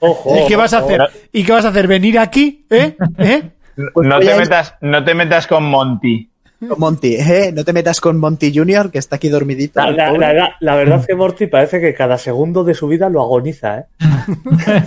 J: Ojo.
D: ¿Y qué vas a hacer? ¿Y qué vas a hacer? ¿Venir aquí? ¿Eh? ¿Eh?
J: No
H: Voy a
J: te
H: ir-
J: metas, no te metas con Monty.
H: Con Monty, ¿eh? No te metas con Monty Junior, que está aquí dormidito.
E: La,
H: el
E: la-
H: pobre.
E: la- la- la verdad es que Morty parece que cada segundo de su vida lo agoniza, ¿eh?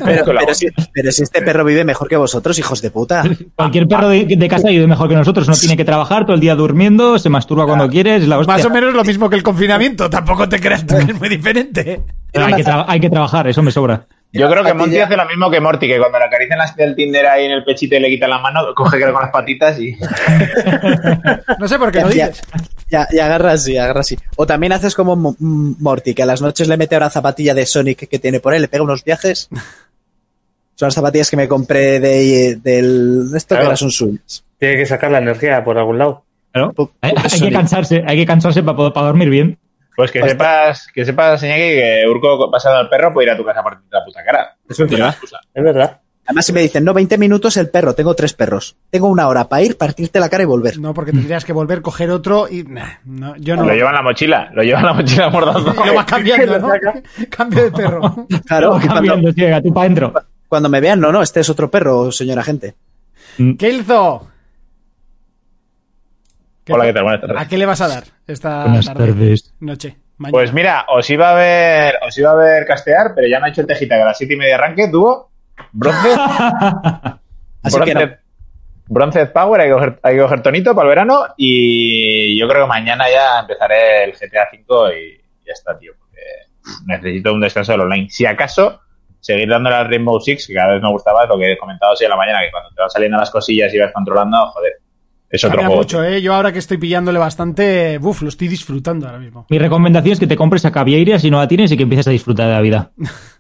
H: pero,
J: con la
H: pero si, pero si este perro vive mejor que vosotros, hijos de puta.
G: Cualquier perro de, de casa vive mejor que nosotros, no tiene que trabajar, todo el día durmiendo, se masturba cuando quiere, es la hostia.
D: Ah, Más o menos lo mismo que el confinamiento. Tampoco te creas tú que es muy diferente.
G: Pero hay, que tra- hay que trabajar, eso me sobra.
J: Yo creo que
H: Patilla.
J: Monty hace lo mismo que Morty, que cuando le acarician las del Tinder ahí en el pechito y le quitan la mano, coge que con las patitas y.
D: No sé por qué
H: Ya,
D: lo
H: ya.
D: dices.
H: Ya, y agarra así, agarra así. O también haces como Mo- mm, Morty, que a las noches le mete ahora zapatilla de Sonic que tiene por ahí, le pega unos viajes. Son las zapatillas que me compré de, del... Esto que
E: Claro.
H: ahora son suyas.
E: Tiene que sacar la energía por algún lado.
G: Claro.
H: Pu-
G: ¿Eh? Hay, hay que
H: Sonic.
G: cansarse, hay que cansarse para poder para dormir bien.
J: Pues que
H: Hasta-
J: sepas, que sepas, Iñaki, que Urco pasado al perro puede ir a tu casa a partirte la puta cara. Eso es una excusa.
E: Es verdad.
H: Además, si me dicen, no, 20 minutos el perro, tengo tres perros. Tengo una hora para ir, partirte la cara y volver.
D: No, porque tendrías que volver, coger otro y. nah, no, yo no.
J: Lo lleva en la mochila, lo lleva en la mochila mordazo.
D: Y lo vas cambiando, ¿no? Cambio de perro.
H: Claro, que cuando,
G: Cambiando, sí, venga, tú para adentro.
H: cuando me vean, no, no, este es otro perro, señora gente.
D: Kelzo.
J: Hola, ¿qué tal? Buenas tardes.
D: ¿A qué le vas a dar esta
G: Buenas
D: tarde?
G: tardes.
D: Noche. Mañana.
J: Pues mira, os iba a ver, os iba a ver castear, pero ya me ha hecho el tejita que a las siete y media arranque, dúo, bronce,
H: Así que no.
J: bronce, bronce power, hay que, coger, hay que coger tonito para el verano y yo creo que mañana ya empezaré el GTA V y ya está, tío, porque necesito un descanso del online. Si acaso, seguir dándole al Rainbow Six, que cada vez me gustaba, lo que he comentado hoy en la mañana, que cuando te van saliendo las cosillas y vas controlando, joder, es otro
D: Cambia
J: juego.
D: mucho, ¿eh? Yo ahora que estoy pillándole bastante, buf, lo estoy disfrutando ahora mismo.
G: Mi recomendación es que te compres a Cavieira si no la tienes y que empieces a disfrutar de la vida.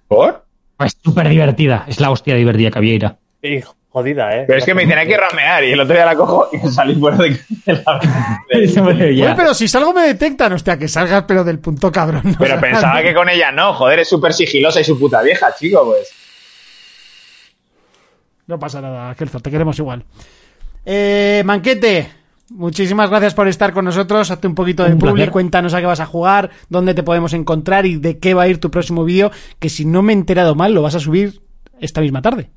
J: ¿Por?
G: Es súper divertida, es la hostia divertida Cavieira.
E: Y jodida, ¿eh?
J: Pero es que me dicen, hay que ramear, y el otro día la cojo y salí fuera de, de la...
G: Hombre, ya.
D: Oye, pero si salgo me detectan, hostia, que salgas, pero del punto cabrón. ¿no?
J: Pero pensaba que con ella no, joder, es súper sigilosa y su puta vieja, chico, pues.
D: No pasa nada, Kelzo, te queremos igual. Eh, Manquete, muchísimas gracias por estar con nosotros. Hazte un poquito de
G: Un
D: publi,
G: placer.
D: cuéntanos a qué vas a jugar, dónde te podemos encontrar y de qué va a ir tu próximo vídeo, que si no me he enterado mal, lo vas a subir esta misma tarde.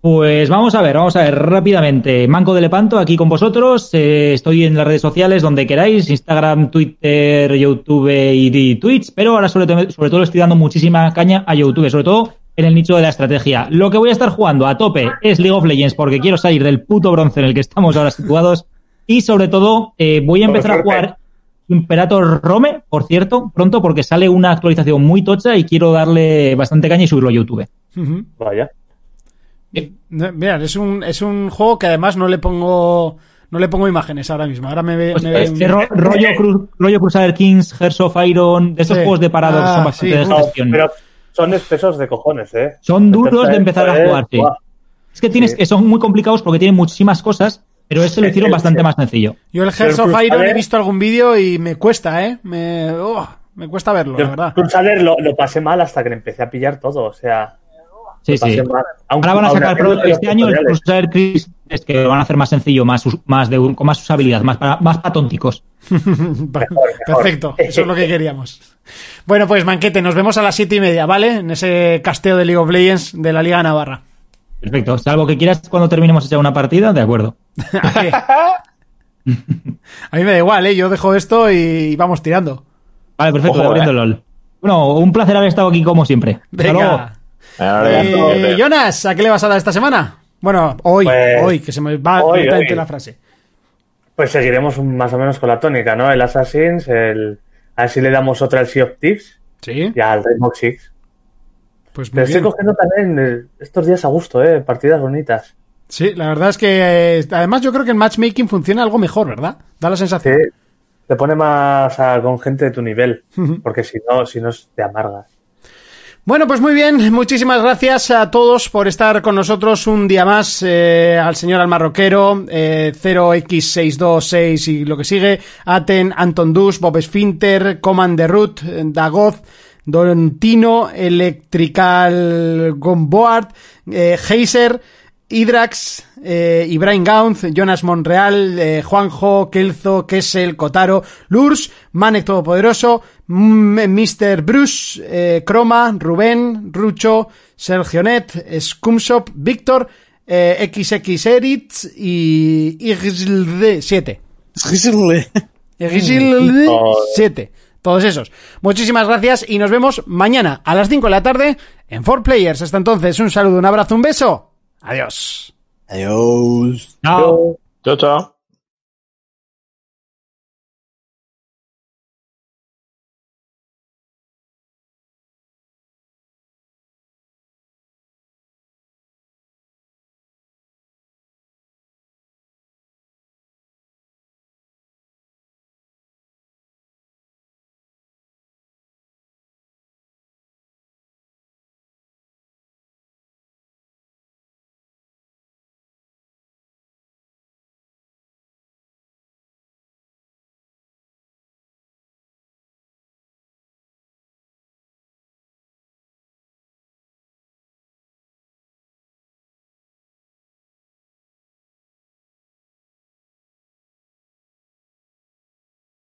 G: Pues vamos a ver, vamos a ver rápidamente. Manco de Lepanto aquí con vosotros. Eh, estoy en las redes sociales donde queráis, Instagram, Twitter, YouTube y, y Twitch, pero ahora sobre, to- sobre todo le estoy dando muchísima caña a YouTube, sobre todo en el nicho de la estrategia. Lo que voy a estar jugando a tope es League of Legends porque quiero salir del puto bronce en el que estamos ahora situados y sobre todo eh, voy a
J: Por
G: empezar a
J: suerte.
G: jugar Imperator Rome, por cierto, pronto porque sale una actualización muy tocha y quiero darle bastante caña y subirlo a YouTube.
D: Ujú.
E: Vaya.
D: Eh, No, Mira, es un, es un juego que además no le pongo no le pongo imágenes ahora mismo. Ahora me ve,
G: Pues,
D: me ve
G: este
D: un-
G: ro- rollo, cru- rollo Crusader Kings, Hearts of Iron, de esos
D: Sí.
G: juegos de parado que
D: Ah,
G: son bastante
D: sí,
G: de
D: justo.
E: No,
G: gestión.
E: pero son espesos de cojones, ¿eh?
G: Son duros de
E: Entonces,
G: empezar a
E: joder,
G: jugar, sí.
E: guau.
G: Es que tienes,
E: Sí.
G: que son muy complicados porque tienen muchísimas cosas, pero este lo hicieron
E: Sí,
G: bastante
E: sí.
G: más sencillo.
D: Yo el Hearts
E: Pero
D: of
E: Crusader-
D: Iron he visto algún vídeo y me cuesta, ¿eh? Me, oh, me cuesta verlo, la
E: Yo
D: verdad.
E: Crusader lo, lo pasé mal hasta que le empecé a pillar todo, o sea...
G: Sí,
E: lo pasé
G: sí.
E: mal. Aun-
G: Ahora van a
E: aun
G: sacar
E: haciendo
G: pro- este año el
E: tutoriales.
G: Crusader Kings, es que lo van a hacer más sencillo, más, us- más de, un- con más usabilidad, más, para, más patónticos.
D: Perfecto, eso es lo que queríamos. Bueno, pues Manquete, nos vemos a las siete y media, ¿vale? En ese casteo de League of Legends de la Liga Navarra.
G: Perfecto. Salvo que quieras cuando terminemos echar una partida, de acuerdo.
D: A mí me da igual, ¿eh? Yo dejo esto y vamos tirando.
G: Vale, perfecto,
J: Ojo,
G: abriendo
J: eh.
G: LOL. Bueno, un placer haber estado aquí como siempre. Hasta luego.
D: Venga.
J: Ahora ya no,
D: Eh,
J: joder.
D: Jonas, ¿a qué le vas a dar esta semana? Bueno, hoy,
E: Pues,
D: hoy, que se me va
E: hoy,
D: directamente
E: hoy.
D: la frase.
E: Pues seguiremos un- más o menos con la tónica, ¿no? El Assassin's, el... Así le damos otra al Sea of Thieves
D: Sí,
E: y al Rainbow Six.
D: pues muy
E: Pero estoy
D: bien.
E: cogiendo también eh, estos días a gusto, ¿eh? Partidas bonitas.
D: Sí, la verdad es que eh, además yo creo que el matchmaking funciona algo mejor, ¿verdad? Da la sensación.
E: Te pone más a- con gente de tu nivel, porque si no, si no te amargas.
D: Bueno, pues muy bien, muchísimas gracias a todos por estar con nosotros un día más, eh, al señor Almarroquero, eh, 0x626 y lo que sigue, Aten, Anton Dus, Bob Sfinter, Commander Root, eh, Dagoz, Dorontino, Electrical Gomboard, eh, Heiser, Idrax, eh, Ibrahim Gaunz, Jonas Monreal, eh, Juanjo, Kelzo, Kessel, Kotaro, Lurs, Manek Todopoderoso, M- Mr. Bruce, eh, Croma, Rubén, Rucho, Sergio Net, Scumshop, Víctor, eh, XX Eritz y XLD7. XLD7. Todos esos. Muchísimas gracias y nos vemos mañana a las 5 de la tarde en 4Players. Hasta entonces, un saludo, un abrazo, un beso. Adiós.
H: Adiós.
G: Chao.
J: Chao, chao.